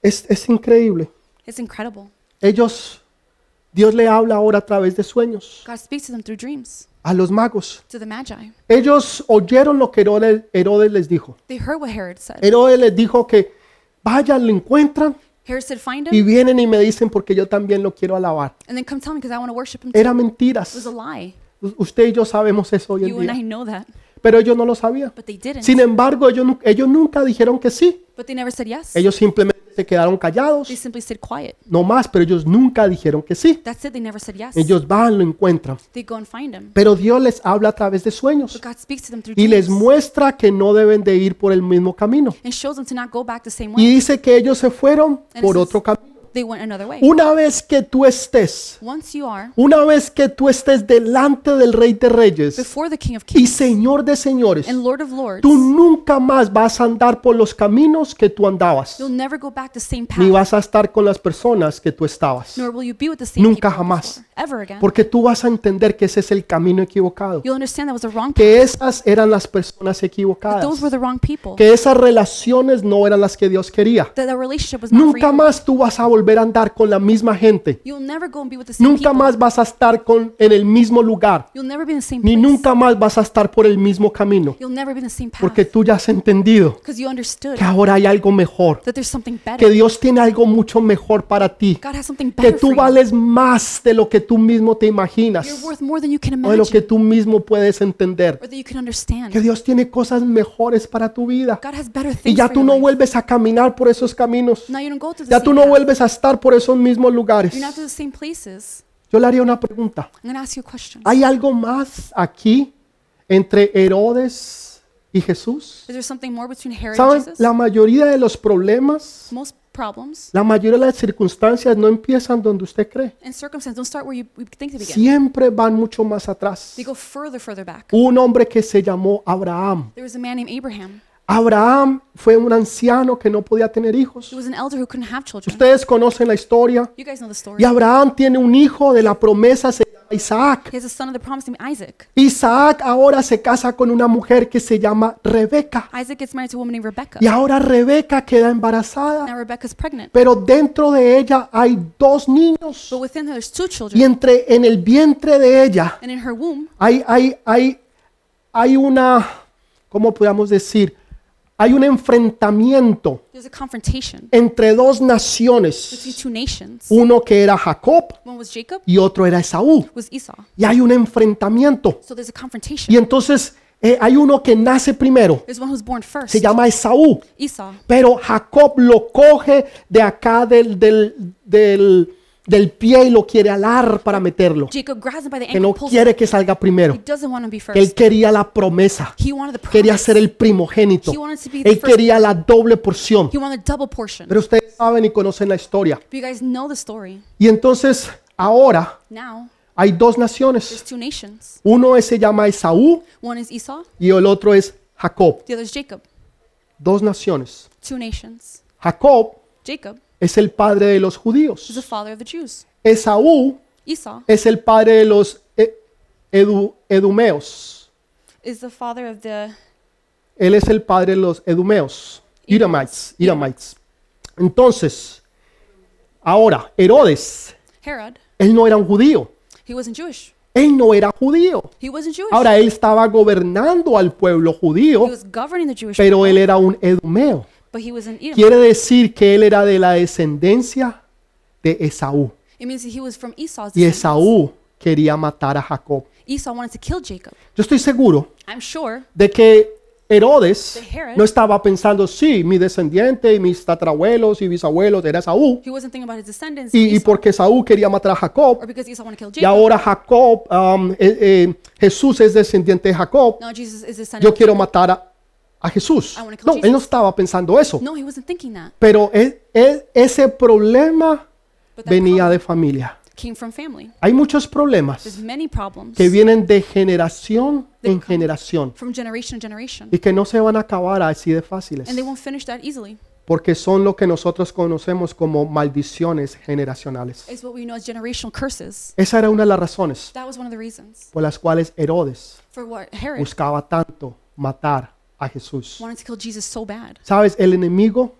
Speaker 1: Es, es increíble.
Speaker 2: It's incredible.
Speaker 1: Ellos, Dios le habla ahora a través de sueños,
Speaker 2: God speaks to them through dreams,
Speaker 1: a los magos.
Speaker 2: to the Magi.
Speaker 1: Ellos oyeron lo que Herodes, Herodes les dijo.
Speaker 2: They heard what Herod said.
Speaker 1: Herodes les dijo que vayan, lo encuentran
Speaker 2: Herod said, Find
Speaker 1: y
Speaker 2: him,
Speaker 1: vienen y me dicen porque yo también lo quiero alabar.
Speaker 2: and then come tell me because I want to worship him too. It
Speaker 1: Era
Speaker 2: was a
Speaker 1: mentiras.
Speaker 2: lie.
Speaker 1: U- Usted y yo sabemos eso hoy
Speaker 2: You
Speaker 1: en
Speaker 2: and I
Speaker 1: día.
Speaker 2: know that.
Speaker 1: Pero ellos no lo sabían.
Speaker 2: But they didn't.
Speaker 1: Sin embargo, ellos, nu- ellos nunca dijeron que sí.
Speaker 2: But they never said yes.
Speaker 1: Ellos simplemente se quedaron
Speaker 2: They
Speaker 1: callados,
Speaker 2: simply stayed quiet.
Speaker 1: no más, pero ellos nunca dijeron que sí.
Speaker 2: That's it. They never said yes.
Speaker 1: Ellos van, lo encuentran.
Speaker 2: They go and find him.
Speaker 1: Pero Dios les habla a través de sueños.
Speaker 2: But God speaks to them through
Speaker 1: y les
Speaker 2: dreams
Speaker 1: muestra que no deben de ir por el mismo camino.
Speaker 2: and shows them to not go back the same
Speaker 1: Y
Speaker 2: way.
Speaker 1: dice que ellos se fueron por otro camino.
Speaker 2: They went another way.
Speaker 1: Una vez que tú estés,
Speaker 2: Once you are
Speaker 1: una vez que tú estés delante del Rey de Reyes
Speaker 2: before the King of
Speaker 1: y
Speaker 2: Kings
Speaker 1: Señor de Señores,
Speaker 2: and Lord of Lords,
Speaker 1: tú nunca más vas a andar por los caminos que tú andabas,
Speaker 2: you'll never go back the same
Speaker 1: ni
Speaker 2: path,
Speaker 1: vas a estar con las personas que tú estabas,
Speaker 2: nor will you be with the same
Speaker 1: Nunca
Speaker 2: people
Speaker 1: jamás.
Speaker 2: before, ever again.
Speaker 1: porque tú vas a entender que ese es el camino equivocado,
Speaker 2: You'll understand that was the wrong path.
Speaker 1: que esas eran las personas
Speaker 2: Those were
Speaker 1: equivocadas,
Speaker 2: the wrong people.
Speaker 1: que esas relaciones no eran las que Dios quería.
Speaker 2: That that relationship was not for
Speaker 1: Nunca
Speaker 2: you.
Speaker 1: más tú vas a volver a andar con la misma gente.
Speaker 2: You'll never go and be with the same
Speaker 1: Nunca
Speaker 2: people.
Speaker 1: más vas a estar con, en el mismo lugar.
Speaker 2: You'll never be in the same
Speaker 1: Ni
Speaker 2: place.
Speaker 1: nunca más vas a estar por el mismo camino.
Speaker 2: You'll never be in the same path.
Speaker 1: Porque tú ya has entendido
Speaker 2: Because you understood
Speaker 1: que ahora hay algo mejor.
Speaker 2: that there's something
Speaker 1: Que
Speaker 2: better.
Speaker 1: Dios tiene algo mucho mejor para ti.
Speaker 2: God has something
Speaker 1: Que
Speaker 2: better for
Speaker 1: tú
Speaker 2: you.
Speaker 1: vales más de lo que tú mismo te imaginas.
Speaker 2: You're worth more than you can
Speaker 1: O de lo que
Speaker 2: imagine
Speaker 1: tú mismo puedes entender.
Speaker 2: or that you can
Speaker 1: Que
Speaker 2: understand.
Speaker 1: Dios tiene cosas mejores para tu vida.
Speaker 2: God has better
Speaker 1: Y
Speaker 2: things
Speaker 1: ya
Speaker 2: for
Speaker 1: tú
Speaker 2: your
Speaker 1: no
Speaker 2: life.
Speaker 1: vuelves a caminar por esos caminos.
Speaker 2: Now you don't go through the
Speaker 1: Ya
Speaker 2: same
Speaker 1: tú no
Speaker 2: path.
Speaker 1: vuelves a estar por esos mismos lugares.
Speaker 2: You're not to the same places.
Speaker 1: Yo le haría una pregunta.
Speaker 2: I'm going to ask you a question.
Speaker 1: ¿Hay algo más aquí entre Herodes y Jesús?
Speaker 2: Is there something more between Herod
Speaker 1: ¿Saben?
Speaker 2: and Jesus?
Speaker 1: La mayoría de los problemas,
Speaker 2: Most problems
Speaker 1: la mayoría de las circunstancias no empiezan donde usted cree.
Speaker 2: and circumstances don't start where you we think they begin.
Speaker 1: Siempre van mucho más atrás.
Speaker 2: They go further, further back.
Speaker 1: Un hombre que se llamó Abraham.
Speaker 2: There was a man named Abraham.
Speaker 1: Abraham fue un anciano que no podía tener hijos.
Speaker 2: He was an elder who couldn't have children.
Speaker 1: Ustedes conocen la historia.
Speaker 2: You guys know the story.
Speaker 1: Y Abraham tiene un hijo de la promesa, se llama Isaac.
Speaker 2: He has a son of the promised name Isaac.
Speaker 1: Isaac ahora se casa con una mujer que se llama Rebeca.
Speaker 2: Isaac gets married to a woman named Rebecca.
Speaker 1: Y ahora Rebeca queda embarazada.
Speaker 2: Now Rebecca's pregnant.
Speaker 1: Pero dentro de ella hay dos niños.
Speaker 2: But within her, there's two children.
Speaker 1: Y entre en el vientre de ella
Speaker 2: And in her womb,
Speaker 1: hay, hay, hay, hay una, ¿cómo podríamos decir? Hay un enfrentamiento
Speaker 2: there's a confrontation
Speaker 1: entre dos naciones.
Speaker 2: between two nations.
Speaker 1: Uno que era Jacob
Speaker 2: One was Jacob,
Speaker 1: y otro era Esaú.
Speaker 2: was Esau.
Speaker 1: Y hay un enfrentamiento.
Speaker 2: So there's a
Speaker 1: Y
Speaker 2: confrontation.
Speaker 1: entonces eh, hay uno que nace primero,
Speaker 2: There's one who's born first,
Speaker 1: se llama Esaú,
Speaker 2: Esau.
Speaker 1: pero Jacob lo coge de acá del, del, del, del pie y lo quiere alar para meterlo,
Speaker 2: Jacob grabs him by the
Speaker 1: que
Speaker 2: ankle,
Speaker 1: no
Speaker 2: and pulls him.
Speaker 1: quiere que salga
Speaker 2: He
Speaker 1: primero.
Speaker 2: doesn't want to be
Speaker 1: que Él
Speaker 2: first.
Speaker 1: quería la promesa,
Speaker 2: He wanted the
Speaker 1: quería
Speaker 2: promise.
Speaker 1: ser el primogénito, Él quería la doble porción.
Speaker 2: He wanted a double portion.
Speaker 1: Pero ustedes saben y conocen la historia.
Speaker 2: But you guys know the story.
Speaker 1: Y entonces ahora
Speaker 2: Now
Speaker 1: hay dos naciones.
Speaker 2: there's two nations.
Speaker 1: Uno es- se llama Esaú
Speaker 2: One is Esau.
Speaker 1: y el otro es Jacob.
Speaker 2: The other is Jacob.
Speaker 1: Dos naciones.
Speaker 2: Two nations.
Speaker 1: Jacob
Speaker 2: Jacob
Speaker 1: es el padre de los
Speaker 2: is the
Speaker 1: judíos.
Speaker 2: father of the Jews.
Speaker 1: Esaú
Speaker 2: Esau
Speaker 1: es el padre de los eh, edu- edumeos.
Speaker 2: is the father of the
Speaker 1: Él es el padre de los edumeos. Edomites. Edomites. Entonces, ahora, Herodes,
Speaker 2: Herod.
Speaker 1: él no era un judío.
Speaker 2: He wasn't Jewish.
Speaker 1: Él no era judío.
Speaker 2: He wasn't Jewish.
Speaker 1: Ahora, él estaba gobernando al pueblo
Speaker 2: He
Speaker 1: judío,
Speaker 2: was governing the Jewish
Speaker 1: pero
Speaker 2: people,
Speaker 1: él era un edumeo.
Speaker 2: but he was an Edom.
Speaker 1: Quiere decir que él era de la descendencia de Esaú.
Speaker 2: It means that he was from Esau's
Speaker 1: Y
Speaker 2: descendants.
Speaker 1: Esaú quería matar a Jacob.
Speaker 2: Esau wanted to kill Jacob.
Speaker 1: Yo estoy seguro
Speaker 2: I'm sure
Speaker 1: de que Herodes
Speaker 2: De Herod.
Speaker 1: no estaba pensando, sí, mi descendiente y mis tatarabuelos y bisabuelos era Saúl.
Speaker 2: he wasn't thinking about his descendants
Speaker 1: Y, y
Speaker 2: Esau,
Speaker 1: porque Saúl quería matar a
Speaker 2: or
Speaker 1: Jacob.
Speaker 2: because Esau wanted to
Speaker 1: Y
Speaker 2: kill Jacob.
Speaker 1: ahora Jacob, um, eh, eh, Jesús es descendiente de Jacob.
Speaker 2: Now Jesus is his son.
Speaker 1: Yo quiero matar a, a Jesús.
Speaker 2: I wanna kill
Speaker 1: No,
Speaker 2: Jesus.
Speaker 1: él no estaba pensando eso.
Speaker 2: No, he wasn't thinking that.
Speaker 1: Pero e- e- ese problema
Speaker 2: But that
Speaker 1: venía
Speaker 2: problem
Speaker 1: de familia.
Speaker 2: came from family.
Speaker 1: Hay muchos
Speaker 2: There's
Speaker 1: problemas
Speaker 2: many problems
Speaker 1: que vienen de generación en generación
Speaker 2: from generation to generation.
Speaker 1: y que no se van a acabar así de fáciles.
Speaker 2: And they won't finish that easily.
Speaker 1: porque son lo que nosotros conocemos como maldiciones generacionales.
Speaker 2: It's what we know as generational curses.
Speaker 1: Esa era una de las razones
Speaker 2: That was one of the reasons
Speaker 1: por las cuales Herodes
Speaker 2: for what Herod
Speaker 1: buscaba tanto matar a Jesús.
Speaker 2: wanted to kill Jesus so bad.
Speaker 1: Sabes, el enemigo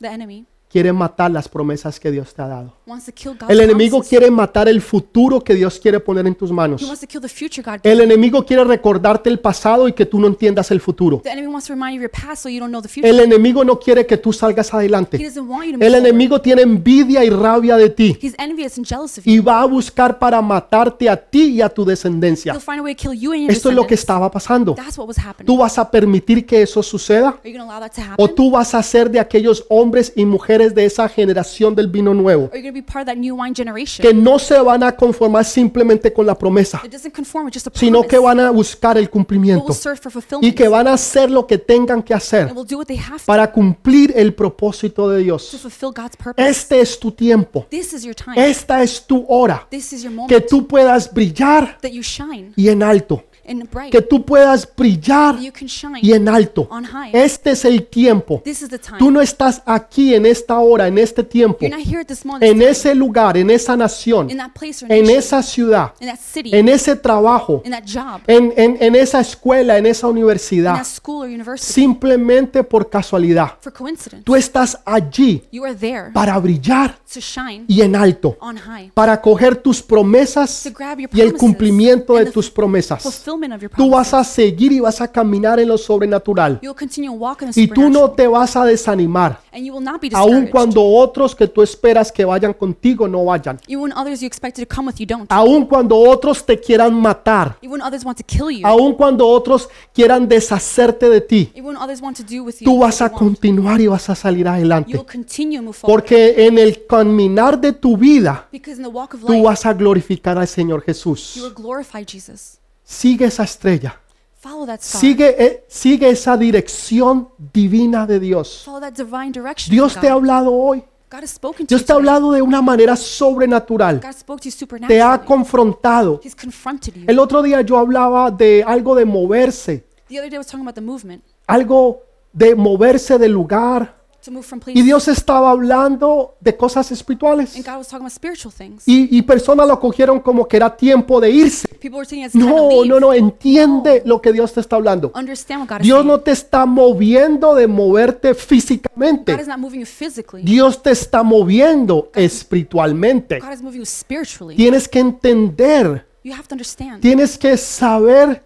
Speaker 2: The enemy
Speaker 1: quiere matar las promesas que Dios te ha dado.
Speaker 2: wants to kill God's
Speaker 1: El enemigo
Speaker 2: promises.
Speaker 1: quiere matar el futuro que Dios quiere poner en tus
Speaker 2: He
Speaker 1: manos.
Speaker 2: wants to kill the future God.
Speaker 1: El enemigo quiere recordarte el pasado y que tú no entiendas el futuro.
Speaker 2: The enemy wants to remind you of your past so you don't know the future.
Speaker 1: El enemigo no quiere que tú salgas
Speaker 2: He
Speaker 1: adelante.
Speaker 2: doesn't want you to move
Speaker 1: El
Speaker 2: forward.
Speaker 1: enemigo tiene envidia y rabia de ti
Speaker 2: He's envious and jealous of you.
Speaker 1: y va a buscar para matarte a ti y a tu descendencia.
Speaker 2: He'll find a way to kill you and your
Speaker 1: Esto es lo que
Speaker 2: descendants.
Speaker 1: estaba pasando.
Speaker 2: That's what was happening.
Speaker 1: ¿Tú vas a permitir que eso suceda?
Speaker 2: Are you going to allow that to happen?
Speaker 1: ¿O tú vas a ser de aquellos hombres y mujeres de esa generación del vino nuevo
Speaker 2: Are you going to be part of that new wine generation?
Speaker 1: que no se van a conformar simplemente con la promesa,
Speaker 2: It doesn't conform with just a promise.
Speaker 1: sino que van a buscar el
Speaker 2: but
Speaker 1: cumplimiento
Speaker 2: will serve for
Speaker 1: y
Speaker 2: fulfillment.
Speaker 1: que van a hacer lo que tengan que hacer
Speaker 2: and will do what they have to
Speaker 1: para cumplir el propósito de
Speaker 2: to
Speaker 1: Dios?
Speaker 2: fulfill God's purpose.
Speaker 1: Este es tu tiempo,
Speaker 2: This is your time.
Speaker 1: esta es tu hora,
Speaker 2: this is your
Speaker 1: que
Speaker 2: moment.
Speaker 1: tú puedas brillar
Speaker 2: that you shine
Speaker 1: y en alto,
Speaker 2: and bright.
Speaker 1: que tú puedas brillar
Speaker 2: that you can shine
Speaker 1: y en alto.
Speaker 2: on high.
Speaker 1: Este es el tiempo.
Speaker 2: this is the time.
Speaker 1: Tú no estás aquí en esta hora, en este tiempo,
Speaker 2: You're not here at this moment
Speaker 1: en ese lugar, en esa nación,
Speaker 2: in that place or
Speaker 1: en
Speaker 2: nation,
Speaker 1: esa ciudad,
Speaker 2: in that city,
Speaker 1: en ese trabajo,
Speaker 2: in that job,
Speaker 1: en, en- en esa escuela, en esa
Speaker 2: in
Speaker 1: universidad,
Speaker 2: that school or university.
Speaker 1: simplemente por casualidad.
Speaker 2: for coincidence,
Speaker 1: Tú estás allí
Speaker 2: you are there
Speaker 1: para brillar
Speaker 2: to shine
Speaker 1: y en alto,
Speaker 2: on high,
Speaker 1: para coger tus promesas
Speaker 2: to grab your
Speaker 1: y el
Speaker 2: promises
Speaker 1: cumplimiento
Speaker 2: and
Speaker 1: de
Speaker 2: the
Speaker 1: tus promesas.
Speaker 2: fulfillment of your
Speaker 1: Tú vas
Speaker 2: promises.
Speaker 1: a seguir y vas a caminar en lo sobrenatural
Speaker 2: You'll continue walking in the
Speaker 1: y tú no
Speaker 2: supernatural,
Speaker 1: te vas a desanimar.
Speaker 2: and you will not be
Speaker 1: aun
Speaker 2: discouraged.
Speaker 1: cuando otros que tú esperas que vayan contigo no vayan,
Speaker 2: Even when others you expected to come with you don't.
Speaker 1: aun cuando otros te quieran matar,
Speaker 2: Even when others want to kill you.
Speaker 1: aun cuando otros quieran deshacerte de ti,
Speaker 2: Even when others want to do with you.
Speaker 1: tú
Speaker 2: what
Speaker 1: vas
Speaker 2: they
Speaker 1: a
Speaker 2: want.
Speaker 1: continuar y vas a salir
Speaker 2: You will
Speaker 1: adelante,
Speaker 2: continue to move forward.
Speaker 1: porque en el caminar de tu vida
Speaker 2: Because in the walk of
Speaker 1: tú
Speaker 2: life,
Speaker 1: vas a glorificar al Señor
Speaker 2: you will
Speaker 1: Jesús.
Speaker 2: glorify Jesus.
Speaker 1: Sigue esa estrella,
Speaker 2: Follow that star.
Speaker 1: sigue eh, sigue esa dirección divina de Dios.
Speaker 2: Follow that divine direction.
Speaker 1: Dios
Speaker 2: from
Speaker 1: te ha
Speaker 2: God.
Speaker 1: hablado hoy.
Speaker 2: God has spoken to
Speaker 1: Dios
Speaker 2: you.
Speaker 1: te ha
Speaker 2: today.
Speaker 1: hablado de una manera sobrenatural.
Speaker 2: God spoke to you
Speaker 1: Te ha
Speaker 2: supernaturally.
Speaker 1: confrontado.
Speaker 2: He's confronted you.
Speaker 1: El otro día yo hablaba de algo de moverse,
Speaker 2: The other day I was talking about the movement,
Speaker 1: algo de moverse del lugar,
Speaker 2: to move from place.
Speaker 1: Y Dios estaba hablando de cosas espirituales.
Speaker 2: and God was talking about spiritual things.
Speaker 1: Y, y personas lo cogieron como que era tiempo de irse.
Speaker 2: People were saying it's time to
Speaker 1: No,
Speaker 2: leave.
Speaker 1: no, no, entiende lo que Dios te está hablando.
Speaker 2: Understand what God is
Speaker 1: Dios
Speaker 2: saying.
Speaker 1: no te está moviendo de moverte físicamente.
Speaker 2: God is not moving you physically.
Speaker 1: Dios te está moviendo espiritualmente.
Speaker 2: God is moving you spiritually.
Speaker 1: Tienes que entender,
Speaker 2: You have to understand.
Speaker 1: tienes que saber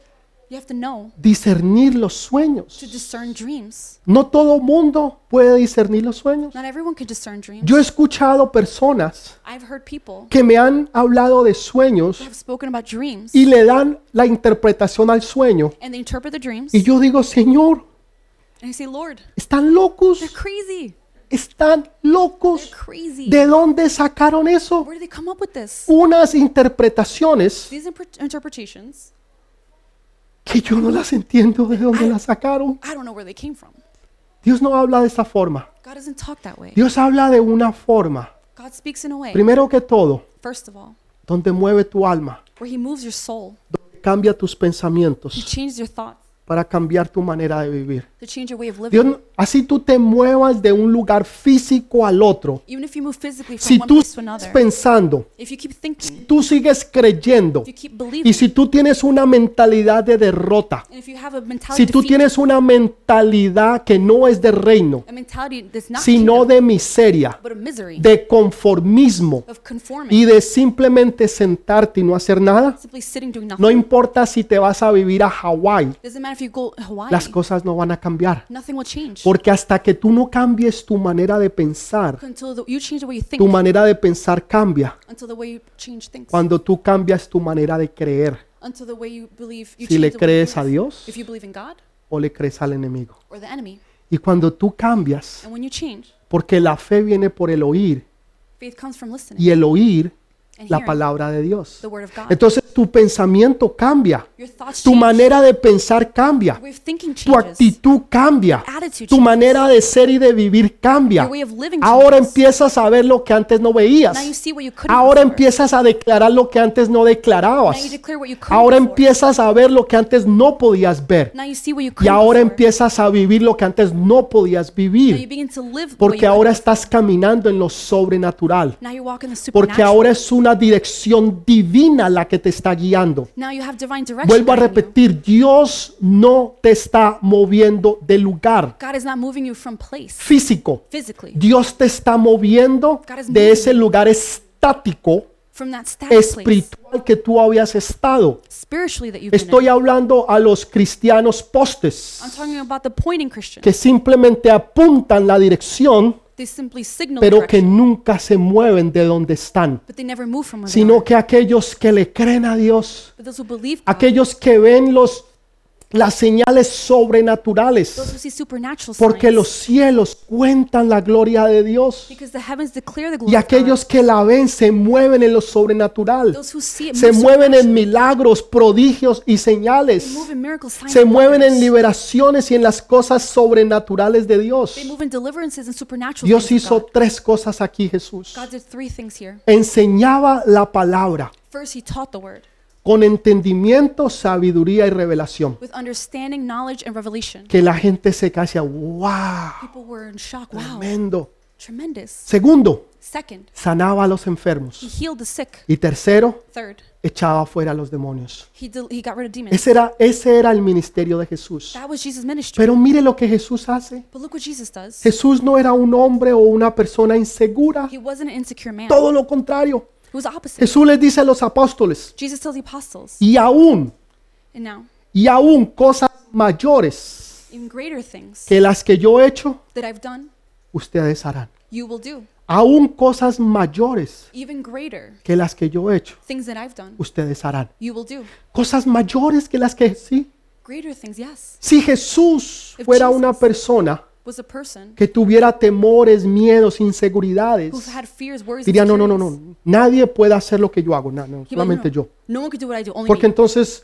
Speaker 2: You have to know
Speaker 1: discernir los
Speaker 2: to
Speaker 1: sueños.
Speaker 2: discern dreams.
Speaker 1: No todo mundo puede discernir los sueños.
Speaker 2: Not everyone can discern dreams.
Speaker 1: Yo he escuchado personas
Speaker 2: I've heard people
Speaker 1: que me han hablado de sueños
Speaker 2: who have spoken about dreams
Speaker 1: y le dan la interpretación al sueño.
Speaker 2: and they interpret the dreams
Speaker 1: Y yo digo, Señor,
Speaker 2: and they say, Lord,
Speaker 1: están locos,
Speaker 2: they're crazy.
Speaker 1: están
Speaker 2: They're
Speaker 1: locos.
Speaker 2: crazy.
Speaker 1: ¿De dónde sacaron eso?
Speaker 2: Where did they come up with this?
Speaker 1: Unas interpretaciones
Speaker 2: These imp- interpretations,
Speaker 1: que yo no las entiendo de dónde las sacaron.
Speaker 2: I don't know where they came from.
Speaker 1: Dios no habla de esa forma.
Speaker 2: God doesn't talk that way.
Speaker 1: Dios habla de una forma.
Speaker 2: God speaks in a way,
Speaker 1: Primero que todo,
Speaker 2: first of all,
Speaker 1: donde mueve tu alma,
Speaker 2: where He moves your soul,
Speaker 1: donde cambia tus
Speaker 2: He
Speaker 1: pensamientos
Speaker 2: changes your thoughts,
Speaker 1: para cambiar tu manera de vivir.
Speaker 2: to change your way of
Speaker 1: Dios,
Speaker 2: living.
Speaker 1: no- así tú te muevas de un lugar físico al otro.
Speaker 2: Even if you move physically from
Speaker 1: Si
Speaker 2: one
Speaker 1: tú
Speaker 2: place to
Speaker 1: sigues
Speaker 2: another,
Speaker 1: pensando,
Speaker 2: if you keep thinking,
Speaker 1: tú sigues creyendo
Speaker 2: if you keep
Speaker 1: y
Speaker 2: believing,
Speaker 1: si tú tienes una mentalidad de derrota,
Speaker 2: and if you have a mentality,
Speaker 1: si
Speaker 2: of
Speaker 1: tú
Speaker 2: defeat,
Speaker 1: tienes una mentalidad que no es de reino,
Speaker 2: a mentality that's not
Speaker 1: sino
Speaker 2: kingdom,
Speaker 1: de miseria,
Speaker 2: but of misery,
Speaker 1: de conformismo
Speaker 2: of conforming,
Speaker 1: y de simplemente sentarte y no hacer nada,
Speaker 2: simply sitting doing nothing.
Speaker 1: no importa si te vas a vivir a Hawái,
Speaker 2: Doesn't matter if you go to Hawaii,
Speaker 1: las cosas no van a cambiar.
Speaker 2: nothing will change
Speaker 1: Porque hasta que tú no cambies tu manera de pensar,
Speaker 2: until the, you change the way you think,
Speaker 1: tu manera de pensar cambia.
Speaker 2: until the way you change things,
Speaker 1: Cuando tú cambias tu manera de creer,
Speaker 2: until the way you believe. You
Speaker 1: si le
Speaker 2: change the way you
Speaker 1: crees a
Speaker 2: believe.
Speaker 1: Dios
Speaker 2: If you believe in God
Speaker 1: o le crees al enemigo.
Speaker 2: or the enemy,
Speaker 1: Y cuando tú cambias,
Speaker 2: and when you change,
Speaker 1: porque la fe viene por el oír
Speaker 2: faith comes from listening
Speaker 1: y el oír
Speaker 2: and
Speaker 1: la
Speaker 2: hearing
Speaker 1: palabra de Dios.
Speaker 2: the word of God.
Speaker 1: Entonces tu pensamiento cambia,
Speaker 2: Your thoughts
Speaker 1: tu
Speaker 2: change.
Speaker 1: manera de pensar cambia,
Speaker 2: Your way of thinking changes.
Speaker 1: tu actitud cambia,
Speaker 2: Attitude
Speaker 1: tu
Speaker 2: changes.
Speaker 1: manera de ser y de vivir
Speaker 2: Your
Speaker 1: cambia.
Speaker 2: way of living
Speaker 1: Ahora
Speaker 2: changes.
Speaker 1: empiezas a ver lo que antes no
Speaker 2: Now you
Speaker 1: veías.
Speaker 2: see what you couldn't
Speaker 1: Ahora
Speaker 2: before.
Speaker 1: empiezas a declarar lo que antes no
Speaker 2: Now you
Speaker 1: declarabas.
Speaker 2: declare what you couldn't
Speaker 1: Ahora
Speaker 2: before.
Speaker 1: empiezas a ver lo que antes no podías ver.
Speaker 2: Now you see what you
Speaker 1: Y
Speaker 2: couldn't
Speaker 1: ahora
Speaker 2: before.
Speaker 1: empiezas a vivir lo que antes no podías
Speaker 2: Now you
Speaker 1: vivir.
Speaker 2: begin to live the way
Speaker 1: Porque
Speaker 2: you
Speaker 1: ahora
Speaker 2: live.
Speaker 1: estás caminando en lo sobrenatural.
Speaker 2: Now you walk in the
Speaker 1: Porque
Speaker 2: supernatural.
Speaker 1: ahora es una dirección divina la que te está guiando.
Speaker 2: Now you have divine direction.
Speaker 1: Vuelvo a
Speaker 2: guiding you.
Speaker 1: repetir, Dios no te está moviendo de lugar
Speaker 2: God is not moving you from place
Speaker 1: físico.
Speaker 2: physically,
Speaker 1: Dios te está moviendo de ese lugar estático,
Speaker 2: from that
Speaker 1: pues.
Speaker 2: static place,
Speaker 1: espiritual que tú habías estado.
Speaker 2: spiritually that you've been
Speaker 1: Estoy
Speaker 2: in.
Speaker 1: hablando a los cristianos postes
Speaker 2: I'm talking about the pointing Christian.
Speaker 1: que simplemente apuntan la dirección,
Speaker 2: They simply signal
Speaker 1: pero que
Speaker 2: direction,
Speaker 1: nunca se mueven de donde están,
Speaker 2: but they never move from where they
Speaker 1: sino
Speaker 2: are.
Speaker 1: que aquellos que le creen a Dios,
Speaker 2: But those who believe God,
Speaker 1: aquellos que ven los las señales
Speaker 2: those who
Speaker 1: sobrenaturales,
Speaker 2: see supernatural
Speaker 1: porque
Speaker 2: signs,
Speaker 1: los cielos cuentan la gloria de Dios
Speaker 2: because the heavens declare the
Speaker 1: y
Speaker 2: glory of God.
Speaker 1: aquellos que la ven se mueven en lo sobrenatural,
Speaker 2: Those who see it
Speaker 1: se
Speaker 2: move
Speaker 1: mueven en
Speaker 2: supernaturally.
Speaker 1: milagros, prodigios y
Speaker 2: They
Speaker 1: señales.
Speaker 2: move in miracles, signs,
Speaker 1: se
Speaker 2: and
Speaker 1: mueven en
Speaker 2: wonders.
Speaker 1: liberaciones y en las cosas sobrenaturales de Dios.
Speaker 2: They move in deliverances and supernatural
Speaker 1: Dios
Speaker 2: things of
Speaker 1: hizo
Speaker 2: God.
Speaker 1: tres cosas aquí, Jesús.
Speaker 2: God did three things here.
Speaker 1: Enseñaba la palabra
Speaker 2: First, he taught the word
Speaker 1: con entendimiento, sabiduría y revelación.
Speaker 2: with understanding, knowledge, and revelation.
Speaker 1: Que la gente se casi wow,
Speaker 2: People were in shock. Wow,
Speaker 1: tremendo.
Speaker 2: tremendous.
Speaker 1: Segundo,
Speaker 2: Second,
Speaker 1: sanaba a los
Speaker 2: he
Speaker 1: enfermos.
Speaker 2: healed the sick.
Speaker 1: Y tercero,
Speaker 2: Third,
Speaker 1: echaba fuera a los demonios.
Speaker 2: he, del he got rid of demons.
Speaker 1: Ese era, ese era el ministerio de Jesús.
Speaker 2: That was Jesus' ministry.
Speaker 1: Pero mire lo que Jesús hace.
Speaker 2: But look what Jesus does.
Speaker 1: Jesús no era un hombre o una persona insegura.
Speaker 2: He wasn't an insecure man. He
Speaker 1: Todo lo contrario.
Speaker 2: was the opposite.
Speaker 1: Jesús les dice a los apóstoles,
Speaker 2: Jesus tells the apostles,
Speaker 1: y aún,
Speaker 2: and now,
Speaker 1: y aún cosas mayores
Speaker 2: even greater things
Speaker 1: que las que yo he hecho,
Speaker 2: that I've done,
Speaker 1: ustedes harán.
Speaker 2: you will do.
Speaker 1: Aún cosas mayores
Speaker 2: Even greater
Speaker 1: que las que yo he hecho,
Speaker 2: things that I've done,
Speaker 1: ustedes harán.
Speaker 2: you will do.
Speaker 1: Cosas mayores que las que sí.
Speaker 2: Greater things, yes.
Speaker 1: Si Jesús fuera una persona
Speaker 2: Was a person
Speaker 1: que tuviera temores, miedos, inseguridades,
Speaker 2: who had fears, worries,
Speaker 1: diría, no, no, no,
Speaker 2: insecurities.
Speaker 1: no, nadie puede hacer lo que yo hago, no, no,
Speaker 2: He'd be like,
Speaker 1: solamente
Speaker 2: no,
Speaker 1: yo.
Speaker 2: No one could do what I do, only
Speaker 1: Porque
Speaker 2: me.
Speaker 1: entonces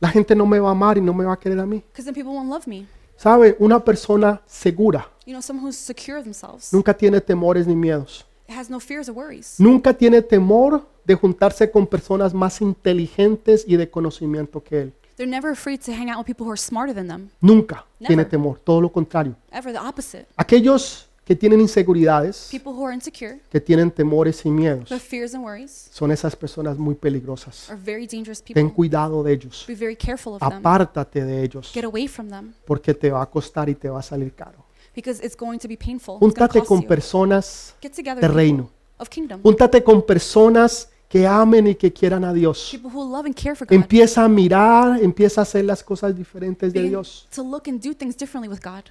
Speaker 1: la gente no me va a amar y no me va a querer a mí.
Speaker 2: Because then people won't love me.
Speaker 1: ¿Sabe? Una persona segura
Speaker 2: You know, someone who's secure of themselves,
Speaker 1: nunca tiene temores ni miedos.
Speaker 2: has no fears or worries.
Speaker 1: Nunca tiene temor de juntarse con personas más inteligentes y de conocimiento que él.
Speaker 2: They're never afraid to hang out with people who are smarter than them.
Speaker 1: Nunca
Speaker 2: Never.
Speaker 1: tiene temor, todo lo contrario.
Speaker 2: Ever the opposite.
Speaker 1: Aquellos que tienen inseguridades,
Speaker 2: People who are insecure,
Speaker 1: que tienen temores y miedos.
Speaker 2: who have fears and worries,
Speaker 1: Son esas personas muy peligrosas.
Speaker 2: are very dangerous
Speaker 1: Ten
Speaker 2: people.
Speaker 1: cuidado de ellos.
Speaker 2: Be very careful of them.
Speaker 1: Apártate de ellos
Speaker 2: Get away from them
Speaker 1: porque te va a costar y te va a salir caro.
Speaker 2: because it's going to be painful. It's going to
Speaker 1: Júntate
Speaker 2: cost
Speaker 1: con
Speaker 2: you.
Speaker 1: personas
Speaker 2: Get together
Speaker 1: de
Speaker 2: with
Speaker 1: reino.
Speaker 2: people of kingdom.
Speaker 1: Júntate con personas que amen y que quieran a Dios.
Speaker 2: People who love and care for God.
Speaker 1: Empieza a mirar, empieza a hacer las cosas diferentes de
Speaker 2: Begin
Speaker 1: Dios.
Speaker 2: To look and do things differently with God.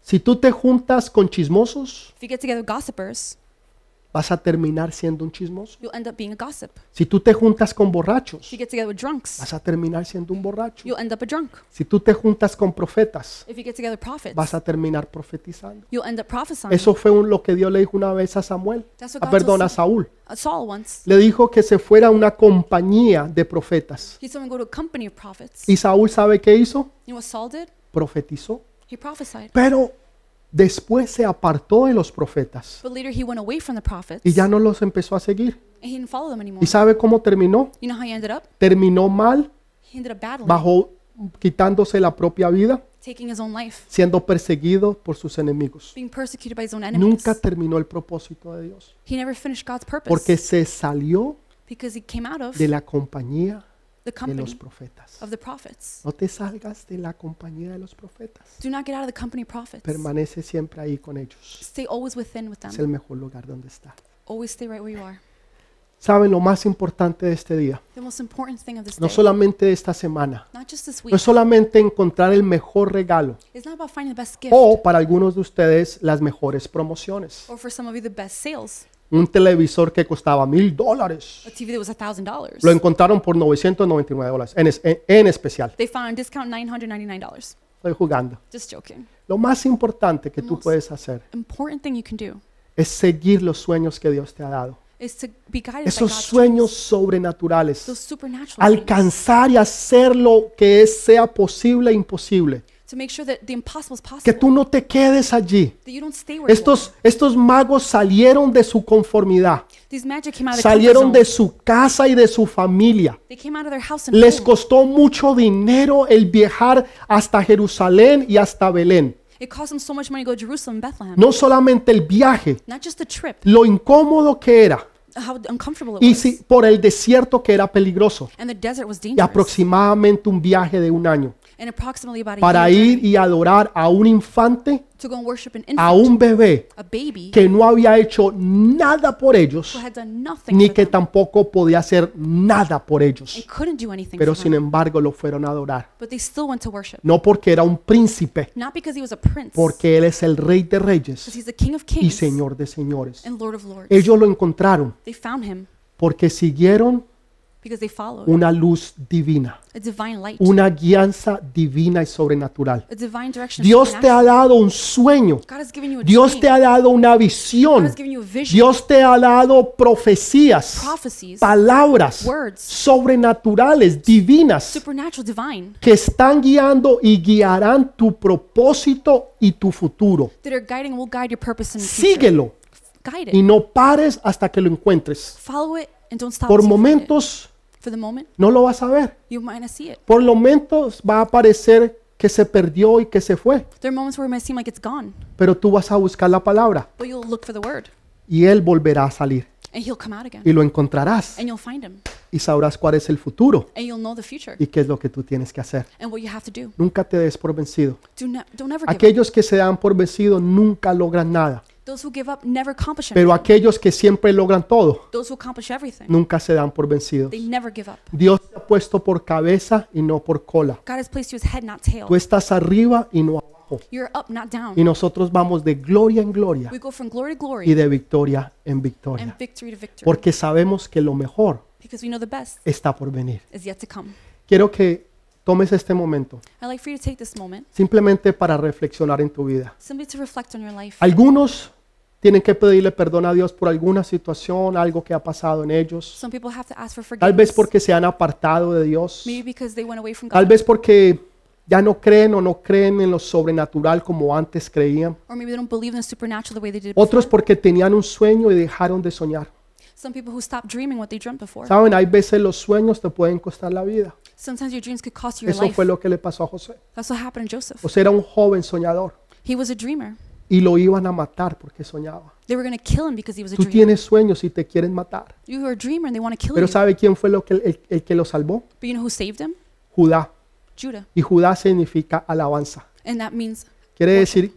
Speaker 1: Si tú te juntas con chismosos,
Speaker 2: If you get together with gossipers,
Speaker 1: vas a terminar siendo un chismoso.
Speaker 2: you'll end up being a gossip.
Speaker 1: Si tú te juntas con
Speaker 2: If
Speaker 1: borrachos,
Speaker 2: you get together with drunks,
Speaker 1: vas a terminar siendo un borracho.
Speaker 2: you'll end up a drunk.
Speaker 1: Si tú te juntas con profetas,
Speaker 2: If you get together with prophets,
Speaker 1: vas a terminar profetizando.
Speaker 2: you'll end up prophesying.
Speaker 1: Eso fue un- lo que Dios le dijo una vez a Samuel,
Speaker 2: That's what
Speaker 1: a,
Speaker 2: God told
Speaker 1: perdón, a
Speaker 2: Sa-
Speaker 1: Saúl.
Speaker 2: uh, Saul once.
Speaker 1: Le dijo que se fuera a una compañía de profetas.
Speaker 2: He told him to go to a company of prophets.
Speaker 1: Y Saúl sabe qué hizo,
Speaker 2: You know what Saul did?
Speaker 1: profetizó.
Speaker 2: He prophesied.
Speaker 1: Pero después se apartó de los profetas
Speaker 2: But later he went away from the prophets
Speaker 1: y ya no los empezó a seguir.
Speaker 2: and he didn't follow them anymore.
Speaker 1: ¿Y sabe cómo terminó?
Speaker 2: You know how he ended up?
Speaker 1: Terminó mal,
Speaker 2: He ended up battling,
Speaker 1: bajo quitándose la propia vida,
Speaker 2: taking his own life,
Speaker 1: siendo perseguido por sus enemigos.
Speaker 2: being persecuted by his own enemies.
Speaker 1: Nunca terminó el propósito de Dios,
Speaker 2: He never finished God's purpose
Speaker 1: porque se salió
Speaker 2: because he came out of
Speaker 1: de la compañía
Speaker 2: the
Speaker 1: de
Speaker 2: company
Speaker 1: los profetas.
Speaker 2: of the prophets.
Speaker 1: No te salgas de la compañía de los profetas.
Speaker 2: Do not get out of the company of prophets.
Speaker 1: Permanece siempre ahí con ellos.
Speaker 2: Stay always within with
Speaker 1: Es
Speaker 2: them.
Speaker 1: el mejor lugar donde estar.
Speaker 2: Always stay right where you are.
Speaker 1: Saben lo más importante de este día,
Speaker 2: The most important thing of this
Speaker 1: no
Speaker 2: day,
Speaker 1: solamente de esta semana,
Speaker 2: not just this
Speaker 1: no
Speaker 2: week,
Speaker 1: es solamente encontrar el mejor regalo
Speaker 2: it's not about finding the best gift
Speaker 1: o para algunos de ustedes las mejores promociones.
Speaker 2: or for some of you the best sales.
Speaker 1: Un televisor que costaba mil dólares
Speaker 2: A TV that was a thousand dollars.
Speaker 1: lo encontraron por 999 dólares en, es- en- en especial.
Speaker 2: They found on discount nine hundred ninety nine dollars.
Speaker 1: Estoy jugando.
Speaker 2: Just joking.
Speaker 1: Lo más importante que tú puedes hacer
Speaker 2: Important thing you can do
Speaker 1: es seguir los sueños que Dios te ha dado.
Speaker 2: is to be guided by
Speaker 1: Esos
Speaker 2: God's
Speaker 1: sueños
Speaker 2: dreams, those
Speaker 1: sobrenaturales.
Speaker 2: supernatural things,
Speaker 1: Alcanzar y hacer lo que es- sea posible e imposible.
Speaker 2: to make sure that the impossible is
Speaker 1: Que
Speaker 2: possible.
Speaker 1: tú no te quedes allí.
Speaker 2: that you don't stay where you
Speaker 1: Estos, estos magos salieron de su conformidad.
Speaker 2: are. These magic came out of their comfort
Speaker 1: Salieron
Speaker 2: zone.
Speaker 1: de su casa y de su familia.
Speaker 2: They came out of their house and
Speaker 1: Les
Speaker 2: home.
Speaker 1: costó mucho dinero el viajar hasta Jerusalén y hasta Belén.
Speaker 2: It cost them so much money to go to Jerusalem and Bethlehem.
Speaker 1: No solamente el viaje,
Speaker 2: Not just the trip,
Speaker 1: lo incómodo que era
Speaker 2: how uncomfortable it
Speaker 1: y
Speaker 2: was.
Speaker 1: si, por el desierto que era peligroso.
Speaker 2: and the desert was
Speaker 1: Y
Speaker 2: dangerous.
Speaker 1: aproximadamente un viaje de un año
Speaker 2: and approximately about a
Speaker 1: para
Speaker 2: year
Speaker 1: ir y adorar a un infante,
Speaker 2: to go and worship an
Speaker 1: a
Speaker 2: infant,
Speaker 1: un bebé
Speaker 2: a baby
Speaker 1: que no había hecho nada por ellos
Speaker 2: who had done nothing
Speaker 1: ni
Speaker 2: for
Speaker 1: que
Speaker 2: them
Speaker 1: tampoco podía hacer nada por ellos.
Speaker 2: and couldn't do anything
Speaker 1: Pero
Speaker 2: for
Speaker 1: sin
Speaker 2: them.
Speaker 1: embargo lo fueron a adorar.
Speaker 2: But they still went to worship.
Speaker 1: No porque era un príncipe,
Speaker 2: Not because he was a prince,
Speaker 1: porque él es el rey de reyes.
Speaker 2: because he's the king of
Speaker 1: y
Speaker 2: kings
Speaker 1: Señor de señores.
Speaker 2: and lord of lords.
Speaker 1: Ellos lo encontraron
Speaker 2: They found him
Speaker 1: porque siguieron
Speaker 2: because they followed
Speaker 1: una luz divina,
Speaker 2: a divine light,
Speaker 1: una guianza divina y sobrenatural.
Speaker 2: a divine direction. of
Speaker 1: Dios te
Speaker 2: supernatural.
Speaker 1: ha dado un sueño,
Speaker 2: God has given you a
Speaker 1: Dios
Speaker 2: dream.
Speaker 1: te ha dado una
Speaker 2: God
Speaker 1: visión,
Speaker 2: has given you a vision,
Speaker 1: Dios te ha dado profecías,
Speaker 2: prophecies,
Speaker 1: palabras
Speaker 2: words,
Speaker 1: sobrenaturales, divinas,
Speaker 2: supernatural, divine,
Speaker 1: que están guiando y guiarán tu propósito y tu futuro.
Speaker 2: that are guiding and will guide your purpose in the future.
Speaker 1: Síguelo
Speaker 2: Guide
Speaker 1: y
Speaker 2: it.
Speaker 1: no pares hasta que lo encuentres.
Speaker 2: Follow it and don't stop.
Speaker 1: Por
Speaker 2: until you find it.
Speaker 1: momentos
Speaker 2: For the moment,
Speaker 1: no lo vas a ver.
Speaker 2: you might not see it.
Speaker 1: por lo menos va a parecer que se perdió y que se fue,
Speaker 2: There are moments where it might seem like it's gone,
Speaker 1: pero tú vas a buscar la palabra
Speaker 2: but you'll look for the word
Speaker 1: y él volverá a salir
Speaker 2: and he'll come out again.
Speaker 1: y lo encontrarás
Speaker 2: And you'll find him
Speaker 1: y sabrás cuál es el futuro
Speaker 2: and you'll know the future
Speaker 1: y qué es lo que tú tienes que hacer.
Speaker 2: and what you have to do.
Speaker 1: Nunca te des por vencido.
Speaker 2: Do not, don't ever give up.
Speaker 1: Aquellos que se dan por vencido nunca logran nada,
Speaker 2: Those who give up never accomplish anything.
Speaker 1: pero aquellos que siempre logran todo
Speaker 2: Those who accomplish everything,
Speaker 1: nunca se dan por vencidos.
Speaker 2: they never give up.
Speaker 1: Dios te ha puesto por cabeza y no por cola.
Speaker 2: God has placed you as head, not tail.
Speaker 1: Tú estás arriba y no abajo.
Speaker 2: You're up, not down.
Speaker 1: Y nosotros vamos de gloria en gloria
Speaker 2: We go from glory to glory
Speaker 1: y de victoria en victoria.
Speaker 2: and victory to victory
Speaker 1: porque sabemos que lo mejor
Speaker 2: because we know the best
Speaker 1: está por venir.
Speaker 2: is yet to come.
Speaker 1: Quiero que tomes este momento
Speaker 2: I'd like for you to take this moment
Speaker 1: simplemente para reflexionar en tu vida.
Speaker 2: simply to reflect on your life.
Speaker 1: Algunos tienen que pedirle perdón a Dios por alguna situación, algo que ha pasado en ellos,
Speaker 2: Some people have to ask for
Speaker 1: tal vez
Speaker 2: forgiveness.
Speaker 1: porque se han apartado de Dios,
Speaker 2: Maybe because they went away from
Speaker 1: tal
Speaker 2: God.
Speaker 1: vez porque ya no creen o no creen en lo sobrenatural como antes creían,
Speaker 2: Or maybe they don't believe in the supernatural the way they did before.
Speaker 1: otros porque tenían un sueño y dejaron de soñar.
Speaker 2: Some people who stopped dreaming what they dreamt before.
Speaker 1: Saben, hay veces los sueños te pueden costar la vida.
Speaker 2: Sometimes your dreams could cost you your
Speaker 1: Eso
Speaker 2: life.
Speaker 1: fue lo que le pasó a José.
Speaker 2: That's what happened to Joseph.
Speaker 1: José era un joven soñador.
Speaker 2: He was a dreamer.
Speaker 1: y lo iban a matar porque soñaba.
Speaker 2: They were going to kill him because he was a
Speaker 1: Tú
Speaker 2: dreamer.
Speaker 1: tienes sueños y te quieren matar.
Speaker 2: You are a dreamer and they want to kill
Speaker 1: Pero
Speaker 2: you.
Speaker 1: ¿sabe quién fue lo que, el, el que lo salvó?
Speaker 2: But you know who saved him?
Speaker 1: Judá.
Speaker 2: Judah.
Speaker 1: Y Judá significa alabanza.
Speaker 2: And that means
Speaker 1: Quiere decir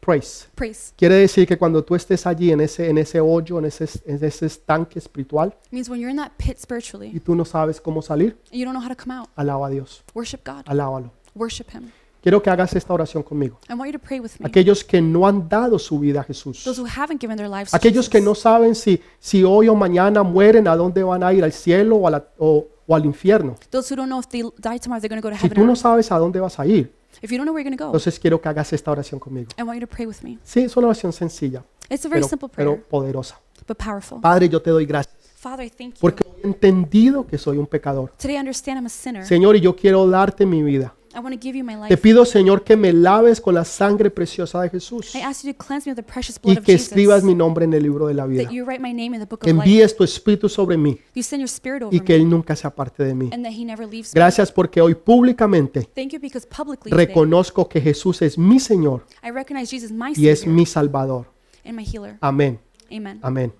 Speaker 1: praise.
Speaker 2: praise.
Speaker 1: Quiere decir que cuando tú estés allí en ese, en ese hoyo, en ese, en ese estanque espiritual
Speaker 2: It means when you're in that pit spiritually
Speaker 1: y tú no sabes cómo salir,
Speaker 2: and you don't know how to come out,
Speaker 1: alaba a Dios,
Speaker 2: worship God.
Speaker 1: alábalo.
Speaker 2: Worship him.
Speaker 1: Quiero que hagas esta oración conmigo.
Speaker 2: I want you to pray with me.
Speaker 1: Aquellos que no han dado su vida a
Speaker 2: Those
Speaker 1: Jesús,
Speaker 2: who haven't given their lives to
Speaker 1: aquellos que
Speaker 2: Jesus.
Speaker 1: no saben si, si hoy o mañana mueren, a dónde van a ir, al cielo o, a la- o- o al infierno.
Speaker 2: Those who don't know if they die tomorrow, they're going to go to
Speaker 1: Si
Speaker 2: heaven.
Speaker 1: tú
Speaker 2: or
Speaker 1: no
Speaker 2: not.
Speaker 1: sabes a dónde vas a ir,
Speaker 2: If you don't know where you're going to go,
Speaker 1: entonces quiero que hagas esta oración conmigo.
Speaker 2: I want you to pray with me.
Speaker 1: Sí, es una oración sencilla,
Speaker 2: It's a very
Speaker 1: pero,
Speaker 2: simple prayer,
Speaker 1: pero poderosa.
Speaker 2: but powerful.
Speaker 1: Padre, yo te doy gracias
Speaker 2: Father, I thank you.
Speaker 1: porque he entendido que soy un pecador.
Speaker 2: Today I understand I'm a sinner.
Speaker 1: Señor, y yo quiero darte mi vida.
Speaker 2: I want to give you my life.
Speaker 1: Te pido, Señor, que me laves con la sangre preciosa de Jesús
Speaker 2: I ask you to cleanse me of the precious
Speaker 1: y
Speaker 2: blood of
Speaker 1: que
Speaker 2: Jesus.
Speaker 1: escribas mi nombre en el libro de la vida.
Speaker 2: That you write my name in the book
Speaker 1: Que
Speaker 2: of life.
Speaker 1: envíes tu espíritu sobre mí
Speaker 2: You send your spirit over
Speaker 1: y que
Speaker 2: me
Speaker 1: Él nunca se aparte de mí.
Speaker 2: and that he never leaves me.
Speaker 1: Gracias porque hoy públicamente
Speaker 2: Thank you because publicly today,
Speaker 1: reconozco que Jesús es mi Señor
Speaker 2: I recognize Jesus my
Speaker 1: y es
Speaker 2: Savior
Speaker 1: mi Salvador.
Speaker 2: and my healer.
Speaker 1: Amén.
Speaker 2: Amen.
Speaker 1: Amén.